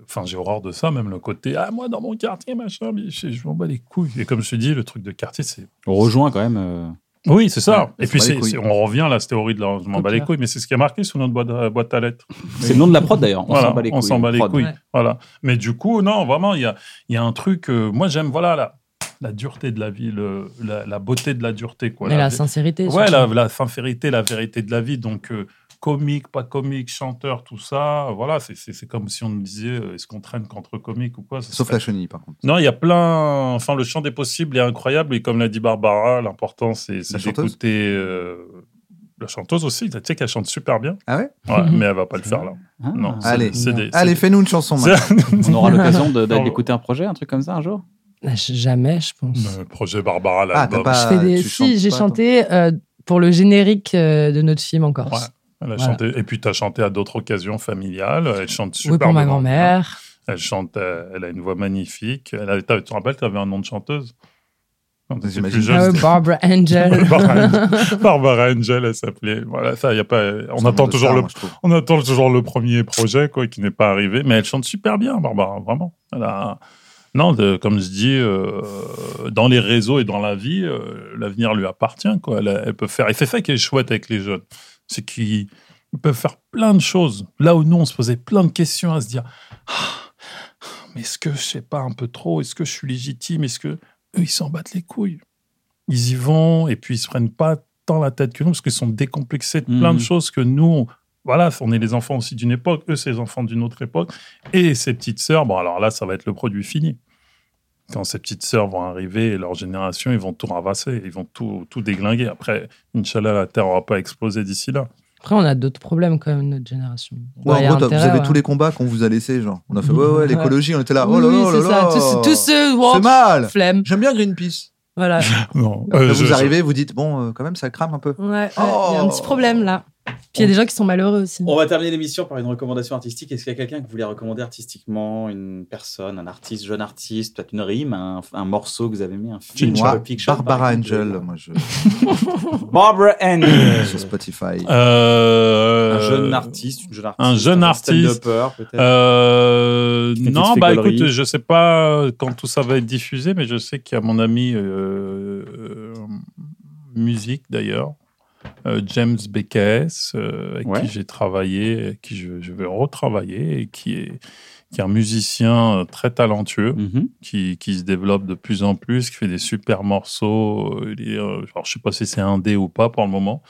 Enfin, j'ai horreur de ça, même le côté, ah, moi, dans mon quartier, machin, mais je, je m'en bats les couilles. Et comme je te dis, le truc de quartier, c'est... On rejoint quand même. euh, Oui, c'est ça. Ouais, et on puis, se bat les c'est- couilles. c'est- on revient à la théorie de la, je m'en bats les clair. couilles, mais c'est ce qui a marqué sur notre boîte, euh, boîte à lettres. C'est le nom de la prod d'ailleurs. On Voilà, s'en bat les couilles. on s'en bat les Prod. couilles. Ouais. Voilà. Mais du coup, non, vraiment, il y a, il y a un truc, euh, moi, j'aime, voilà, là, la dureté de la vie, le- la, la beauté de la dureté. Quoi. Mais La- la sincérité. Ouais, surtout. la, la sincérité, la vérité de la vie. Donc, euh, comique, pas comique, chanteur, tout ça. euh, Voilà, c'est- c'est c'est comme si on nous disait euh, est-ce qu'on traîne contre comique ou quoi ça Sauf serait- la chenille, par contre. Non, il y a plein. Enfin, le champ des possibles est incroyable. Et comme l'a dit Barbara, l'important, c'est c'est La chanteuse d'écouter euh, la chanteuse aussi. Tu sais qu'elle chante super bien. Ah ouais Ouais, Mhm. mais elle va pas le faire là. Ah. Non, c'est- Allez. c'est des- Allez, c'est- fais-nous une chanson, Max. On aura l'occasion de- Non. d'écouter un projet, un truc comme ça un jour. Ah, j- Jamais, je pense. Le projet Barbara, Ah, t'as l'album. pas. Je fais des- Bah, tu chantes Si, j'ai pas, chanté euh, pour le générique euh, de notre film en Corse. Ouais. Elle a Voilà. chanté. Et puis, tu as chanté à d'autres occasions familiales. Elle chante super Oui, pour hein. ma bien. grand-mère. Elle chante, euh, elle a une voix magnifique. Elle a- t'as- tu te rappelles, tu avais un nom de chanteuse Quand t'étais J'imagine. plus jeune, Ah ouais, c'était- Barbara Angel. Barbara Angel. Barbara Angel, elle s'appelait. Voilà, ça, y a pas, C'est on, un attend monde de toujours stars, le, moi, je trouve. on attend toujours le premier projet quoi, qui n'est pas arrivé. Mais elle chante super bien, Barbara, vraiment. Elle a- Non, de- comme je dis, euh, dans les réseaux et dans la vie, euh, l'avenir lui appartient. Quoi. Elle, a- elle peut faire. Et c'est ça qui est chouette avec les jeunes. C'est qu'ils ils peuvent faire plein de choses. Là où nous, on se posait plein de questions à se dire Ah, mais est-ce que je sais pas un peu trop Est-ce que je suis légitime Est-ce que. Eux, ils s'en battent les couilles. Ils y vont et puis ils se prennent pas tant la tête que nous parce qu'ils sont décomplexés de plein Mhm. de choses que nous. on- Voilà, on est les enfants aussi d'une époque, eux, c'est les enfants d'une autre époque. Et ces petites sœurs, bon, alors là, ça va être le produit fini. Quand ces petites sœurs vont arriver et leur génération, ils vont tout ravasser, ils vont tout, tout déglinguer. Après, Inch'Allah, la Terre aura pas explosé d'ici là. Après, on a d'autres problèmes quand même, notre génération. hein. Ouais, Ouais, en gros, t'as- vous intérêt, avez ouais. tous les combats qu'on vous a laissés, genre. On a fait, ouais, ouais, Ouais. l'écologie, on était là. Oui, Oh là oui, là là c'est ça. là. Tous, tous ceux, wow, C'est mal. flemme. J'aime bien Greenpeace. Voilà. Non, Après, euh, vous je- je- arrivez, vous dites, bon, euh, quand même, ça crame un peu. Ouais, ouais, il y a un petit Oh. problème là. Puis il y a des gens qui sont malheureux aussi. On va terminer l'émission par une recommandation artistique. Est-ce qu'il y a quelqu'un que vous voulez recommander artistiquement Une personne, un artiste, jeune artiste, peut-être une rime, un, un morceau que vous avez aimé, un film Moi, un biopic, je sais pas, Barbara quelque chose. Angel, moi, je. Barbara Angel. sur Spotify. Euh, un jeune artiste, une jeune artiste. un jeune artiste. stand-upper, peut-être. Euh, petites non, bah rigoleries. écoute, je sais pas quand tout ça va être diffusé, mais je sais qu'il y a mon ami euh, euh, musique d'ailleurs, euh, James Beckes, euh, avec Ouais. qui j'ai travaillé, avec qui je, je vais retravailler, et qui est, qui est un musicien euh, très talentueux Mhm. qui, qui se développe de plus en plus, qui fait des super morceaux. Euh, Il est, euh, alors, je sais pas si c'est un dé ou pas pour le moment,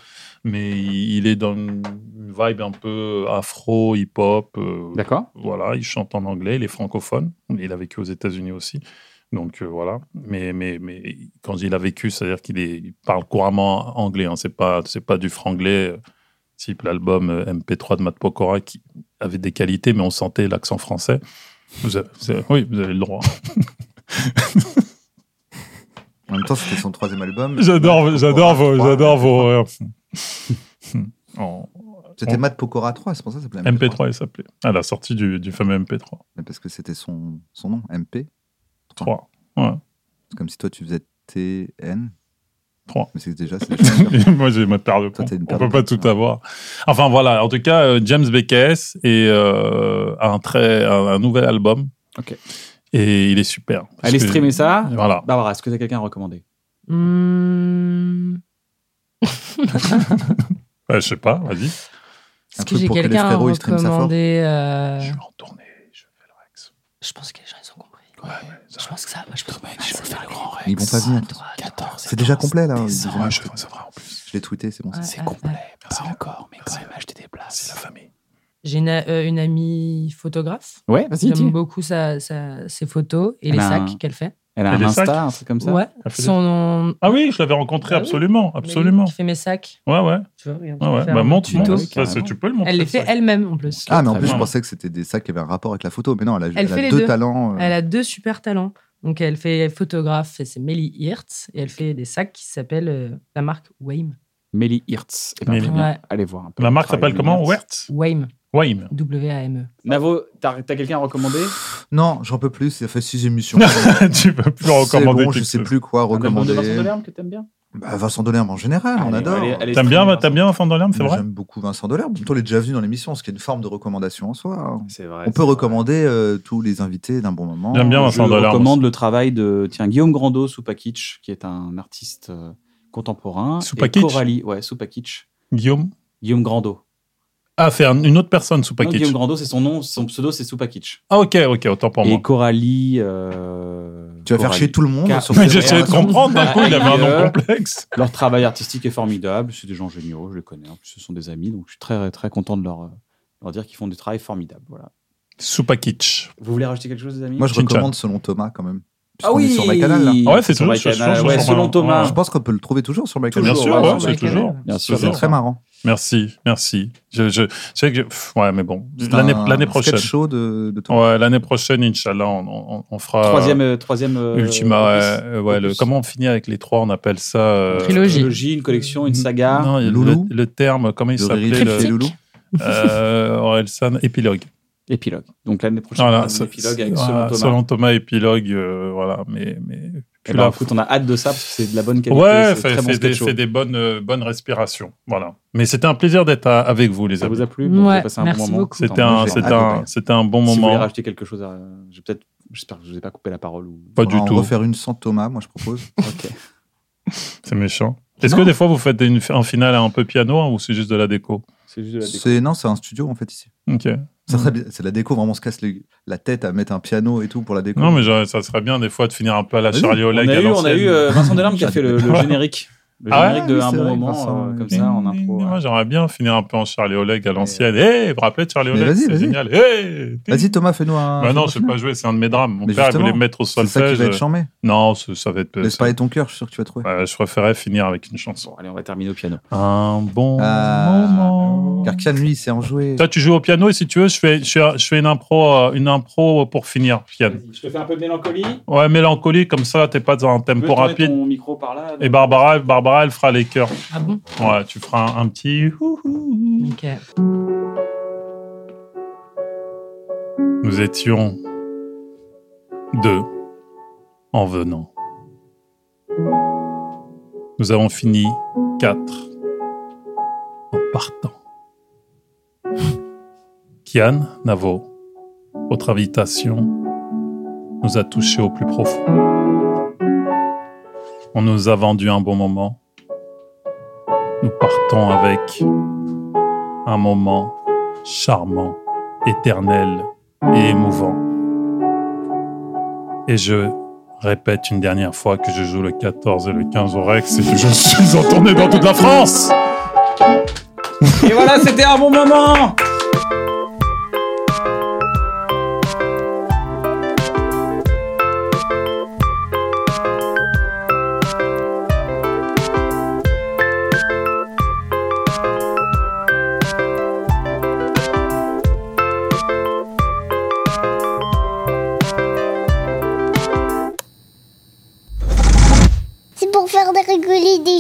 mais il, il est dans une une vibe un peu afro, hip-hop. euh, D'accord. voilà, il chante en anglais, il est francophone. Il a vécu aux États-Unis aussi. Donc euh, voilà, mais, mais, mais quand il a vécu, c'est-à-dire qu'il est- il parle couramment anglais, hein. c'est pas, c'est pas du franglais, euh, type l'album euh, MP3 de Matt Pokora qui avait des qualités, mais on sentait l'accent français. Vous avez- vous avez- oui, vous avez le droit. En même temps, c'était son troisième album. J'adore, Matt j'adore Pokora vos, 3, j'adore vos. euh, en C'était Matt Pokora 3, c'est pour ça que ça s'appelait MP3, il s'appelait. À la sortie du, du fameux MP3. Mais Parce que c'était son, son nom, MP. 3. Ouais. C'est comme si toi, tu faisais TN. 3. Mais c'est que déjà, c'est déjà Et Moi, j'ai ma paire de Toi, pompes. t'as une On paire peut de pas pompes, tout avoir. Enfin, voilà. En tout cas, euh, James Beckes est euh, un très un, un nouvel album. Ok. Et il est super. Parce Allez que- streamer ça. Voilà. Barbara, est-ce que tu as quelqu'un à recommander Hmm. Ouais, Bah, je sais pas. Vas-y. Euh. Est-ce Un que truc j'ai pour que les quelqu'un à frérots, ils streament ça fort recommander euh, Je vais en tourner. Je fais le Rex. Je pense que les gens ils ont compris. je pense que ça va. Je pense que Je vais faire le grand rêve. Ils vont pas venir. C'est déjà complet, là. Ils ont- Ouais, je fais ça en plus. Je l'ai tweeté, c'est bon. C'est complet. Merci. Pas encore, mais quand Merci. même acheter des C'est places. la famille. J'ai une, euh, une amie photographe. Ouais, vas-y, dis. J'aime beaucoup sa- sa- ses photos et les Eh Ben, sacs qu'elle fait. Elle a Et un les sacs Insta, un truc comme ça. Ouais. Elle fait des- Son Ah oui, je l'avais rencontré Ah oui. absolument, absolument. Qui fait mes sacs. Ouais, ouais, Tu vois, regarde, ouais, je vais ouais. faire Bah, un montre, tuto. montre. Oui, Ça, c'est- carrément. tu peux le montrer. Elle les le fait sac. elle-même en plus. Ah, mais en Très plus, je bien. pensais que c'était des sacs qui avaient un rapport avec la photo. Mais non, elle a, elle a fait les deux, deux. talents. euh, Elle a deux super talents. Donc elle fait photographe, et c'est Melly Hirtz, et elle fait des sacs qui s'appellent euh, la marque Wayme. Mélie Hirtz. Eh ben, Mélie. très bien. Ouais. Allez voir un peu. La le marque travail de s'appelle comment Hirtz. Wert Wayme, Waim. W-A-M-E. Navo, t'as as, quelqu'un à recommander Non, j'en peux plus. Ça fait six émissions. tu peux plus C'est recommander. bon, je quelque sais chose. plus quoi Un album de recommander. Vincent Delerme que t'aimes bien Bah, Vincent Delerme en général, on Allez, adore. allez, allez, Ah, T'aimes bien, hein. streamer t'aimes bien Vincent Delerme, c'est Moi, vrai J'aime beaucoup Vincent Delerme. Plutôt, on l'a déjà vu dans l'émission, ce qui est une forme de recommandation en soi. hein. C'est vrai. on peut recommander euh, tous les invités d'un bon moment. J'aime bien Je Vincent Delerme. recommande le travail de tiens, Guillaume Grando Soupakic, qui est un artiste euh, contemporain. et Soupakic Coralie, ouais, Soupakic. Guillaume Guillaume Grando. Ah, faire une autre personne sous Non, package. Guillaume Grando, c'est son nom, son pseudo, c'est Soupakic. ah, ok, ok, autant pour Et moi. Coralie. euh, Tu vas faire Coralie. chier tout le monde. Car- sur Mais cette j'essayais de relation. comprendre, d'un coup, il avait un nom Ailleurs. complexe. Leur travail artistique est formidable, c'est des gens géniaux, je les connais, en plus ce sont des amis, donc je suis très très content de leur, euh, leur dire qu'ils font du travail formidable. Voilà. Soupakic. Vous voulez rajouter quelque chose, les amis Ah Moi, je Chin-chan. recommande selon Thomas quand même. Puisqu'on est sur MyCanal là. Ah ouais, c'est Sur toujours My sur- Canal, toujours ouais, sur selon un- Thomas. Je pense qu'on peut le trouver toujours sur MyCanal. Bien Toujours, sûr, ouais, Ah ouais, sur c'est MyCanal. toujours. Bien sûr, C'est Toujours. bien sûr. très marrant. Merci, merci. Je, je, c'est vrai que je- pff, ouais, mais bon, C'est l'année un l'année prochaine. Sketch show de, de Thomas. Ouais, l'année prochaine, Inch'Allah, on, on, on fera. Troisième, euh, troisième. euh, Ultima, opus. ouais, euh, ouais, le- Opus. comment on finit avec les trois On appelle ça. euh, Trilogie. Trilogie, une collection, une saga. Mhm. Non, il y a Loulou. le, le terme, comment il De Riri s'appelait et le, Loulou. euh, Orelsan, épilogue. Épilogue. Donc l'année prochaine, Voilà, on a un ça- épilogue avec voilà, selon Thomas. selon Thomas, épilogue, euh, voilà, mais, mais Eh puis ben, là, écoute, on a hâte de ça parce que c'est de la bonne qualité. c'est ouais, fait- très bon fait sketch des, show. fait des bonnes, euh, bonnes respirations, voilà. Mais c'était un plaisir d'être à- avec vous, les Ça amis. vous a plu Bon, Ouais, j'ai passé un merci bon moment. beaucoup. C'était Tant un, mieux. j'ai c'était adoré. un, c'était un bon Si vous voulez moment. rajouter quelque chose, à... j'ai peut-être, j'espère que je vous ai pas coupé la parole ou. Pas On va du en tout. refaire une sans Thomas, moi je propose. Ok. C'est méchant. Est-ce que des fois vous faites une, un final un peu piano hein, ou c'est juste de la déco C'est juste de la déco. C'est non, c'est un studio en fait ici. Ok. Ça serait bien- C'est la déco, vraiment on se casse les- la tête à mettre un piano et tout pour la déco. Non, mais j'aurais- ça serait bien des fois de finir un peu à la Oui, Charlie On a Oleg. à eu, on a l'ancienne. eu euh, Vincent Delarme qui a fait le, le générique. Le Ah ouais, générique de oui, un c'est bon vrai, moment, Vincent, euh, comme oui. ça, en impro. ouais. Moi, J'aimerais bien finir un peu en Charlie Oleg à l'ancienne. Hé, vous vous rappelez de Charlie Mais Oleg vas-y, C'est vas-y. génial. Hé Vas-y Thomas, fais-nous un. Bah fais-nous un non, je sais pas jouer, c'est un de mes drames. Mon Mais père, il voulait justement, me mettre au C'est ça qui solfège. euh, va être chambé. Non, ce- ça va être. Laisse parler ton cœur, je suis sûr que tu vas trouver. Ouais, je préférais finir avec une chanson. Bon, allez, on va terminer au piano. Un bon Ah, moment. Car Kian, lui, il sait en jouer. Toi, tu joues au piano et si tu veux, je fais, je, je fais une, impro, euh, une impro pour finir, Yann. Je te fais un peu de mélancolie. Ouais, mélancolie, comme ça, t'es pas dans un tempo rapide. ton micro par là. Et Barbara, Barbara, elle fera les chœurs. Ah bon euh, Ouais, tu feras un, un petit. ouhou. Ok. Nous étions deux en venant. Nous avons fini quatre en partant. Kian Navo, votre invitation nous a touchés au plus profond. On nous a vendu un bon moment. Nous partons avec un moment charmant, éternel et émouvant. Et je répète une dernière fois que je joue le 14 et le 15 au Rex et que je suis en tournée dans toute la France. Et voilà, c'était un bon moment C'est pour faire de rigoler des